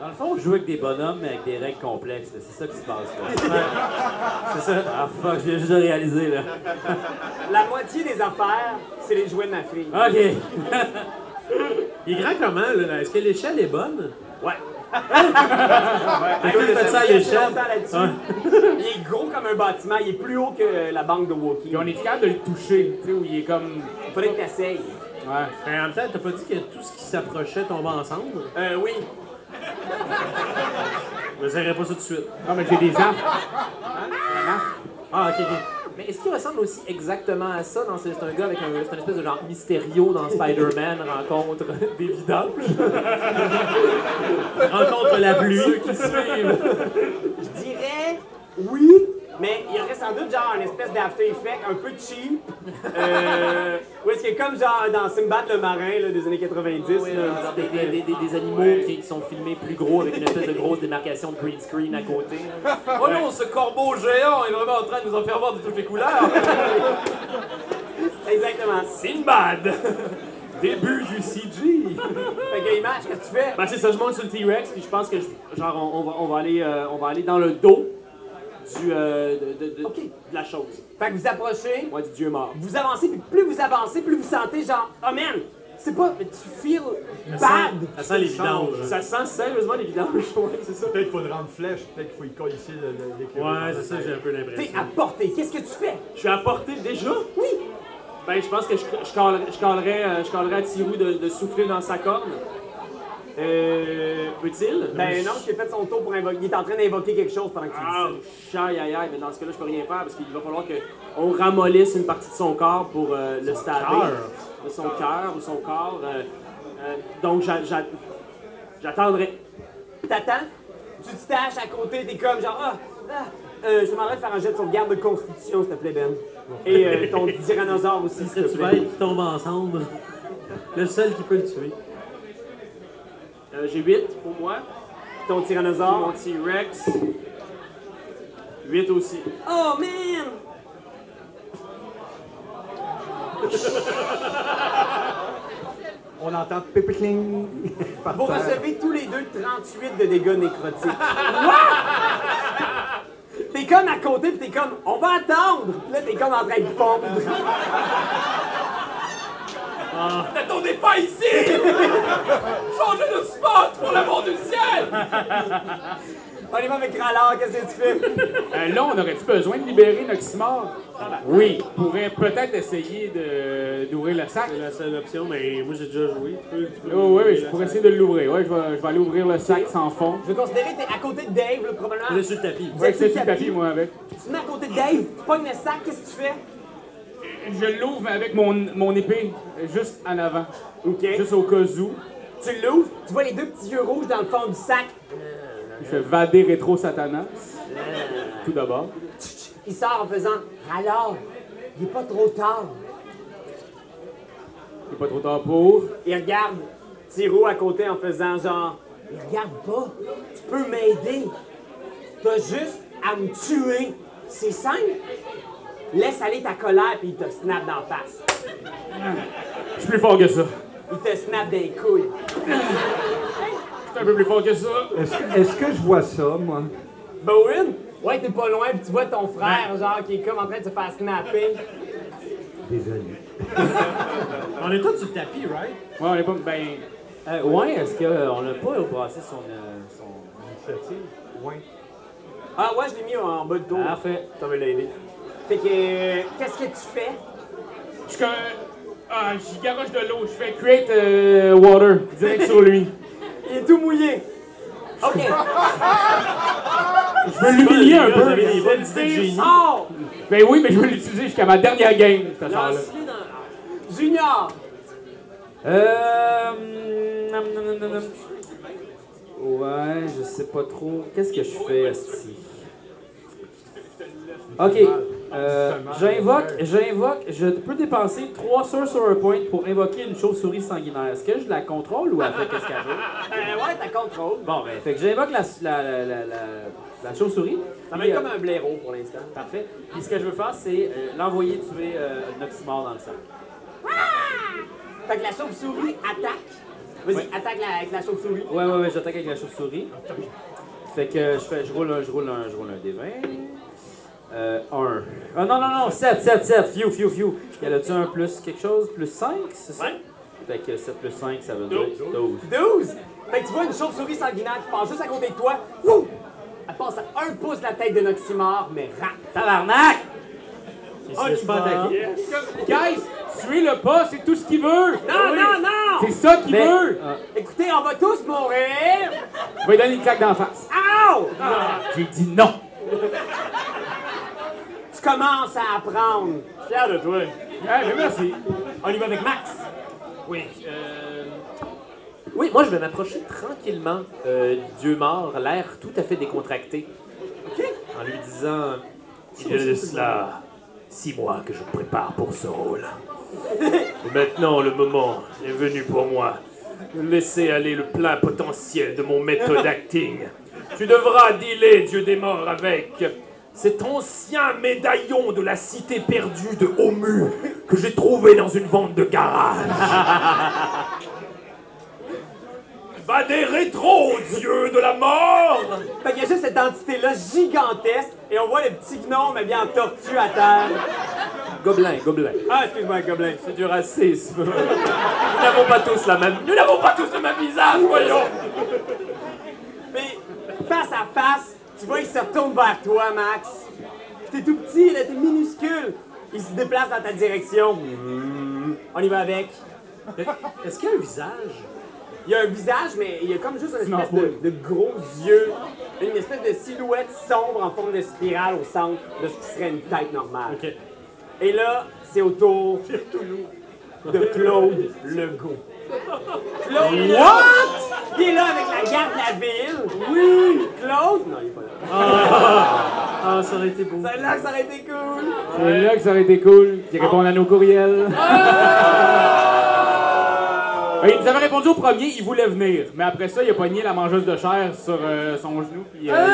Speaker 8: Dans le fond, on joue avec des bonhommes, mais avec des règles complexes. là. C'est ça qui se passe. là. C'est ça. Ah, fuck, j'ai juste réalisé, là.
Speaker 1: La moitié des affaires, c'est les jouets de ma fille.
Speaker 7: Il est grand comment, là? Est-ce que l'échelle est bonne?
Speaker 1: Ouais.
Speaker 7: Fait que là, t'as ça à l'échelle.
Speaker 1: Il est gros comme un bâtiment, il est plus haut que euh, la banque de Woking.
Speaker 6: on est capable de le toucher, tu sais, où il est comme.
Speaker 1: Faudrait que t'essayes.
Speaker 6: Ouais.
Speaker 7: Mais en même temps, t'as pas dit que tout ce qui s'approchait tombait ensemble?
Speaker 1: Euh, oui.
Speaker 7: Je ne pas ça tout de suite.
Speaker 6: Non, mais j'ai des armes.
Speaker 7: Ah, ok, ok.
Speaker 41: Mais est-ce qu'il ressemble aussi exactement à ça dans ce- C'est un gars avec un, c'est un espèce de genre mystérieux dans Spider-Man rencontre des vidanges.
Speaker 7: Rencontre la pluie.
Speaker 41: Ceux qui suivent.
Speaker 1: Je dirais oui, mais il y aurait sans doute genre une espèce d'after effect un peu cheap. Euh, ou est-ce que comme genre dans Simbad le marin là, des années 90,
Speaker 41: Ah
Speaker 1: là, un
Speaker 41: Genre
Speaker 1: petit
Speaker 41: Des,
Speaker 1: effet.
Speaker 41: des- des- des- des animaux qui, qui sont filmés plus gros avec une espèce de grosse démarcation de green screen à côté.
Speaker 8: Oh non, ce corbeau géant est vraiment en train de nous en faire voir de toutes les couleurs.
Speaker 1: Exactement.
Speaker 41: Sinbad! Début du CG!
Speaker 1: Fait que image, qu'est-ce que tu fais?
Speaker 42: Ben, c'est ça, je monte sur le T-Rex, puis je pense que, je- genre, on, on va, on, va aller, euh, on va aller dans le dos du, euh, de, de- de- de la chose.
Speaker 1: Fait que vous approchez,
Speaker 42: Ouais, du dieu mort.
Speaker 1: vous avancez, puis plus vous avancez, plus vous sentez genre, oh man, c'est pas, tu feel bad.
Speaker 7: Ça sent les vidanges.
Speaker 42: Ça sent sérieusement les vidanges, ouais, c'est ça.
Speaker 5: Peut-être qu'il faut le rendre flèche, peut-être qu'il faut y coller ici le- le- l'éclair.
Speaker 7: Ouais, c'est ça, j'ai un peu
Speaker 1: T'es
Speaker 7: l'impression.
Speaker 1: à portée, qu'est-ce que tu fais?
Speaker 42: Je suis à portée déjà? Oui! Ben, je pense que je, je, calerais, je, calerais, euh, je calerais à Tirou de, de souffler dans sa corne. Euh, peut-il?
Speaker 1: Ben non, parce qu'il a fait son tour pour invoquer, il est en train d'invoquer quelque chose pendant que tu dis ça.
Speaker 42: Ah, aïe, aïe, aïe, mais dans ce cas-là, je peux rien faire parce qu'il va falloir qu'on ramollisse une partie de son corps pour euh, le stabber.
Speaker 7: cœur.
Speaker 42: De son cœur ou son corps. euh, euh, donc, j'a- j'a- j'attendrai.
Speaker 1: T'attends, tu te taches à côté, t'es comme genre, ah, ah. Euh, je te demanderais de faire un jet de sauvegarde de constitution, s'il te plaît, Ben. Et euh, ton tyrannosaure aussi, s'il te
Speaker 7: Tu vas
Speaker 1: plaît.
Speaker 7: être qui tombent ensemble. Le seul qui peut le tuer.
Speaker 42: Euh, J'ai 8 pour moi. Puis
Speaker 1: Ton
Speaker 42: mon
Speaker 1: tyrannosaure.
Speaker 42: T-Rex. 8 aussi.
Speaker 1: Oh man!
Speaker 5: On entend pépé-cling.
Speaker 1: Vous recevez tous les deux 38 de dégâts nécrotiques. What? T'es comme à côté, pis t'es comme, on va attendre! Puis Là, t'es comme en train de fondre.
Speaker 41: N'attendez pas ici! Changez de spot pour l'amour du ciel!
Speaker 1: On y va avec Rallard, qu'est-ce que tu fais?
Speaker 6: Euh, là, on aurait-tu besoin de libérer Noximor? Oui. On pourrait peut-être essayer de- d'ouvrir le sac.
Speaker 7: C'est la seule option, mais moi j'ai déjà joué. Tu peux, tu peux
Speaker 6: Oh, oui, oui, je
Speaker 7: la
Speaker 6: pourrais
Speaker 7: salle.
Speaker 6: essayer de l'ouvrir. Ouais, je vais, je vais aller ouvrir le sac sans fond.
Speaker 1: Je veux considérer que t'es à côté de Dave, là, probablement.
Speaker 7: Je suis sur le tapis.
Speaker 1: Vous
Speaker 6: Ouais,
Speaker 1: êtes
Speaker 6: c'est
Speaker 1: sur
Speaker 6: du
Speaker 1: le tapis.
Speaker 6: tapis, moi, avec.
Speaker 1: Tu te mets à côté de Dave, tu pognes le sac, qu'est-ce que tu fais?
Speaker 6: Je l'ouvre avec mon, mon épée, euh, juste en avant.
Speaker 1: OK.
Speaker 6: Juste au cas où.
Speaker 1: Tu l'ouvres, tu vois les deux petits yeux rouges dans le fond du sac.
Speaker 6: Je fais vader rétro Satanas. Tout d'abord.
Speaker 1: Il sort en faisant Alors, il est pas trop tard.
Speaker 6: C'est pas trop tard pour.
Speaker 1: Il regarde Tiro à côté en faisant genre Il regarde pas, tu peux m'aider. T'as juste à me tuer. C'est simple. Laisse aller ta colère puis il te snap d'en face.
Speaker 6: Je suis plus fort que ça.
Speaker 1: Il te snap des couilles.
Speaker 6: Je suis un peu plus fort que ça.
Speaker 5: Est-ce est-ce que je vois ça, moi?
Speaker 1: Bowen? Ouais, t'es pas loin puis tu vois ton frère genre qui est comme en train de se faire snapper.
Speaker 5: Désolé.
Speaker 7: On est tous sur le tapis, right?
Speaker 6: Ouais, on est pas. Ben.
Speaker 8: Euh, ouais, est-ce qu'on n'a pas brassé son, euh, son...
Speaker 5: Initiative? Oui.
Speaker 1: Ah ouais, je l'ai mis en bas de dos.
Speaker 8: Parfait.
Speaker 1: T'as vu l'aider. Fait que euh, qu'est-ce que tu fais?
Speaker 6: Je suis comme. Ah, j'y garoche de l'eau. Je fais create euh, water direct sur lui.
Speaker 1: Il est tout mouillé. OK.
Speaker 6: Je veux l'humilier un
Speaker 7: Vous avez
Speaker 6: peu.
Speaker 7: des bonnes idées de génie.
Speaker 1: Sors!
Speaker 6: Ben oui, mais je veux l'utiliser jusqu'à ma dernière game, cette affaire-là.
Speaker 1: Lance-les dans... Junior!
Speaker 8: Euh... hum, nam, nam, nam, nam. Ouais, je sais pas trop. Qu'est-ce que je fais ici? Ok, euh, j'invoque, j'invoque, je peux dépenser 3 sur sur un point pour invoquer une chauve-souris sanguinaire. Est-ce que je la contrôle ou elle fait qu'est-ce qu'elle veut?
Speaker 1: Euh, ouais, t'as contrôle.
Speaker 8: Bon, ben, fait que j'invoque la, la, la, la, la, la chauve-souris.
Speaker 1: Ça
Speaker 8: Puis,
Speaker 1: m'aide
Speaker 8: euh,
Speaker 1: comme un blaireau pour l'instant.
Speaker 8: Parfait. Puis ce que je veux faire, c'est euh, l'envoyer tuer euh, Noximor dans le sac.
Speaker 1: Fait que la chauve-souris attaque. Vas-y, attaque la- avec la chauve-souris.
Speaker 7: Ouais, ouais, ouais, j'attaque avec la chauve-souris. Fait que euh, je, fais, je roule un, je roule un, je roule un des 20. Euh, un. Ah non, non, non, 7, 7, 7. Fiu, fiu, fiu. Y en a-tu un plus quelque chose? Plus 5, c'est ça? Fait que 7 plus 5, ça veut dire 12.
Speaker 1: 12! Fait que tu vois une chauve-souris sanguinaire qui passe juste à côté de toi. Wouh! Elle passe à un pouce de la tête de Noximor, mais Ah, rap! Tabarnak!
Speaker 6: On
Speaker 42: Ah,
Speaker 6: y va.
Speaker 1: Guys,
Speaker 6: Suis le pas, c'est tout ce qu'il veut! Ben
Speaker 1: Non, non, non!
Speaker 6: C'est ça qu'il
Speaker 1: Mais-
Speaker 6: veut!
Speaker 1: Écoutez, on va tous mourir!
Speaker 6: Je vais euh, lui donner une claque d'en face.
Speaker 1: Ow!
Speaker 6: J'ai dit non!
Speaker 1: Tu commences à apprendre. Fier de toi.
Speaker 6: mais Eh, ben merci.
Speaker 1: On y va avec Max.
Speaker 5: Oui, euh...
Speaker 7: Oui, moi, je vais m'approcher tranquillement euh, du dieu mort, l'air tout à fait décontracté. En lui disant Il est de cela six mois que je me prépare pour ce rôle. Et maintenant, le moment est venu pour moi de laisser aller le plein potentiel de mon méthode acting. Tu devras dealer, dieu des morts, avec cet ancien médaillon de la cité perdue de Homu que j'ai trouvé dans une vente de garage. Va des rétros, dieu de la mort!
Speaker 1: Fait qu'il y a juste cette entité-là gigantesque et on voit le petit gnome eh bien en tortue à terre.
Speaker 7: Gobelin, gobelin.
Speaker 1: Ah, excuse-moi, gobelin.
Speaker 7: C'est du racisme. Nous n'avons pas tous la même. Nous n'avons pas tous le même visage, voyons.
Speaker 1: Mais face à face, tu vois, il se retourne vers toi, Max. T'es tout petit, là, t'es minuscule. Il se déplace dans ta direction. Mm. On y va avec. Est-ce qu'il y a un visage? Il y a un visage, mais il y a comme juste une espèce de, de gros yeux, une espèce de silhouette sombre en forme de spirale au centre de ce qui serait une tête normale. Et là, c'est au tour de Claude Legault. Claude Legault!
Speaker 43: What?
Speaker 1: Il est là avec la garde de la ville. Oui! Claude? Non, il est pas là.
Speaker 6: Ah.
Speaker 1: ça aurait été beau. Celle-là, ça aurait été cool.
Speaker 6: C'est là que ça aurait été cool, qui répond à nos courriels. Ah, Il nous avait répondu au premier, il voulait venir. Mais après ça, il a pogné la mangeuse de chair sur euh, son genou. Puis, euh,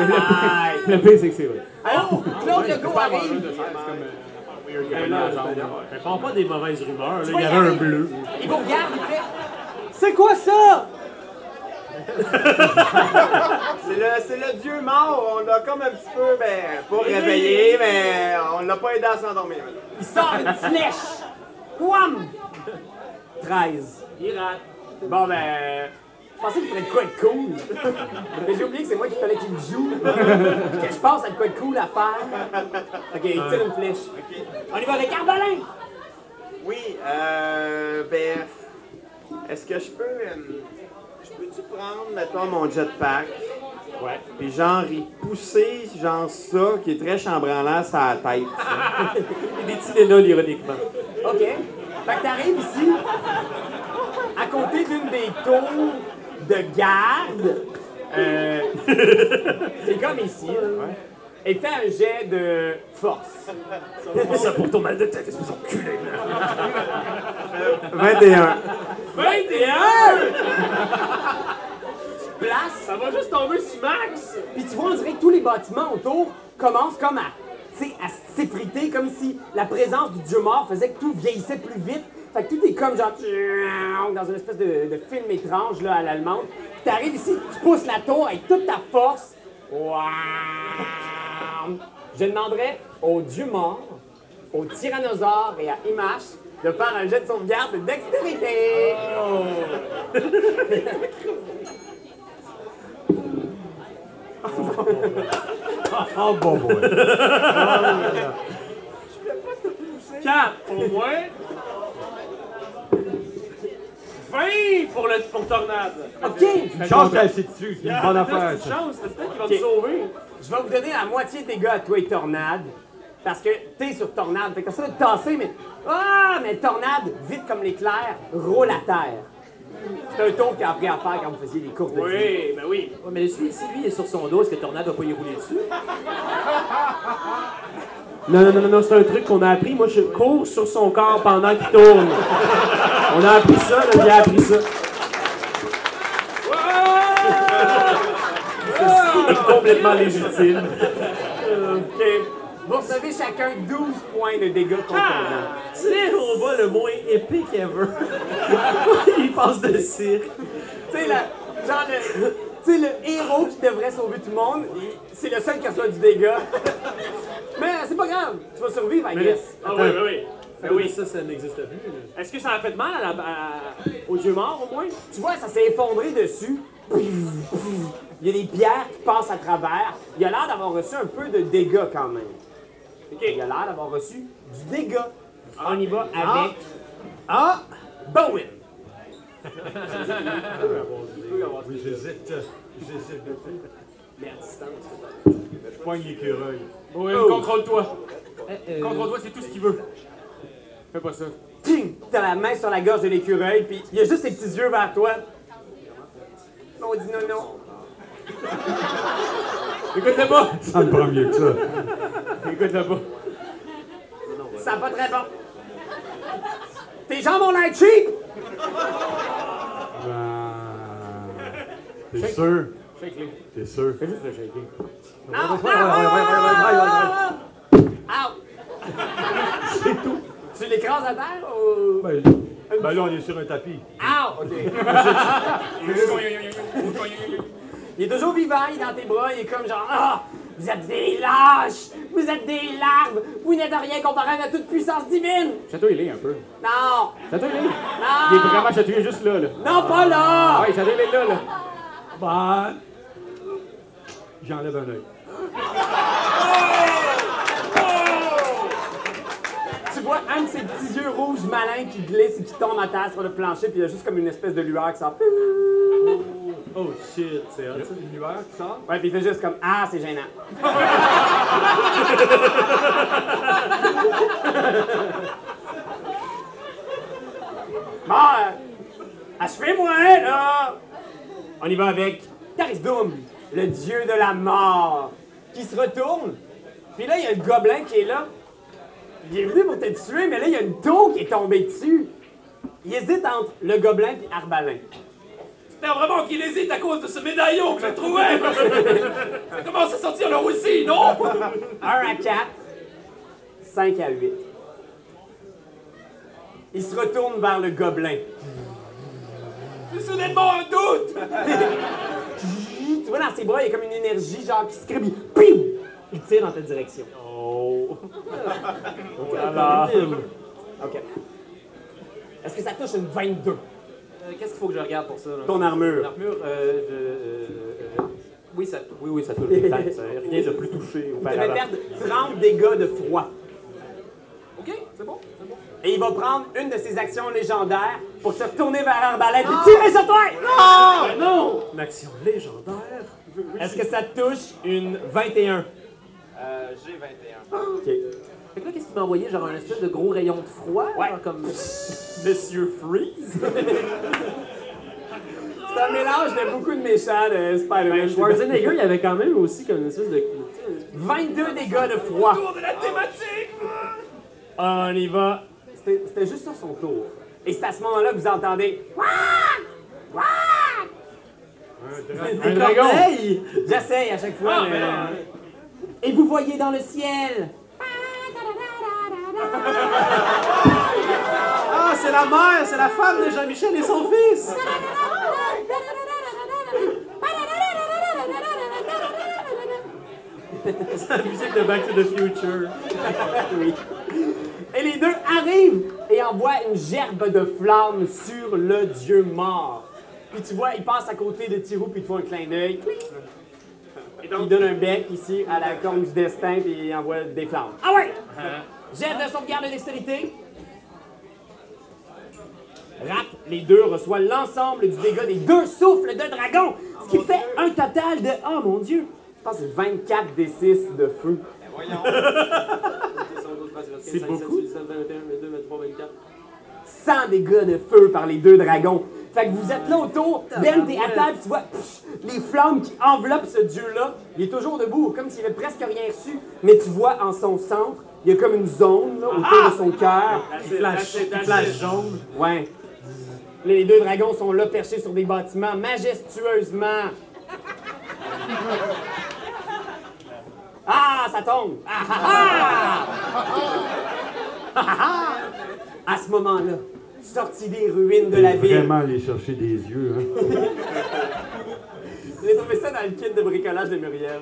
Speaker 6: il- le, pire- le pire, c'est que c'est vrai.
Speaker 1: Allô, Claude Legault arrive.
Speaker 44: Mais parle pas des mauvaises rumeurs, là.
Speaker 1: Tu
Speaker 44: il
Speaker 1: vois,
Speaker 44: y
Speaker 1: il
Speaker 44: avait un
Speaker 1: arrive.
Speaker 44: bleu.
Speaker 1: Il vous regarde, il fait C'est quoi ça?
Speaker 15: C'est le, Euh, c'est le dieu mort, on l'a comme un petit peu, ben, pas réveillé, mais on l'a pas aidé à s'endormir.
Speaker 1: Il sort une flèche. Wham! 13. Il rate. Bon, ben. Je pensais qu'il ferait de quoi de cool. Mais j'ai oublié que c'est moi qui fallait qu'il joue. Puis que je pense à de quoi de cool à faire. Ok, il tire une flèche. On y va avec Arbalin!
Speaker 15: Oui, euh, ben, est-ce que je peux, euh, je peux-tu prendre, mettons, mon jetpack? Ouais. Puis genre, y pousser, genre ça, qui est très chambranlant, ça la tête.
Speaker 7: Il est Tylenol, ironiquement.
Speaker 1: OK. Fait que t'arrives ici, à côté d'une des tours de garde. Euh, c'est comme ici. là. Et fais un jet de force.
Speaker 7: Ça pour ton mal de tête, espèce d'enculé.
Speaker 15: 21.
Speaker 1: 21! place. Ça va juste tomber sur Max. Puis tu vois, on dirait que tous les bâtiments autour commencent comme à, tu sais, à s'effriter, comme si la présence du dieu mort faisait que tout vieillissait plus vite. Fait que tout est comme genre dans une espèce de, de film étrange là, à l'allemande. Puis t'arrives ici, tu pousses la tour avec toute ta force. Waouh! Je demanderais au dieu mort, au tyrannosaure et à Image de faire un jet de sauvegarde de dextérité. Oh!
Speaker 45: Oh, bon, bon.
Speaker 5: Quatre pour moi. 20 pour le pour tornade. Ah,
Speaker 1: Ok. Une chance qu'elle s'est dessus, c'est une bonne affaire, ça.
Speaker 5: C'est une chance, c'est peut-être qu'il va
Speaker 1: Ok.
Speaker 5: me sauver.
Speaker 1: Je vais vous donner la moitié des gars à toi et Tornade. Parce que t'es sur Tornade. Fait que ça de tasser, mais. Ah! Mais Tornade, vite comme l'éclair, roule à terre. C'est un tour qu'il a appris à faire quand vous faisiez les courses de
Speaker 5: Oui, ben oui.
Speaker 7: mais si, si lui est sur son dos, est-ce que Tornade va pas y rouler dessus?
Speaker 46: Non, non, non, non, non, c'est un truc qu'on a appris. Moi, je cours sur son corps pendant qu'il tourne. On a appris ça, là, il a appris ça.
Speaker 7: C'est complètement légitime.
Speaker 1: Ok. Vous recevez chacun 12 points de dégâts contondants.
Speaker 47: C'est on voit le moins épique ever. Il passe de cirque.
Speaker 1: Tu sais, la- genre le, tu sais, le héros qui devrait sauver tout le monde, il- c'est le seul qui reçoit du dégât. Mais euh, c'est pas grave, tu vas survivre, I guess.
Speaker 7: Ah oui, oui, oui.
Speaker 47: Ça,
Speaker 7: Ben oui.
Speaker 47: ça, ça n'existe plus. là.
Speaker 7: Est-ce que ça a fait mal à la- à- au dieu mort, au moins?
Speaker 1: Tu vois, ça s'est effondré dessus. Il y a des pierres qui passent à travers. Il a l'air d'avoir reçu un peu de dégâts quand même. Il a l'air d'avoir reçu du dégât. On y va
Speaker 7: ah,
Speaker 1: avec. Ah! Bowen!
Speaker 5: Oui, j'hésite. J'hésite.
Speaker 1: Mais à distance.
Speaker 5: Je poigne l'écureuil.
Speaker 6: Oui,
Speaker 5: Oh.
Speaker 6: contrôle-toi.
Speaker 1: euh.
Speaker 6: Contrôle-toi, c'est tout ce qu'il veut. Fais pas ça.
Speaker 1: Ting! T'as la main sur la gorge de l'écureuil, puis il y a juste ses petits yeux vers toi. On dit non, non.
Speaker 6: Écoute là-bas.
Speaker 5: Ça me prend mieux que ça.
Speaker 6: Écoute là-bas.
Speaker 1: Ça va très bon. Tes jambes ont l'air cheap!
Speaker 5: Ben, T'es sûr?
Speaker 6: Shake-les.
Speaker 5: T'es sûr?
Speaker 1: Non, non, non,
Speaker 5: C'est tout.
Speaker 1: Tu l'écrases à terre ou...
Speaker 5: Ben, ben là, on est sur un tapis.
Speaker 1: Ow! Il est toujours vivant, il est dans tes bras, il est comme genre Ah! Vous êtes des lâches! Vous êtes des larves! Vous n'êtes rien comparé à la toute puissance divine!
Speaker 6: Chatouille-les un peu.
Speaker 1: Non!
Speaker 6: Chatouille-les. Il est
Speaker 1: Non!
Speaker 6: vraiment chatouillé juste là, Ah là.
Speaker 1: Non, pas là!
Speaker 6: Ouais, chatouille-les là, là.
Speaker 5: Ben. J'enlève un œil.
Speaker 1: Tu vois un de ses petits yeux rouges malins qui glisse et qui tombe à terre sur le plancher, puis il y a juste comme une espèce de lueur qui sort.
Speaker 47: Oh shit, c'est hot. ça.
Speaker 5: Une lueur qui sort?
Speaker 1: Ouais, puis il fait juste comme Ah, c'est gênant. bon, euh, achevez-moi, là! On y va avec Tarisdum, le dieu de la mort, qui se retourne. Puis là, il y a le gobelin qui est là. Il est venu pour te tuer, mais là, il y a une taupe qui est tombée dessus. Il hésite entre le gobelin et Arbalin.
Speaker 48: J'espère vraiment qu'il hésite à cause de ce médaillon que j'ai trouvé! Ça commence à sortir le roussi, non?
Speaker 1: 1 à 4, 5 à 8. Il se retourne vers le gobelin.
Speaker 48: J'ai soudainement un doute!
Speaker 1: Tu vois, dans ses bras, il y a comme une énergie genre qui se crée, puis pim! Il tire dans ta direction.
Speaker 48: Oh!
Speaker 1: OK. Est-ce que ça touche une 22?
Speaker 48: Euh, Qu'est-ce qu'il faut que je regarde pour ça? là?
Speaker 1: Ton armure.
Speaker 48: Mon armure, euh, je- euh, euh, oui, ça, oui, oui, ça touche le tête. ça. Rien de plus touché
Speaker 1: Tu vas
Speaker 48: auparavant.
Speaker 1: perdre 30 dégâts de froid.
Speaker 48: OK, c'est bon, c'est bon.
Speaker 1: Et il va prendre une de ses actions légendaires pour se retourner vers Arbalète
Speaker 48: Ah!
Speaker 1: et tirer sur toi! Non!
Speaker 47: Non! Une action légendaire.
Speaker 1: Est-ce que ça touche une 21?
Speaker 49: Euh, j'ai 21.
Speaker 48: Fait que là, qu'est-ce qu'il m'a envoyé? Genre un espèce de gros rayon de froid? genre comme... Monsieur Freeze?
Speaker 1: C'est un mélange de beaucoup de méchants de Spider-Man.
Speaker 50: Schwarzenegger, il avait quand même aussi comme une espèce de.
Speaker 1: 22 dégâts de froid.
Speaker 48: de la thématique!
Speaker 1: On y va. C'était c'était juste sur son tour. Et c'est à ce moment-là que vous entendez.
Speaker 6: Un
Speaker 1: Un
Speaker 6: dragon.
Speaker 1: J'essaye à chaque fois.
Speaker 48: Ah,
Speaker 1: mais-
Speaker 48: mais non.
Speaker 1: Et vous voyez dans le ciel.
Speaker 47: Ah, c'est la mère, c'est la femme de Jean-Michel et son fils! C'est la musique de Back to the Future.
Speaker 1: Oui. Et les deux arrivent et envoient une gerbe de flammes sur le dieu mort. Puis tu vois, ils passent à côté de Tirou puis ils te font un clin d'œil. Et donc, ils donnent un bec ici à la corne du destin puis ils envoient des flammes. Ah ouais! Gerbe de sauvegarde de dextérité. Rap, les deux reçoivent l'ensemble du dégât des deux souffles de dragon, ce qui fait un total de... Oh mon dieu! Je pense que c'est 24 des 6 de feu.
Speaker 7: C'est beaucoup. 21, 22, 23, 24.
Speaker 1: 100 dégâts de feu par les deux dragons. Fait que vous êtes là autour, Ben, t'es à table, tu vois pff, les flammes qui enveloppent ce dieu-là. Il est toujours debout, comme s'il avait presque rien reçu. Mais tu vois en son centre, il y a comme une zone là, autour de son cœur.
Speaker 7: Ah,
Speaker 47: Flash, flash jaune.
Speaker 1: Ouais. Là, Les deux dragons sont là perchés sur des bâtiments majestueusement. Ah, ça tombe! Ah, ah, ah! Ah, ah, ah! À ce moment-là, sorti des ruines de la ville,
Speaker 5: Vraiment aller chercher des yeux, hein.
Speaker 1: J'ai trouvé ça dans le kit de bricolage de Muriel.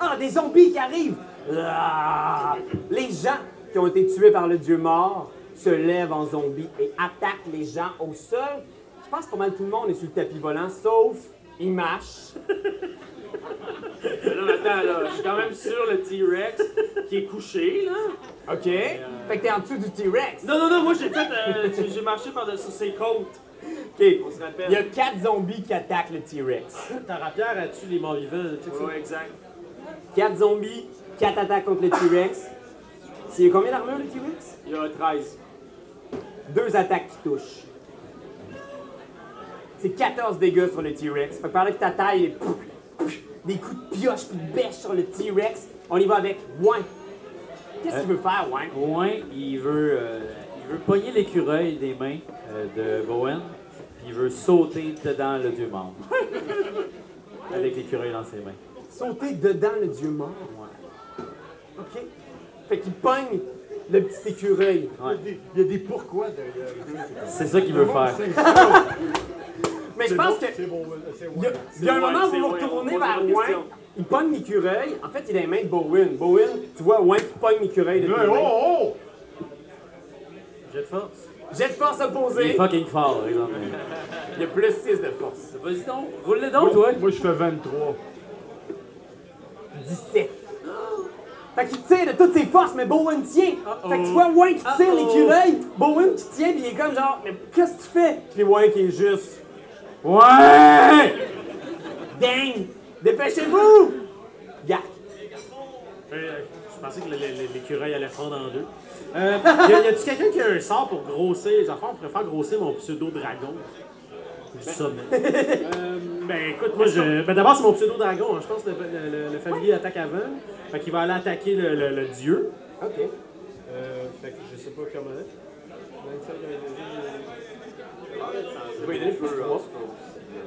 Speaker 1: ah, des zombies qui arrivent! Ah! Les gens qui ont été tués par le dieu mort se lèvent en zombies et attaquent les gens au sol. Je pense que pas mal tout le monde est sur le tapis volant, sauf Imash.
Speaker 51: Là, attends, là, je suis quand même sur le T-Rex qui est couché, là.
Speaker 1: OK. Fait que t'es en dessous du T-Rex.
Speaker 51: Non, non, non, moi, j'ai fait... euh, j'ai- j'ai marché par-dessus ses côtes.
Speaker 1: OK.
Speaker 51: On se
Speaker 1: Il y a
Speaker 51: rappelle.
Speaker 1: quatre zombies qui attaquent le T-Rex.
Speaker 7: Ta rapière a tué les morts vivants. check ça.
Speaker 51: Ouais, exact.
Speaker 1: Quatre zombies, quatre attaques contre le T-Rex. C'est combien d'armure le T-Rex?
Speaker 51: Il y a 13.
Speaker 1: Deux attaques qui touchent. C'est 14 dégâts sur le T-Rex. Fait que par là que ta taille, est- pouf, pouf, des coups de pioche puis de bêche sur le T-Rex. On y va avec Ouin. Qu'est-ce
Speaker 5: Euh.
Speaker 1: qu'il veut faire, Ouin?
Speaker 8: Loin, il veut, euh, il veut pogner l'écureuil des mains euh, de Bowen, puis il veut sauter dedans le dieu mort. Avec l'écureuil dans ses mains.
Speaker 1: Sauter dedans le dieu mort. OK. Fait qu'il pogne le petit écureuil.
Speaker 5: Il y a des pourquoi derrière.
Speaker 8: C'est ça qu'il veut faire.
Speaker 1: Mais je
Speaker 5: C'est
Speaker 1: pense
Speaker 5: bon,
Speaker 1: que.
Speaker 5: c'est bon, c'est bon.
Speaker 1: Il y a- il y a un
Speaker 5: C'est
Speaker 1: moment où
Speaker 5: Wayne,
Speaker 1: vous vous
Speaker 5: c'est Wayne,
Speaker 1: retournez
Speaker 5: on pose
Speaker 1: vers
Speaker 5: pas de
Speaker 1: Wayne,
Speaker 5: questions.
Speaker 1: il pogne l'écureuil. En fait, il a les mains de Bowen. Bowen, tu vois Wayne qui pogne l'écureuil de
Speaker 5: Là,
Speaker 1: tes mains.
Speaker 5: oh, oh!
Speaker 8: J'ai de force.
Speaker 1: Jet de force
Speaker 8: Il est
Speaker 1: opposé.
Speaker 8: fucking fort, par exemple.
Speaker 1: Il y a plus 6 de force.
Speaker 8: Vas-y donc, roule-le donc, toi.
Speaker 5: Moi, je fais 23.
Speaker 1: 17. Fait qu'il tire de toutes ses forces, mais Bowen tient. Fait que tu vois Wayne qui tire l'écureuil, Bowen qui tient, puis il est comme genre, mais qu'est-ce que tu fais? Puis Wayne qui est juste.
Speaker 8: Ouais!
Speaker 1: Dang! Dépêchez-vous! Yak.
Speaker 7: Euh, Je pensais que le- le- le- l'écureuil allait fondre en deux. Euh, y a- y a-tu quelqu'un qui a un sort pour grossir les affaires? Je préfère grossir mon pseudo-dragon. Du
Speaker 1: Ben.
Speaker 7: sommet. Euh, ben écoute, moi je. Ben d'abord, c'est mon pseudo-dragon. hein. Je pense que le, le- le- le familier attaque avant. Fait qu'il va aller attaquer le, le- le dieu.
Speaker 1: Ok.
Speaker 7: Euh, fait que je sais pas comment. euh,
Speaker 52: Des feux, hein,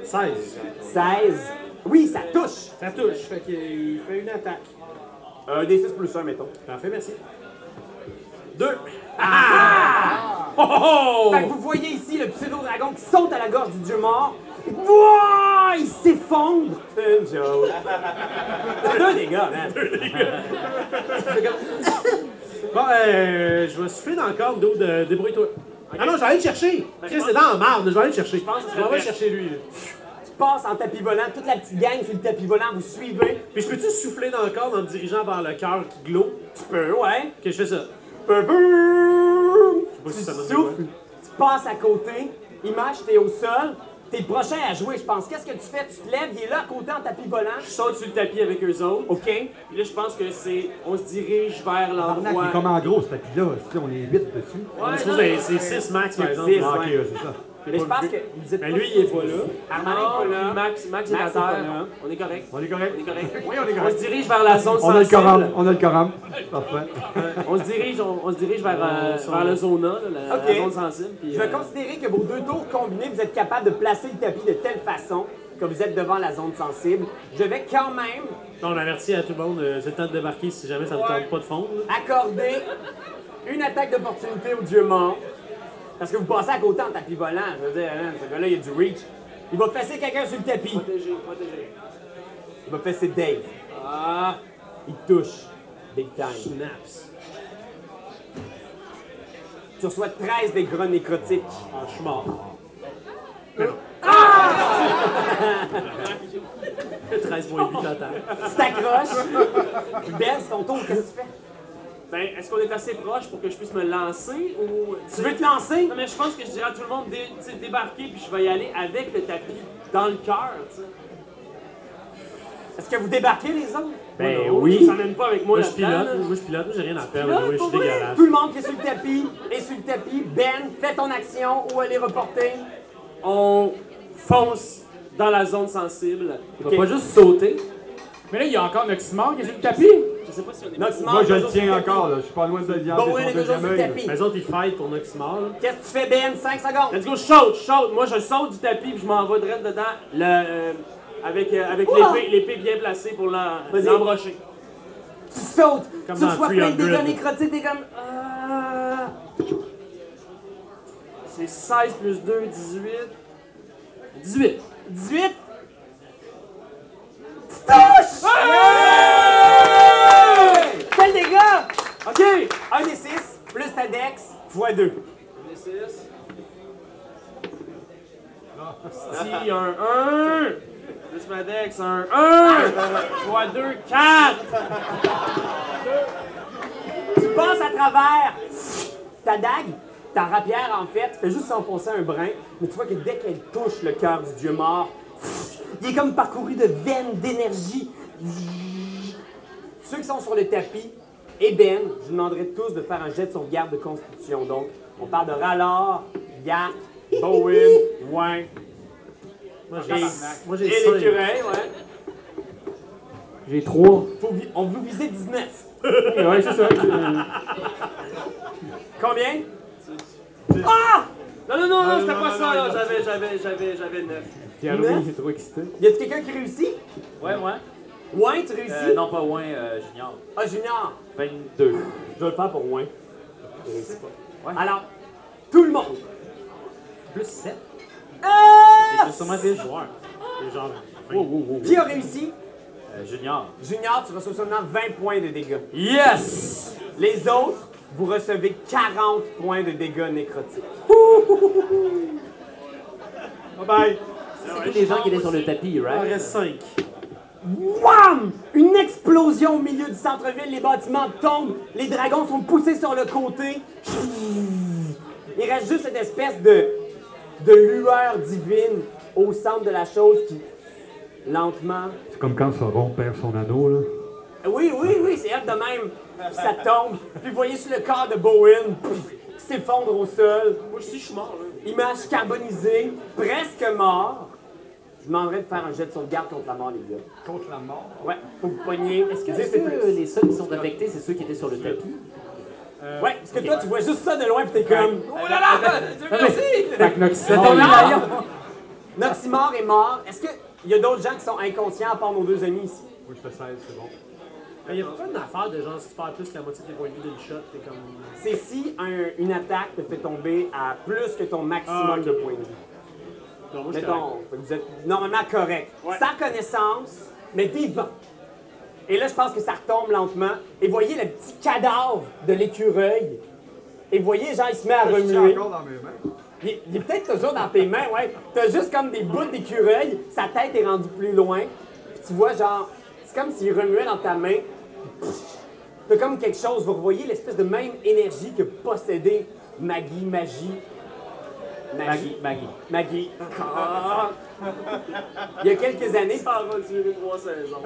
Speaker 7: 16.
Speaker 1: 16. Oui, ça touche.
Speaker 7: Ça touche. Fait qu'il fait une attaque. Euh,
Speaker 1: Un des 6 plus 1, mettons.
Speaker 7: Parfait, merci. Deux. Ah! Oh,
Speaker 1: Fait que vous voyez ici le pseudo-dragon qui saute à la gorge du dieu mort. Wouah! Il s'effondre! C'est une joke. C'est deux dégâts, man.
Speaker 7: Bon, euh, je vais souffler dans le corps d'eau de débrouille-toi. Ah non, je vais aller le chercher. Chris, c'est dans la marde, je vais aller le chercher. Je
Speaker 1: pense que
Speaker 7: vais aller
Speaker 1: c'est
Speaker 7: chercher lui. là.
Speaker 1: Tu passes en tapis volant, toute la petite gang sur le tapis volant, vous suivez.
Speaker 7: Puis je peux-tu souffler dans le corps en me dirigeant vers le cœur qui glow?
Speaker 1: Tu peux, ouais.
Speaker 7: Que je fais ça.
Speaker 1: Boum, boum.
Speaker 7: Je sais pas si
Speaker 1: Tu
Speaker 7: ça donne de
Speaker 1: souffles, tu passes à côté, image, t'es au sol, t'es le prochain à jouer, je pense. Qu'est-ce que tu fais? Tu te lèves, il est là à côté en tapis volant.
Speaker 53: Je saute sur le tapis avec eux autres.
Speaker 1: OK.
Speaker 53: Puis là, je pense que c'est. On se dirige vers
Speaker 5: Arnaque, il est
Speaker 53: l'endroit.
Speaker 5: comment gros ce tapis-là? Si on est 8 dessus.
Speaker 7: quoi. Je trouve que c'est 6 max, par exemple.
Speaker 1: Six,
Speaker 5: Ah, ok,
Speaker 1: ouais.
Speaker 5: ouais, c'est ça.
Speaker 1: Mais je pense que. vous êtes
Speaker 7: Mais
Speaker 1: pas-
Speaker 7: Ben, lui, il est pas là.
Speaker 53: Armand est pas là. Max, Max, est à
Speaker 1: Max est pas
Speaker 53: terre.
Speaker 1: là.
Speaker 53: On est correct.
Speaker 5: On est correct?
Speaker 53: On est correct.
Speaker 5: Oui, on est
Speaker 53: On se
Speaker 5: correct.
Speaker 53: dirige vers la zone
Speaker 5: On a le
Speaker 53: sensible.
Speaker 5: coram, on a le coram. Parfait.
Speaker 53: On se dirige, on, on se dirige vers, euh, vers le zona, là, la,
Speaker 1: Ok.
Speaker 53: la zone sensible. puis,
Speaker 1: Je vais
Speaker 53: euh,
Speaker 1: considérer que vos deux tours combinés, vous êtes capable de placer le tapis de telle façon que vous êtes devant la zone sensible. Je vais quand même
Speaker 7: On avertit à tout le monde, euh, c'est le temps de débarquer si jamais ça vous tente pas de fondre. là.
Speaker 1: accorder une attaque d'opportunité au dieu mort. Parce que vous passez à côté en tapis volant. Je veux dire, hein, ce gars-là, il a du reach. Il va fesser quelqu'un sur le tapis.
Speaker 53: Protégé, protégé.
Speaker 1: Il va fesser Dave. Ah! Il touche. Big time.
Speaker 7: Snaps.
Speaker 1: Tu reçois 13 des gros nécrotiques.
Speaker 7: Ah, je suis mort.
Speaker 53: Ah!
Speaker 7: 13 moins 8 total.
Speaker 1: Ah! Tu t'accroches. Belle, c'est ton tour. Qu'est-ce que tu fais?
Speaker 53: Ben, est-ce qu'on est assez proche pour que je puisse me lancer ou.
Speaker 1: Tu veux te lancer?
Speaker 53: Non, mais je pense que je dirais à tout le monde dé- tu sais, débarquer, puis je vais y aller avec le tapis dans le cœur, tu sais.
Speaker 1: Est-ce que vous débarquez, les autres?
Speaker 7: Ben
Speaker 53: Oh,
Speaker 7: oui.
Speaker 53: Je s'emmène pas avec moi
Speaker 7: Moi, je
Speaker 53: là-dedans,
Speaker 7: pilote.
Speaker 53: là.
Speaker 7: Moi, je pilote. Moi, j'ai rien à
Speaker 53: Tu
Speaker 7: perdre.
Speaker 53: pilotes,
Speaker 7: Oui, Ah je suis
Speaker 53: pour vrai?
Speaker 7: dégueulasse.
Speaker 1: Tout le monde qui est sur le tapis est sur le tapis. Ben, fais ton action. Où elle est reportée?
Speaker 53: On fonce dans la zone sensible. On
Speaker 1: Ok.
Speaker 53: va pas juste sauter.
Speaker 6: Mais là, il y a encore Noximor qui est sur le tapis.
Speaker 53: Je sais pas si on est.
Speaker 1: Noxmar,
Speaker 5: Moi, je le
Speaker 1: toujours sur
Speaker 5: tiens
Speaker 1: tapis.
Speaker 5: encore, là. Je suis pas loin de le dire.
Speaker 1: Bowen est toujours sur le tapis.
Speaker 7: Les autres, ils fight pour Noximar. là.
Speaker 1: Qu'est-ce que tu fais, Ben? 5 secondes.
Speaker 53: Let's go, je saute, je saute. Moi, je saute du tapis, puis je m'en vais direct dedans. Le, euh,
Speaker 54: Avec, euh, avec
Speaker 1: Ouah!
Speaker 54: l'épée- l'épée bien placée pour l'en-
Speaker 1: Vas-y.
Speaker 54: l'embrocher.
Speaker 1: Tu sautes,
Speaker 54: Comme
Speaker 1: tu
Speaker 54: dans
Speaker 1: reçois plein de
Speaker 54: 300.
Speaker 1: dégâts nécrotiques, t'es comme. Ah.
Speaker 54: C'est 16 plus 2, 18. 18.
Speaker 1: 18. Tu touches! Ouais! Quel dégât?
Speaker 55: OK!
Speaker 1: 1 des 6 plus ta dex fois 2.
Speaker 54: Si, un 1. Plus ma dex, un 1. Fois 2, 4.
Speaker 1: Tu passes à travers ta dague, ta rapière en fait, fait juste s'enfoncer un brin, mais tu vois que dès qu'elle touche le cœur du dieu mort, il est comme parcouru de veines d'énergie. Ceux qui sont sur le tapis, et Ben, je vous demanderai tous de faire un jet de sauvegarde de constitution. Donc, on parle de Rallor, Yak, Bowen, Wayne.
Speaker 7: Moi, j'ai- moi, j'ai
Speaker 1: Et
Speaker 7: cinq.
Speaker 1: l'écureuil, ouais.
Speaker 56: J'ai 3.
Speaker 1: Faut vi- on vous visait 19.
Speaker 56: ouais, c'est ça.
Speaker 1: Combien? Ah!
Speaker 54: Non, non, non, non,
Speaker 1: Ah, non,
Speaker 54: c'était
Speaker 1: non,
Speaker 54: pas
Speaker 1: non,
Speaker 54: ça,
Speaker 1: non,
Speaker 54: là.
Speaker 1: non.
Speaker 54: J'avais, j'avais, j'avais, j'avais 9.
Speaker 1: Neuf?
Speaker 6: trop excité.
Speaker 1: Y a-tu quelqu'un qui réussit?
Speaker 54: Ouais, moi.
Speaker 1: Wayne, tu réussis?
Speaker 8: Euh, non, pas Wayne, euh, Junior.
Speaker 1: Ah, Junior!
Speaker 8: 22.
Speaker 1: Je vais le faire pour Wayne. Alors, tout le monde!
Speaker 8: Plus 7.
Speaker 1: Ah!
Speaker 8: C'est sûrement des joueurs. Des gens.
Speaker 1: Qui a réussi?
Speaker 8: Euh, junior.
Speaker 1: Junior, tu reçois seulement 20 points de dégâts.
Speaker 8: Yes!
Speaker 1: Les autres, vous recevez 40 points de dégâts nécrotiques.
Speaker 7: Bye bye.
Speaker 8: C'est tous les gens qui étaient sur le tapis,
Speaker 7: Il en
Speaker 8: right?
Speaker 7: reste 5.
Speaker 1: Wham! Une explosion au milieu du centre-ville, les bâtiments tombent, les dragons sont poussés sur le côté. Il reste juste cette espèce de, de lueur divine au centre de la chose qui, lentement,
Speaker 5: C'est comme quand Sauron perd son anneau, là.
Speaker 1: Oui, oui, oui, c'est elle de même. Puis ça tombe. Puis vous voyez sur le corps de Bowen pff, qui s'effondre au sol. Moi aussi, je suis mort. Image carbonisée, presque mort. Je vous demanderais de faire un jet de sauvegarde contre la mort, les gars.
Speaker 5: Contre la mort?
Speaker 1: Ouais, faut que vous pogniez. Est-ce
Speaker 8: que- est-ce que, euh, les seuls qui sont affectés, c'est ceux qui étaient sur le tapis?
Speaker 1: Ouais, parce que toi, tu vois juste ça de loin, puis t'es comme. Euh, Oh là là! Dieu
Speaker 6: Fait que Noximor
Speaker 1: Noximor
Speaker 6: est
Speaker 1: est
Speaker 6: mort.
Speaker 1: mort. Noximor est Ah! mort. Est-ce qu'il y a d'autres gens qui sont inconscients à part nos deux amis ici?
Speaker 5: Moi, je fais 16, c'est bon.
Speaker 7: Il Euh, y a pas une affaire de genre, si tu perds plus que la moitié de tes points de vie d'une shot, t'es comme.
Speaker 1: C'est si un- une attaque te fait tomber à plus que ton maximum
Speaker 7: Ah, ok.
Speaker 1: de points de vie.
Speaker 7: Non, moi, je suis
Speaker 1: Mettons,
Speaker 7: correct.
Speaker 1: fait que vous êtes normalement correct. Sans connaissance, mais vivant. Et là, je pense que ça retombe lentement. Et voyez le petit cadavre de l'écureuil. Et voyez, genre, il se met à
Speaker 5: Je suis
Speaker 1: remuer.
Speaker 5: encore dans mes mains.
Speaker 1: Il, est- il est peut-être toujours dans tes mains, ouais. T'as juste comme des bouts d'écureuil, sa tête est rendue plus loin. Puis tu vois, genre, c'est comme s'il remuait dans ta main. Pfff. T'as comme quelque chose, vous revoyez l'espèce de même énergie que possédait Maggie, magie. Magie,
Speaker 8: Maggie.
Speaker 1: Maggie. Ah. Il y a quelques années,
Speaker 54: Ça va durer trois saisons.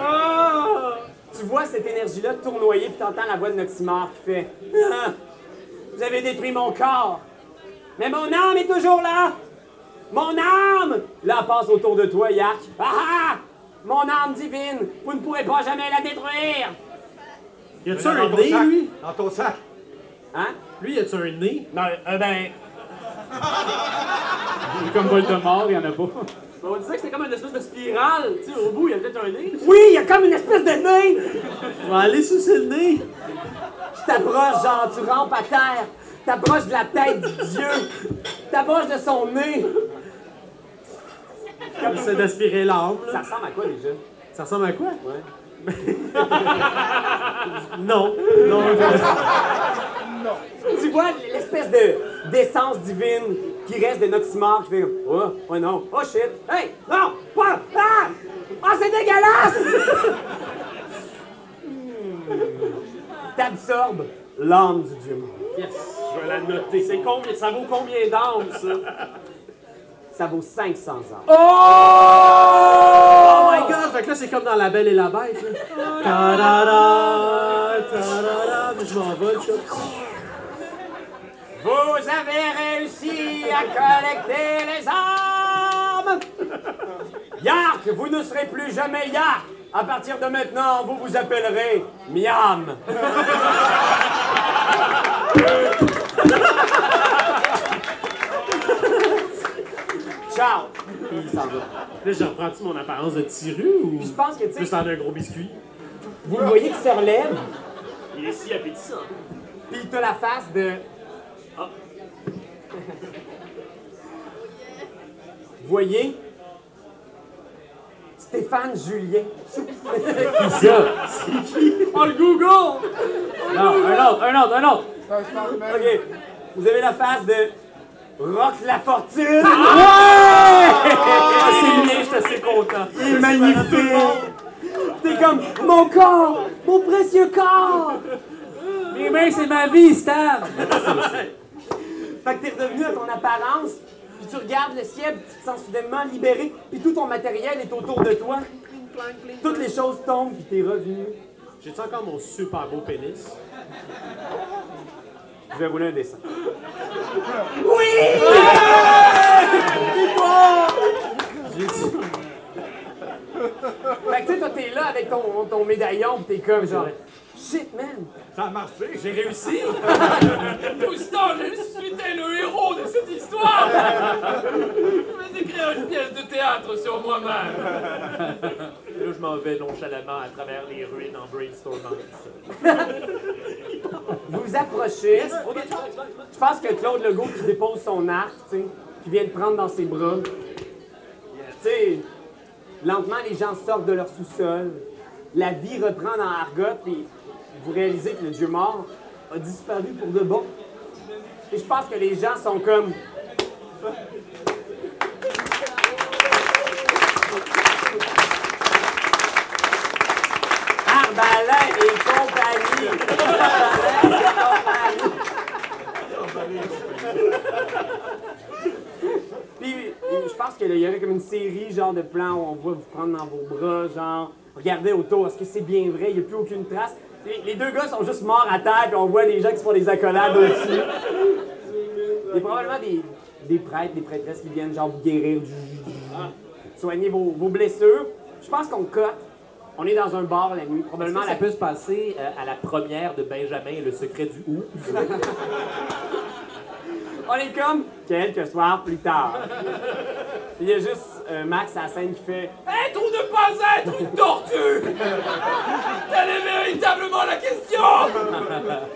Speaker 1: Ah! Tu vois cette énergie-là tournoyer, puis t'entends la voix de Noximor qui fait Ah! Vous avez détruit mon corps, mais mon âme est toujours là! Mon âme! Là, elle passe autour de toi, Yak. Ah ah! Mon âme divine! Vous ne pourrez pas jamais la détruire!
Speaker 7: Y a-tu
Speaker 1: Dans
Speaker 7: un
Speaker 1: ton
Speaker 7: nez,
Speaker 1: sac.
Speaker 7: lui
Speaker 5: Dans ton sac.
Speaker 1: Hein?
Speaker 7: Lui, y a-tu un nez
Speaker 1: Non, euh, ben.
Speaker 6: Et Comme Voldemort, il y en a pas.
Speaker 54: Mais on disait que c'était comme une espèce de spirale. Tu sais, au bout, il y a peut-être un nez.
Speaker 1: Oui, il y a comme une espèce de nez!
Speaker 7: On va aller sous le nez.
Speaker 1: Tu t'approches, genre, tu rampes à terre, t'approches de la tête du dieu, t'approches de son nez.
Speaker 7: Comme ça d'aspirer l'âme, là.
Speaker 1: Ça ressemble à quoi déjà?
Speaker 7: Ça ressemble à quoi?
Speaker 1: Ouais.
Speaker 7: non. Non.
Speaker 1: Tu vois l'espèce de d'essence divine qui reste de Noximor qui fait Oh, oh non, oh shit, hey, non, pas, ah, ah, c'est dégueulasse! T'absorbes l'âme du dieu mort.
Speaker 7: Yes, je vais la noter. C'est combien? Ça vaut combien d'âmes, ça?
Speaker 1: Ça vaut 500 ans.
Speaker 7: Oh my god! Fait que là, c'est comme dans La Belle et la Bête, là. Ta-da-da, ta-da-da, mais je m'envole, tu
Speaker 1: Vous avez réussi à collecter les armes! Yark, vous ne serez plus jamais Yark! À partir de maintenant, vous vous appellerez Miam! Ciao! Peace.
Speaker 57: s'en va. Là, je reprends-tu mon apparence de tiru ou.
Speaker 1: Puis je pense que, tu sais-
Speaker 57: Juste en un gros biscuit.
Speaker 1: Vous le voyez qui se relève,
Speaker 58: Il est si appétissant.
Speaker 1: puis t'as la face de.
Speaker 58: Ah.
Speaker 1: Vous voyez Stéphane Julien.
Speaker 7: C'est qui? On le Google!
Speaker 1: Non, un autre, un autre, un autre.
Speaker 15: OK.
Speaker 1: Vous avez la face de Rock la Fortune. Ouais!
Speaker 7: Ah, c'est bien, j'étais assez content.
Speaker 1: Il est magnifique. T'es comme mon corps, mon précieux corps.
Speaker 7: Mes mains, c'est ma vie, Stan!
Speaker 1: Fait que t'es redevenu à ton apparence, puis tu regardes le ciel, puis tu te sens soudainement libéré, puis tout ton matériel est autour de toi. Toutes les choses tombent, puis t'es revenu.
Speaker 57: J'ai-tu encore mon super beau pénis?
Speaker 1: Je vais rouler un dessin.
Speaker 15: Oui!
Speaker 1: Fait que tu sais, toi, t'es là avec ton, ton médaillon, pis t'es comme genre. Shit, man!
Speaker 5: Ça a marché, j'ai réussi!
Speaker 7: Tout ce temps, je suis le héros de cette histoire! Je vais écrire une pièce de théâtre sur moi-même!
Speaker 8: Là, je m'en vais nonchalamment à travers les ruines en brainstormant.
Speaker 1: Vous vous approchez. Je pense que Claude Legault qui dépose son arc, tu sais, qui vient le prendre dans ses bras. Tu sais, lentement, les gens sortent de leur sous-sol. La vie reprend dans Argot, puis vous réalisez que le dieu mort a disparu pour de bon. Et je pense que les gens sont comme. Arbalin et compagnie! Arbalin et compagnie! Puis, je pense qu'il y aurait comme une série, genre, de plans où on va vous prendre dans vos bras, genre, regardez autour, est-ce que c'est bien vrai? Il n'y a plus aucune trace. Les, les deux gars sont juste morts à terre, puis on voit les gens qui se font des accolades au-dessus. Il y a probablement des, des prêtres, des prêtresses qui viennent, genre, vous guérir, du, du- du- soigner vos, vos blessures. Je pense qu'on cote. On est dans un bar la nuit, probablement
Speaker 8: Probablement,
Speaker 1: à la
Speaker 8: ça peut se passer euh, à la première de Benjamin et le secret du ou.
Speaker 1: On est comme quelques soirs plus tard. Il y a juste euh, Max à la scène qui fait
Speaker 7: Être ou ne pas être une tortue! Telle est véritablement la question!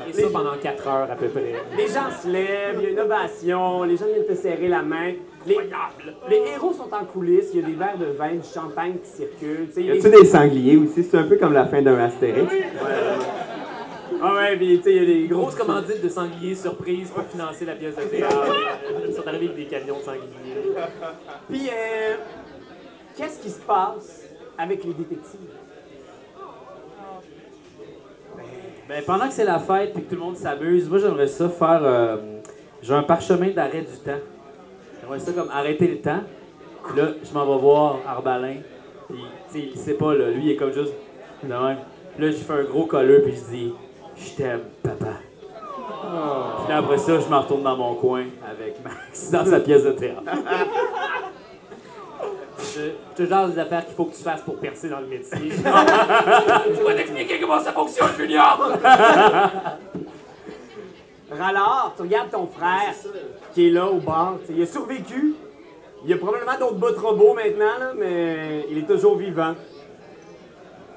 Speaker 8: Et ça pendant 4 heures à peu près.
Speaker 1: Les gens se lèvent, il y a une ovation, les gens viennent te serrer la main. Les, les héros sont en coulisses, il y a des verres de vin, du champagne qui circulent. tu sais,
Speaker 15: Y
Speaker 1: les-
Speaker 15: a-tu des sangliers aussi? C'est un peu comme la fin d'un Astérix.
Speaker 1: Ah ouais, puis tu sais, il y a des grosses
Speaker 8: Grosse commandite de sangliers surprise pour financer la pièce de théâtre. Euh, Ils sont arrivés avec des camions de sangliers.
Speaker 1: Puis, euh, qu'est-ce qui se passe avec les détectives?
Speaker 8: Ben, pendant que c'est la fête et que tout le monde s'amuse, moi j'aimerais ça faire. euh, J'ai un parchemin d'arrêt du temps. J'aimerais ça comme arrêter le temps. Puis Là, je m'en vais voir Arbalin. Puis, tu sais, il sait pas, là. Lui, il est comme juste. Non, ouais. Puis là, je fais un gros colleux puis je dis Je t'aime, papa. Puis là, après ça, je me retourne dans mon coin avec Max dans sa pièce de théâtre. Je je te jase des affaires qu'il faut que tu fasses pour percer dans le métier.
Speaker 7: Tu vas t'expliquer comment ça fonctionne, Junior!
Speaker 1: Rallard, tu regardes ton frère qui est là au bar. tu sais, Il a survécu. Il y a probablement d'autres bottes robots maintenant, là, mais il est toujours vivant.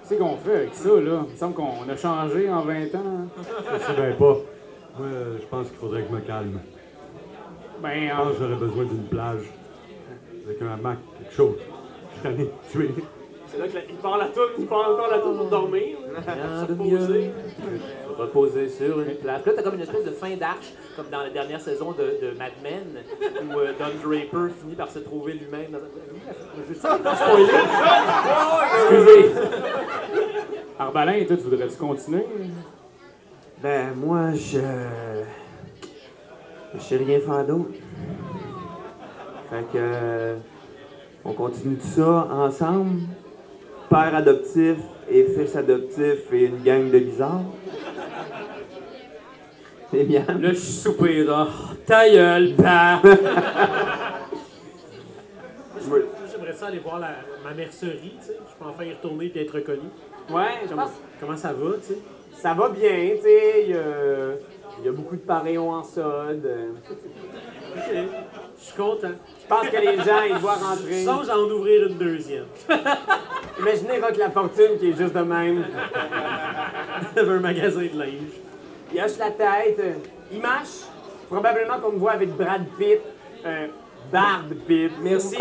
Speaker 6: Qu'est-ce qu'on fait avec ça, là? Il me semble qu'on a changé en 20 ans. hein.
Speaker 5: Je sais bien pas. Moi, euh, je pense qu'il faudrait que je me calme.
Speaker 6: Ben,
Speaker 5: Je
Speaker 6: en-
Speaker 5: pense que j'aurais besoin d'une plage. Avec un hamac, quelque chose. Je suis allé tuer.
Speaker 57: C'est là qu'il parle à toi, il parle encore à toi pour dormir.
Speaker 8: Rien
Speaker 57: Se
Speaker 8: de
Speaker 57: reposer.
Speaker 8: mieux. Reposer sur une plage. Puis Là, t'as comme une espèce de fin d'arche, comme dans la dernière saison de, de Mad Men, où euh, Don Draper finit par se trouver lui-même dans un. Je sais pas, spoiler.
Speaker 6: excusez.
Speaker 1: Ah.
Speaker 6: Arbalin, toi, tu voudrais-tu continuer?
Speaker 15: Ben, moi, je. Je sais rien faire d'autre. Fait que. euh, On continue tout ça ensemble. Père adoptif et fils adoptif et une gang de bizarres. C'est bien.
Speaker 8: Là, je suis soupé, là. Ta gueule, père!
Speaker 15: Moi,
Speaker 58: J'aimerais ça aller voir la, ma mercerie, tu sais. Je peux enfin y retourner et être reconnu.
Speaker 1: Ouais, je
Speaker 58: Comment,
Speaker 1: pense-
Speaker 58: comment ça va, tu sais?
Speaker 1: Ça va bien, tu sais. Il y a- il y, a beaucoup de paréons en solde. euh.
Speaker 58: Ok. Je
Speaker 59: Je suis content.
Speaker 1: Je pense que les gens, ils voient rentrer.
Speaker 59: Je songe à en ouvrir une deuxième.
Speaker 1: Imaginez Rock la fortune qui est juste de même.
Speaker 59: un magasin de linge.
Speaker 1: Il hoche la tête. euh, Il marche. Probablement qu'on me voit avec Brad Pitt. Euh, Bard Pitt.
Speaker 7: Merci.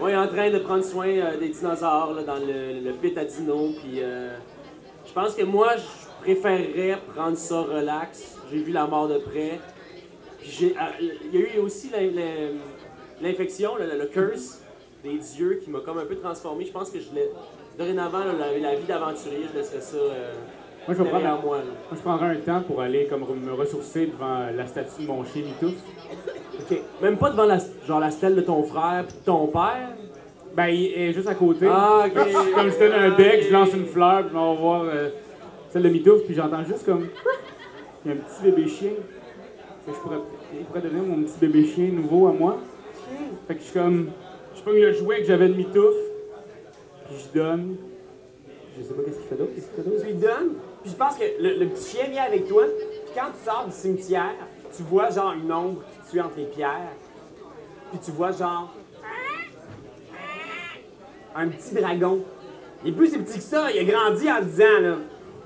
Speaker 7: On est en train de prendre soin euh, des dinosaures là, dans le, le pit à dinos. Puis euh, je pense que moi, je préférerais prendre ça relax. J'ai vu la mort de près. Puis j'ai- ah, il y a eu aussi la- la- l'infection, le, le curse des dieux qui m'a comme un peu transformé. Je pense que je l'ai. Dorénavant, là, la, la vie d'aventurier, je laisserais ça euh,
Speaker 6: Moi, je vais prendre
Speaker 7: derrière
Speaker 6: un-
Speaker 7: moi. là.
Speaker 6: moi, je prendrai un temps pour aller comme re- me ressourcer devant la statue de mon chien Mitouf.
Speaker 7: OK. Même pas devant la, genre la stèle de ton frère puis de ton père?
Speaker 6: Ben, il est juste à côté.
Speaker 7: Ah, OK.
Speaker 6: comme je donne un bec, je lance
Speaker 7: OK.
Speaker 6: une fleur, puis je m'en vais voir euh, celle de Mitouf, puis j'entends juste comme... Il y a un petit bébé chien. Fait que je pourrais, il pourrait devenir mon petit bébé chien nouveau à moi. Fait que je suis comme... Je pogne le jouet que j'avais de Mitouf, puis je donne... Je sais pas qu'est-ce qu'il fait d'autre, qu'est-ce qu'il fait d'autre.
Speaker 1: Tu lui donnes, puis je pense que le, le petit chien vient avec toi. Puis quand tu sors du cimetière, tu vois genre une ombre qui te suit entre les pierres. Puis tu vois genre. Un petit dragon. Il est plus si petit que ça, il a grandi en 10 ans, là.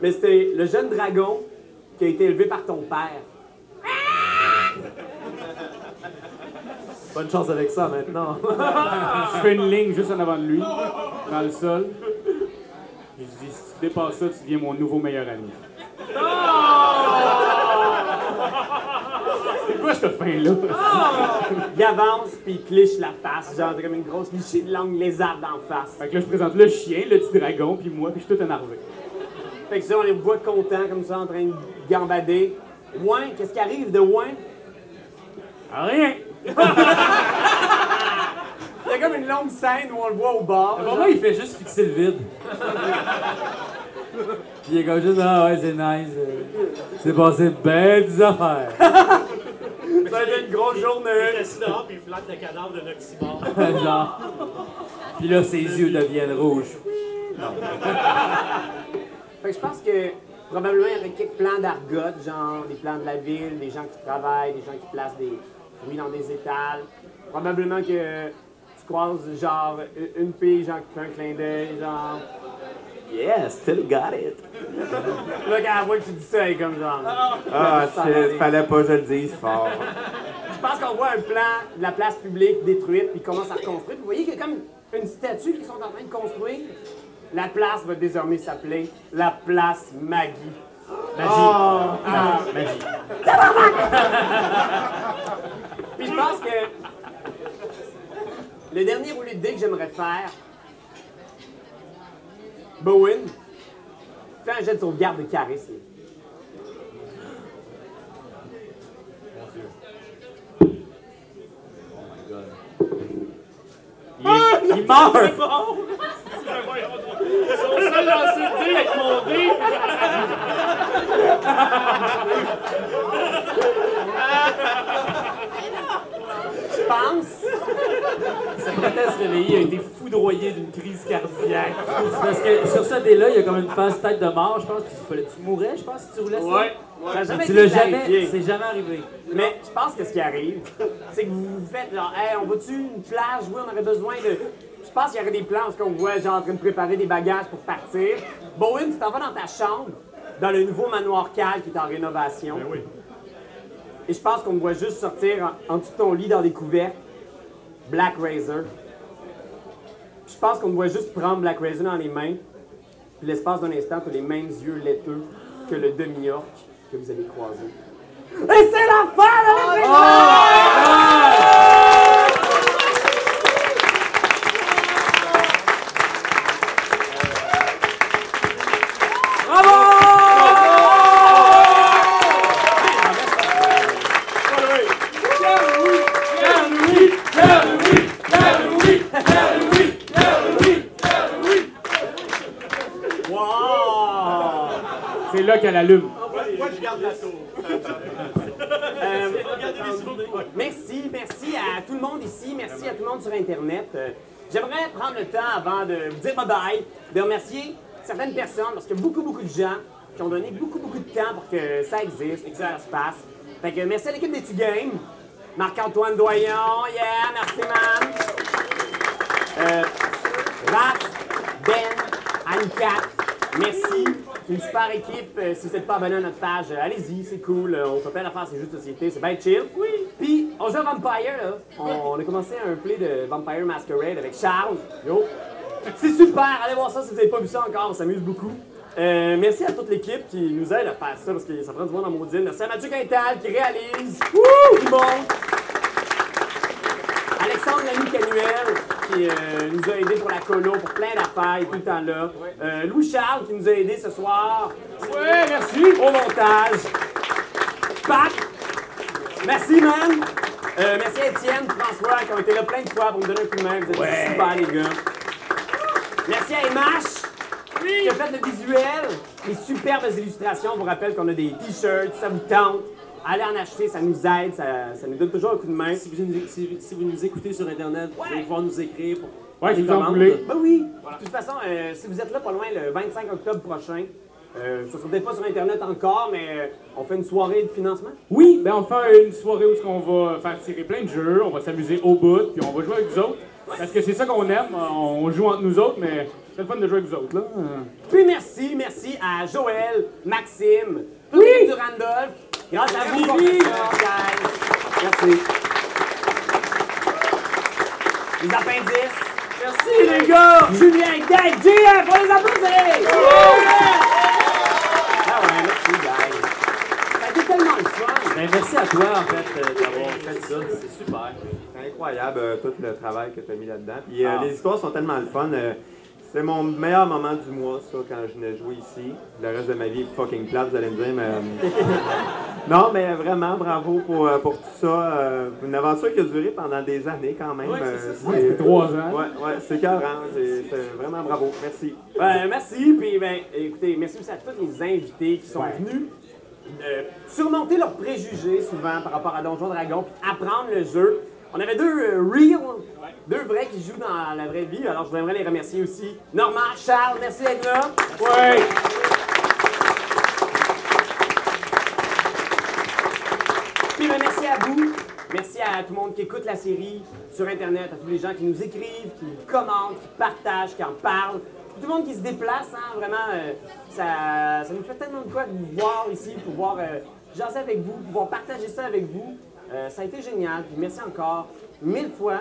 Speaker 1: Mais c'était le jeune dragon qui a été élevé par ton père.
Speaker 60: Bonne chance avec ça maintenant.
Speaker 6: Je fais une ligne juste en avant de lui, dans le sol. Je dis, si tu dépasses ça, tu deviens mon nouveau meilleur ami. C'est quoi cette fin-là?
Speaker 1: Il avance, puis il cliche la face, genre comme une grosse lichée de langue lézard d'en face.
Speaker 6: Fait que là, je présente le chien, le petit dragon, puis moi, puis je suis tout énervé.
Speaker 1: Fait que ça, on les voit contents comme ça, en train de gambader. Ouin, qu'est-ce qui arrive de Ouin?
Speaker 6: Rien!
Speaker 1: Il y a comme une longue scène où on le voit au bord.
Speaker 60: Pour moi, il fait juste fixer le vide.
Speaker 8: Puis il est comme juste, ah ouais, c'est nice. euh, C'est passé belles affaires.
Speaker 1: Ça a été une grosse journée.
Speaker 61: Il est assis dehors puis il flatte le cadavre d'un oxymore.
Speaker 8: Genre. Puis là, ses yeux deviennent rouges.
Speaker 1: Fait que je pense que probablement il y aurait quelques plans d'argote, genre des plans de la ville, des gens qui travaillent, des gens qui placent des fruits dans des étals. Probablement que tu croises genre une fille, genre qui fait un clin d'œil, genre.
Speaker 62: Yeah, still got it.
Speaker 1: Là, quand elle voit que tu dis ça, elle est comme genre.
Speaker 15: Ah,
Speaker 1: Ça va
Speaker 15: shit,
Speaker 1: aller.
Speaker 15: fallait pas que je le dise fort.
Speaker 1: Je pense qu'on voit un plan de la place publique détruite, puis commence à reconstruire. Puis Vous voyez qu'il y a comme une statue qu'ils sont en train de construire. La place va désormais s'appeler la place Maggie. Magie. Magie. puis je pense que le dernier roulé de dés que j'aimerais faire, Bowen, fais un jet de sauvegarde de charisme.
Speaker 8: Il meurt!
Speaker 61: Son seul lancer de dés avec mon dé.
Speaker 1: Je pense
Speaker 60: Sa prêtresse réveillée a été foudroyée d'une crise cardiaque.
Speaker 8: C'est Parce que sur ce dé-là, il y a comme une phase tête de mort, je pense. Puis il fallait, tu mourais, je pense, si tu roulais ça.
Speaker 1: Ouais, ouais. Ça a jamais
Speaker 8: Tu
Speaker 1: été
Speaker 8: l'as jamais,
Speaker 1: clarifié.
Speaker 8: c'est jamais arrivé.
Speaker 1: Mais je pense que ce qui arrive, c'est que vous vous faites genre, hey, on va-tu une plage? Oui, on aurait besoin de. Je pense qu'il y aurait des plans parce qu'on voit, genre, en train de préparer des bagages pour partir. Bowen, tu t'en vas dans ta chambre, dans le nouveau manoir Cal qui est en rénovation. Et je pense qu'on me voit juste sortir en, en dessous de ton lit dans des couvertes, Black Razor. Puis je pense qu'on me voit juste prendre Black Razor dans les mains. Puis l'espace d'un instant, t'as les mêmes yeux laiteux que le demi-orc que vous avez croisé. Et c'est la fin de la prison!
Speaker 6: C'est là qu'elle allume.
Speaker 61: Moi, je garde la tour. Regardez les sourires.
Speaker 1: oh. Merci, merci à tout le monde ici, merci à tout le monde sur Internet. Euh, J'aimerais prendre le temps avant de vous dire bye-bye, de remercier certaines personnes, parce qu'il y a beaucoup, beaucoup de gens qui ont donné beaucoup, beaucoup de temps pour que ça existe et que ça se passe. Fait que merci à l'équipe des Two Games, Marc-Antoine Doyon, yeah, merci, man. Euh, Raph, Ben, Anne-Cat, merci. Une super équipe. Euh, si vous n'êtes pas abonné à notre page, euh, allez-y, c'est cool. Euh, on fait plein d'affaires, c'est juste société, c'est bien chill. Oui. Puis, on joue à Vampire, là. On, on a commencé un play de Vampire Masquerade avec Charles. Yo. C'est super, allez voir ça si vous n'avez pas vu ça encore, on s'amuse beaucoup. Euh, merci à toute l'équipe qui nous aide à faire ça parce que ça prend du monde en maudine. Merci à Mathieu Quintal qui réalise. Wouh! Tout bon! Alexandre Lamy Canuel, qui euh, nous a aidés pour la colo, pour plein d'affaires, il est tout le temps là. Euh, Louis Charles, qui nous a aidés ce soir. Ouais, merci. Au montage. Pat, merci, man. Euh, merci à Étienne, François, qui ont été là plein de fois pour me donner un coup de main. Vous êtes
Speaker 63: Ouais.
Speaker 1: super, les gars. Merci à Emash, qui a fait le visuel. Les superbes illustrations. On vous rappelle qu'on a des t-shirts, ça vous tente. Allez en acheter, ça nous aide, ça, ça nous donne toujours un coup de main. Si vous, nous écoutez sur Internet, vous allez pouvoir nous écrire pour
Speaker 6: Ouais, si vous en voulez.
Speaker 1: ben oui. De toute façon, euh, si vous êtes là pas loin le 25 octobre prochain, euh, ça sera peut-être pas sur Internet encore, mais euh, on fait une soirée de financement.
Speaker 6: Oui, ben on fait une soirée où on va faire tirer plein de jeux, on va s'amuser au bout, puis on va jouer avec vous autres. Parce que c'est ça qu'on aime, on joue entre nous autres, mais c'est le fun de jouer avec vous autres, là.
Speaker 1: Puis merci, merci à Joël, Maxime, Dominique du Randolph. Grâce à vous, qu'on fait ça, guys. Merci. Les appendices. Merci, les gars. Julien, Gaël, JF, on les applaudit. Ah ouais, merci, guys. Ça a été tellement le fun.
Speaker 64: Ben, merci à toi, en fait, euh, d'avoir fait ça. C'est super.
Speaker 15: C'est incroyable euh, tout le travail que tu as mis là-dedans. Puis, euh,
Speaker 64: Ah.
Speaker 15: Les histoires sont tellement le fun. euh, c'est mon meilleur moment du mois, ça, quand je venais jouer ici. Le reste de ma vie est fucking plate, vous allez me dire, mais... euh, non, mais euh, vraiment, bravo pour, euh, pour tout ça. euh, une aventure qui a duré pendant des années, quand même.
Speaker 1: Ouais, c'est
Speaker 15: euh,
Speaker 1: ça. Ouais, c'était trois ans.
Speaker 15: Ouais, ouais, c'est carré. C'est c'est vraiment bravo. Merci.
Speaker 1: Ben, merci, puis ben, écoutez, merci aussi à tous les invités qui sont venus euh, surmonter leurs préjugés souvent par rapport à Donjon Dragon, puis apprendre le jeu. On avait deux euh, real, deux vrais qui jouent dans la vraie vie, alors je voudrais les remercier aussi. Normand, Charles, merci d'être là. Ouais. Puis ben, merci à vous. Merci à tout le monde qui écoute la série sur Internet, à tous les gens qui nous écrivent, qui commentent, qui partagent, qui en parlent. Tout le monde qui se déplace, hein, vraiment, euh, ça, ça nous fait tellement de quoi de vous voir ici, pouvoir euh, jaser avec vous, pouvoir partager ça avec vous. Euh, ça a été génial, puis merci encore mille fois.